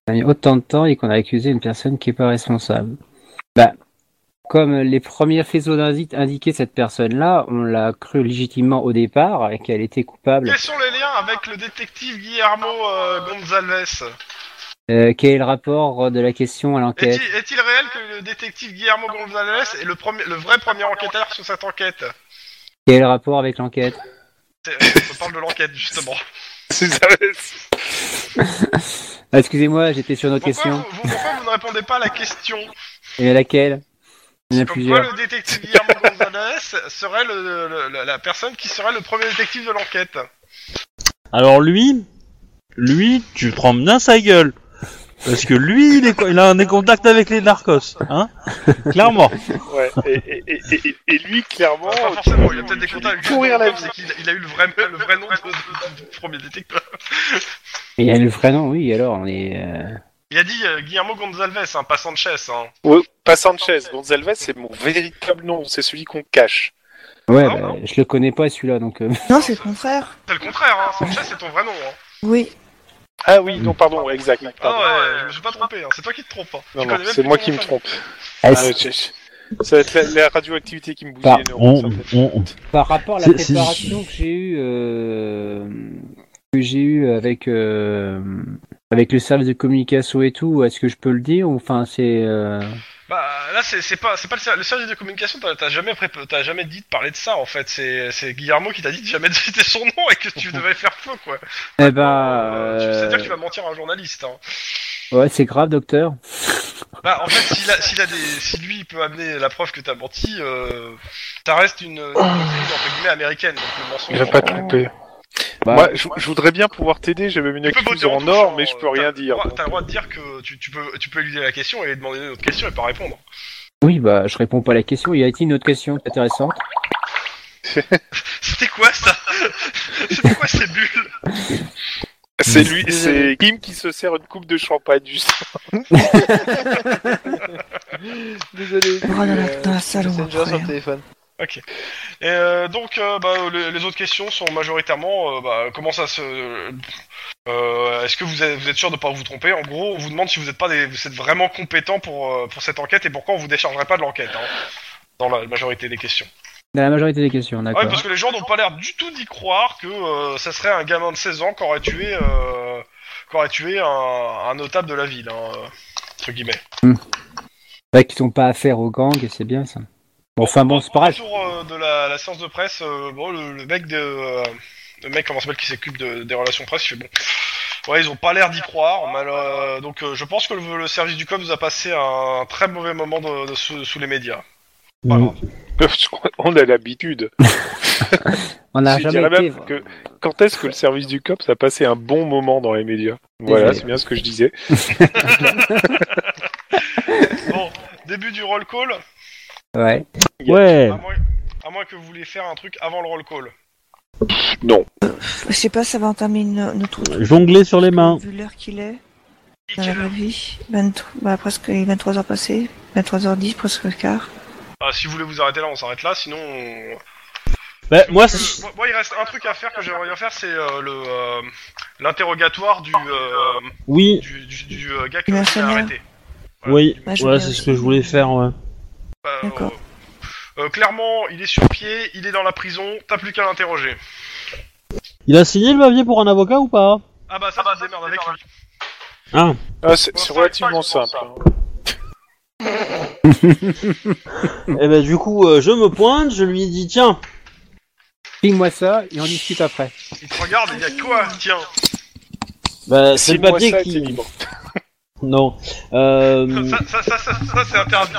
On a mis autant de temps et qu'on a accusé une personne qui est pas responsable. Bah, comme les premiers faisceaux d'indices indiquaient cette personne-là, on l'a cru légitimement au départ et qu'elle était coupable. Quels sont les liens avec le détective Guillermo euh, Gonzalez Euh, quel est le rapport de la question à l'enquête Est-il est-il réel que le détective Guillermo Gonzalez est le, premier, le vrai premier enquêteur sur cette enquête Quel est le rapport avec l'enquête C'est- On parle de l'enquête, justement. C'est sa réponse. Ah, Excusez-moi, j'étais sur nos Pourquoi questions. vous, vous- pourquoi vous ne répondez pas à la question Et laquelle Il y en a Comme plusieurs. quoi le détective Guillermo Gonzalez serait le- le- la, la personne qui serait le premier détective de l'enquête Euh, Alors lui, lui, tu prends bien sa gueule. Parce que lui, il, est, co- il a un des contacts avec les narcos. Hein Clairement. Ouais. Et, et, et, et, et lui, clairement. Enfin, Ah, Pas forcément, il y a peut-être des contacts avec Courir la le vie. c'est qu'il il a eu le vrai, le vrai nom de- de- du premier détective. Il y a le vrai nom, oui, alors on est. euh, Il a dit euh, Guillermo Gonzalez, hein, pas Sanchez. Hein. Ouais, oh, pas Sanchez. Gonzalez, c'est mon véritable nom. C'est celui qu'on cache. Ouais, Ah, bah, je le connais pas celui-là, donc. euh, Non, c'est le contraire. C'est le contraire, hein. Sanchez c'est ton vrai nom. Hein. Oui. Ah oui, non, pardon, exact. Ah pardon. ouais, je me suis pas trompé, hein. c'est toi qui te trompe. Hein. Non, Tu non, connais même c'est plus moi ton qui me nom de trompe. Ah, Ah, c'est- je- je- Ça va être la, la radioactivité qui me bousille Par- les neurones, Bah, On, ça, peut-être. on, on- Par rapport à la C'est- c'est- préparation que j'ai eue euh, que j'ai eu avec euh, avec le service de communication et tout, est-ce que je peux le dire ou- Enfin, c'est euh, Bah là c'est c'est pas c'est pas le, ser- le service de communication t'as t'as jamais prépa- t'as jamais dit de parler de ça en fait c'est c'est Guillermo qui t'a dit de jamais de citer son nom et que tu devais faire feu quoi. eh ben, Euh, tu- C'est-à-dire que tu euh, vas mentir à un journaliste. Hein. ouais, c'est grave, docteur. Bah en fait s'il a s'il a des si lui il peut amener la preuve que t'as menti euh, ça reste une, une entreprise, entre guillemets américaine donc le mensonge. euh, Il va Ah. pas te tromper. Euh, Bah, Moi, je, je voudrais bien pouvoir t'aider, j'avais Tu une peux accuse voter en en touche, or, hein, mais je peux t'as- rien dire. t'as- T'as le droit de dire que tu, tu peux tu peux éluder la question et demander une autre question et pas répondre. Oui, bah, je réponds pas à la question. Y a-t-il une autre question intéressante C'était quoi ça C'était quoi ces bulles C'est lui, c'est Kim qui se sert une coupe de champagne, juste. Désolé. Euh, Oh, dans la- dans la salle, on va Messenger sur croire. le téléphone. Et euh, donc, euh, bah, le- les autres questions sont majoritairement euh, bah, comment ça se. Euh, Est-ce que vous êtes, vous êtes sûr de ne pas vous tromper En gros, on vous demande si vous êtes pas des, vous êtes vraiment compétent pour, euh, pour cette enquête et pourquoi on vous déchargerait pas de l'enquête. hein, dans la majorité des questions. Dans la majorité des questions, Ah d'accord. ouais, parce que les gens n'ont pas l'air du tout d'y croire que euh, ça serait un gamin de 16 ans qui aurait tué, euh, qui aurait tué un, un notable de la ville, hein, euh, entre guillemets. Ouais, qu'ils sont pas affaires au gang, et c'est bien ça. Bon, enfin bon, c'est pas grave. Autour euh, de la, la séance de presse, euh, bon, le, le mec de, euh, le mec comment ça s'appelle qui s'occupe de- des relations presse, il fait bon. Ouais, ils ont pas l'air d'y croire. mal- euh, donc, euh, je pense que le, le service du COP nous a passé un très mauvais moment de, de- sous, sous les médias. Mm. Pas grave. on a l'habitude. On n'a Je jamais dirais été. euh, même que quand est-ce que le service du COPS a passé un bon moment dans les médias Voilà, Désolé. c'est bien ce que je disais. Bon, début du roll call. Ouais. Ouais. À moins, à moins que vous vouliez faire un truc avant le roll call. Non. Je sais pas, ça va entamer une- notre truc. Jongler Euh, sur les mains. Vu l'heure qu'il est, dans la Nickel. vraie vie, 23 bah, presque 23h passées, 23h10, presque le quart. Ah, si vous voulez vous arrêter là, on s'arrête là. Sinon, on- Bah, moi, Euh, c'est- moi, moi, il reste un truc à faire que j'aimerais bien faire, c'est euh, le euh, l'interrogatoire du, euh, oui, du du, du, euh, gars que Du vous avez mercenaire. arrêté. oui, Bah, je ouais, viens c'est ce aussi. que je voulais faire. Ouais. Bah, euh, D'accord. euh, clairement, il est sur pied, il est dans la prison, t'as plus qu'à l'interroger. Il a signé le papier pour un avocat ou pas Ah bah ça, tu te démerdes avec lui. Ah, Ah, c'est Bon, c'est ça, relativement c'est pas simple. hein. et ben du coup, euh, je me pointe, je lui dis tiens, Ping-moi ça et on discute après. Il te regarde, il y a quoi Tiens, bah, c'est le Dis-moi papier ça, t'es qui. libre. Non. Euh, ça, ça, ça, ça, ça, c'est interdit.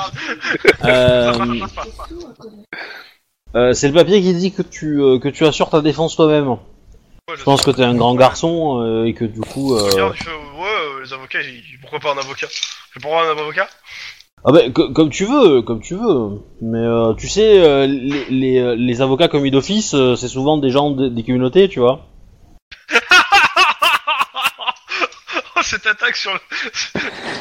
euh, Ça marche pas. euh, c'est le papier qui dit que tu euh, que tu assures ta défense toi-même. Ouais, Je pense que t'es un grand garçon euh, et que du coup. Tu euh, regardes, tu fais, ouais, euh, les avocats, ils- pourquoi pas un avocat Je pourquoi un avocat Ah bah, co- comme tu veux, comme tu veux. Mais euh, tu sais, euh, les, les, euh, les avocats commis d'office, euh, c'est souvent des gens de- des communautés, tu vois. Oh, cette attaque sur le,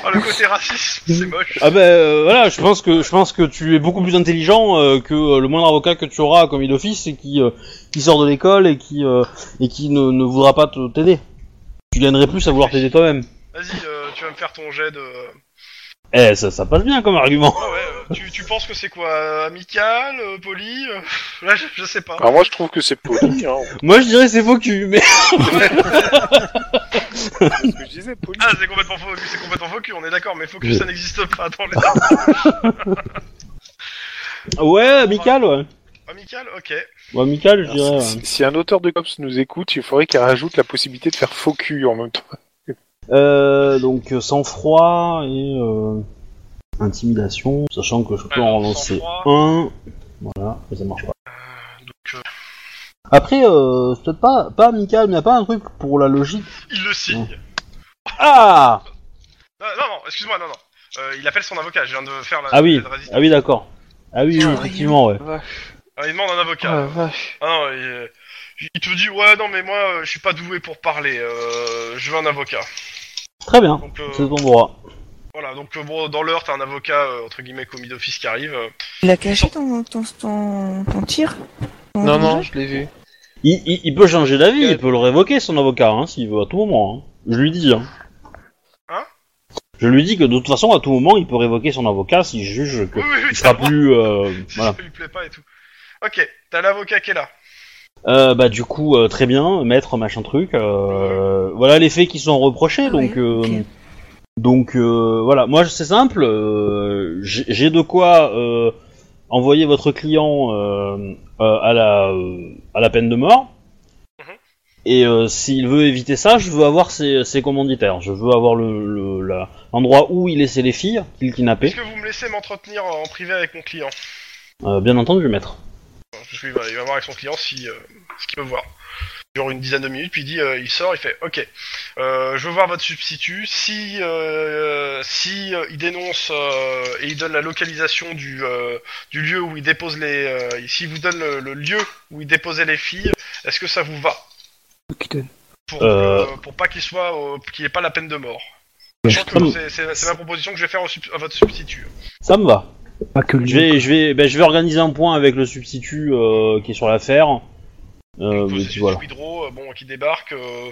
Ah, le côté raciste, c'est moche. Ah bah euh, voilà, je pense que je pense que tu es beaucoup plus intelligent euh, que euh, le moindre avocat que tu auras commis d'office et qui euh, qui sort de l'école et qui euh, et qui ne, ne voudra pas te- t'aider. Tu gagnerais plus à vouloir t'aider toi-même. Vas-y, euh, tu vas me faire ton jet de. euh, Eh, ça, ça passe bien comme argument. Ouais, ouais, euh, tu, tu penses que c'est quoi euh, Amical euh, Poli euh, Là, je, je sais pas. Alors moi, je trouve que c'est poli. Hein. Moi, je dirais c'est faux cul, mais C'est ce que je disais, poli. Ah, c'est complètement faux, c'est complètement faux cul, on est d'accord, mais faux cul, ça n'existe pas dans les. ouais, amical, ouais. Amical Ok. Ouais, amical, je Alors, Ah, dirais. si, Ouais. si un auteur de COPS nous écoute, il faudrait qu'il rajoute la possibilité de faire faux cul en même temps. Euh, donc euh, sang froid et euh, intimidation, sachant que je peux en Alors, lancer sang-froid. un. Voilà, mais ça marche pas. Donc, euh, Après, euh, c'est peut-être pas pas amical, mais y a pas un truc pour la logique. il le signe. Ah. Non, non, non, excuse-moi, non, non. Euh, il appelle son avocat, je viens de faire la. Ah oui, la résistance. ah oui, d'accord. Ah oui, oui, Ah, effectivement, ouais. Ah, il demande un avocat. Oh, vache. Ah non, il, euh, il te dit, ouais, non, mais moi, euh, je suis pas doué pour parler, euh, je veux un avocat. Très bien, Donc, euh, c'est ton droit. voilà, donc, euh, bon, dans l'heure, t'as un avocat, euh, entre guillemets, commis d'office qui arrive. euh. Il a caché ton, ton, ton, ton tir Ton Non, non, bougeage je l'ai vu. Il, il- il peut changer d'avis, il peut le révoquer, son avocat, hein, s'il veut, à tout moment. hein. Je lui dis. Hein. Hein Je lui dis que de toute façon, à tout moment, il peut révoquer son avocat s'il juge que Oui, oui, oui, il sera d'accord. plus. euh, voilà. Si ça lui plaît pas et tout. Ok, t'as l'avocat qui est là. Euh, bah du coup, euh, très bien, maître, machin truc. euh, voilà les faits qui sont reprochés, donc. Ah Ouais, euh, ok. Donc euh, voilà, moi c'est simple, euh, j'ai j'ai de quoi euh, envoyer votre client euh, euh, à, la, euh, à la peine de mort. Mhm. Et euh, s'il veut éviter ça, je veux avoir ses, ses commanditaires. Je veux avoir l'endroit le, la- l'endroit où il laissait les filles qu'il Est-ce kidnappait. que vous me laissez m'entretenir en privé avec mon client Euh, bien entendu, maître. Je vais, il va voir avec son client si, euh, ce qu'il peut voir. Genre une dizaine de minutes, puis il dit, euh, il sort, il fait, ok, euh, je veux voir votre substitut. Si, euh, si euh, il dénonce euh, et il donne la localisation du, euh, du lieu où il dépose les, euh, s'il vous donne le, le lieu où il déposait les filles, est-ce que ça vous va pour, Euh. euh, pour pas qu'il soit, euh, qu'il ait pas la peine de mort. Je Je pense que c'est- c'est c'est la proposition que je vais faire au sub- à votre substitut. Ça me va. Pas que lui. Je vais, je vais, ben, je vais organiser un point avec le substitut euh, qui est sur l'affaire. Euh, Donc, mais euh, puis c'est voilà. Squidro, euh, bon, qui débarque. euh,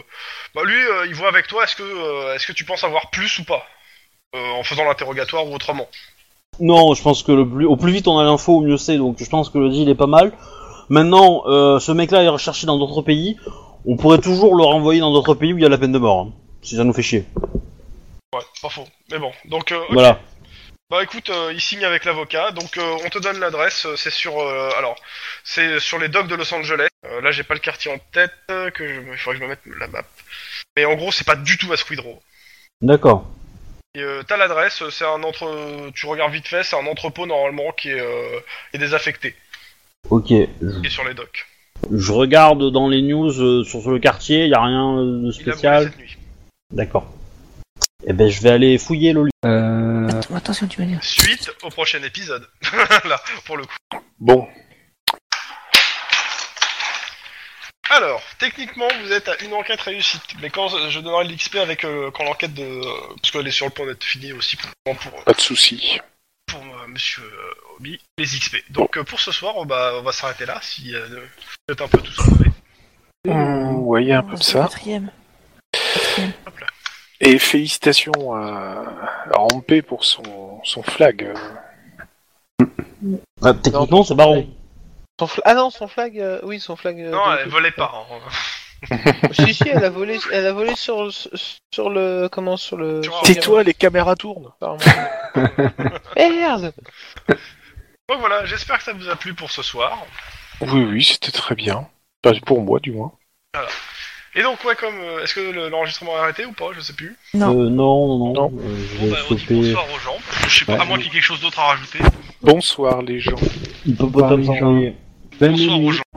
bah, lui, euh, il voit avec toi. Est-ce que, euh, est-ce que tu penses avoir plus ou pas Euh, En faisant l'interrogatoire ou autrement. Non, je pense que le plus, au plus vite on a l'info, au mieux c'est. Donc je pense que le deal est pas mal. Maintenant, euh, ce mec-là est recherché dans d'autres pays. On pourrait toujours le renvoyer dans d'autres pays où il y a la peine de mort. hein, si ça nous fait chier. Ouais, pas faux. Mais bon, donc. euh, ok. Voilà. Bah écoute, euh, il signe avec l'avocat. Donc euh, on te donne l'adresse. euh, C'est sur, euh, alors, c'est sur les docks de Los Angeles. Euh, là, j'ai pas le quartier en tête. euh, que je, il faudrait que je me mette la map. Mais en gros, c'est pas du tout à Squidro. D'accord. Et euh, t'as l'adresse, c'est un entre... euh, Tu regardes vite fait, c'est un entrepôt normalement qui est, euh, est désaffecté, Ok. Je, qui est sur les docks. je regarde dans les news euh, sur, sur le quartier. Il y a rien euh, de Il a brûlé spécial. cette nuit. D'accord. Eh ben je vais aller fouiller le. lieu. Euh, Attends, attention, tu vas dire. Suite au prochain épisode. Là, pour le coup. Bon, Alors, techniquement, vous êtes à une enquête réussite, mais quand euh, je donnerai l'XP avec euh, quand l'enquête de... euh, Parce qu'elle est sur le point d'être finie aussi pour, pour, pas de souci. pour, euh, monsieur euh, Obi, les XP. Donc euh, pour ce soir, on, va- on va s'arrêter là, si euh, vous êtes un peu tous crevés. Hmm. voyez un peu de ça. Quatrième. Et félicitations à, à Rampé pour son, son flag. euh. Ah, techniquement, c'est Baron. Son fla- Ah non, son flag, euh, oui, son flag. euh, Non, donc, elle volait pas. hein. si, si, elle a volé, elle a volé sur, sur le, comment, sur le. Sur sur un- le- Tais-toi, les caméras tournent. Apparemment. Eh, Merde. Donc voilà, j'espère que ça vous a plu pour ce soir. Oui, oui, c'était très bien. Enfin, pour moi, du moins. Et donc ouais, comme... euh, Est-ce que le- l'enregistrement est arrêté ou pas Je sais plus. Non. Euh, non, non. Non. euh, je Bon, vais bah, on dit choper. bonsoir aux gens. parce que Je sais pas, Ouais. à moins qu'il y ait quelque chose d'autre à rajouter. Bonsoir, les gens. Il peut Bonsoir, pas les gens. me bonne Bonsoir nuit. aux gens.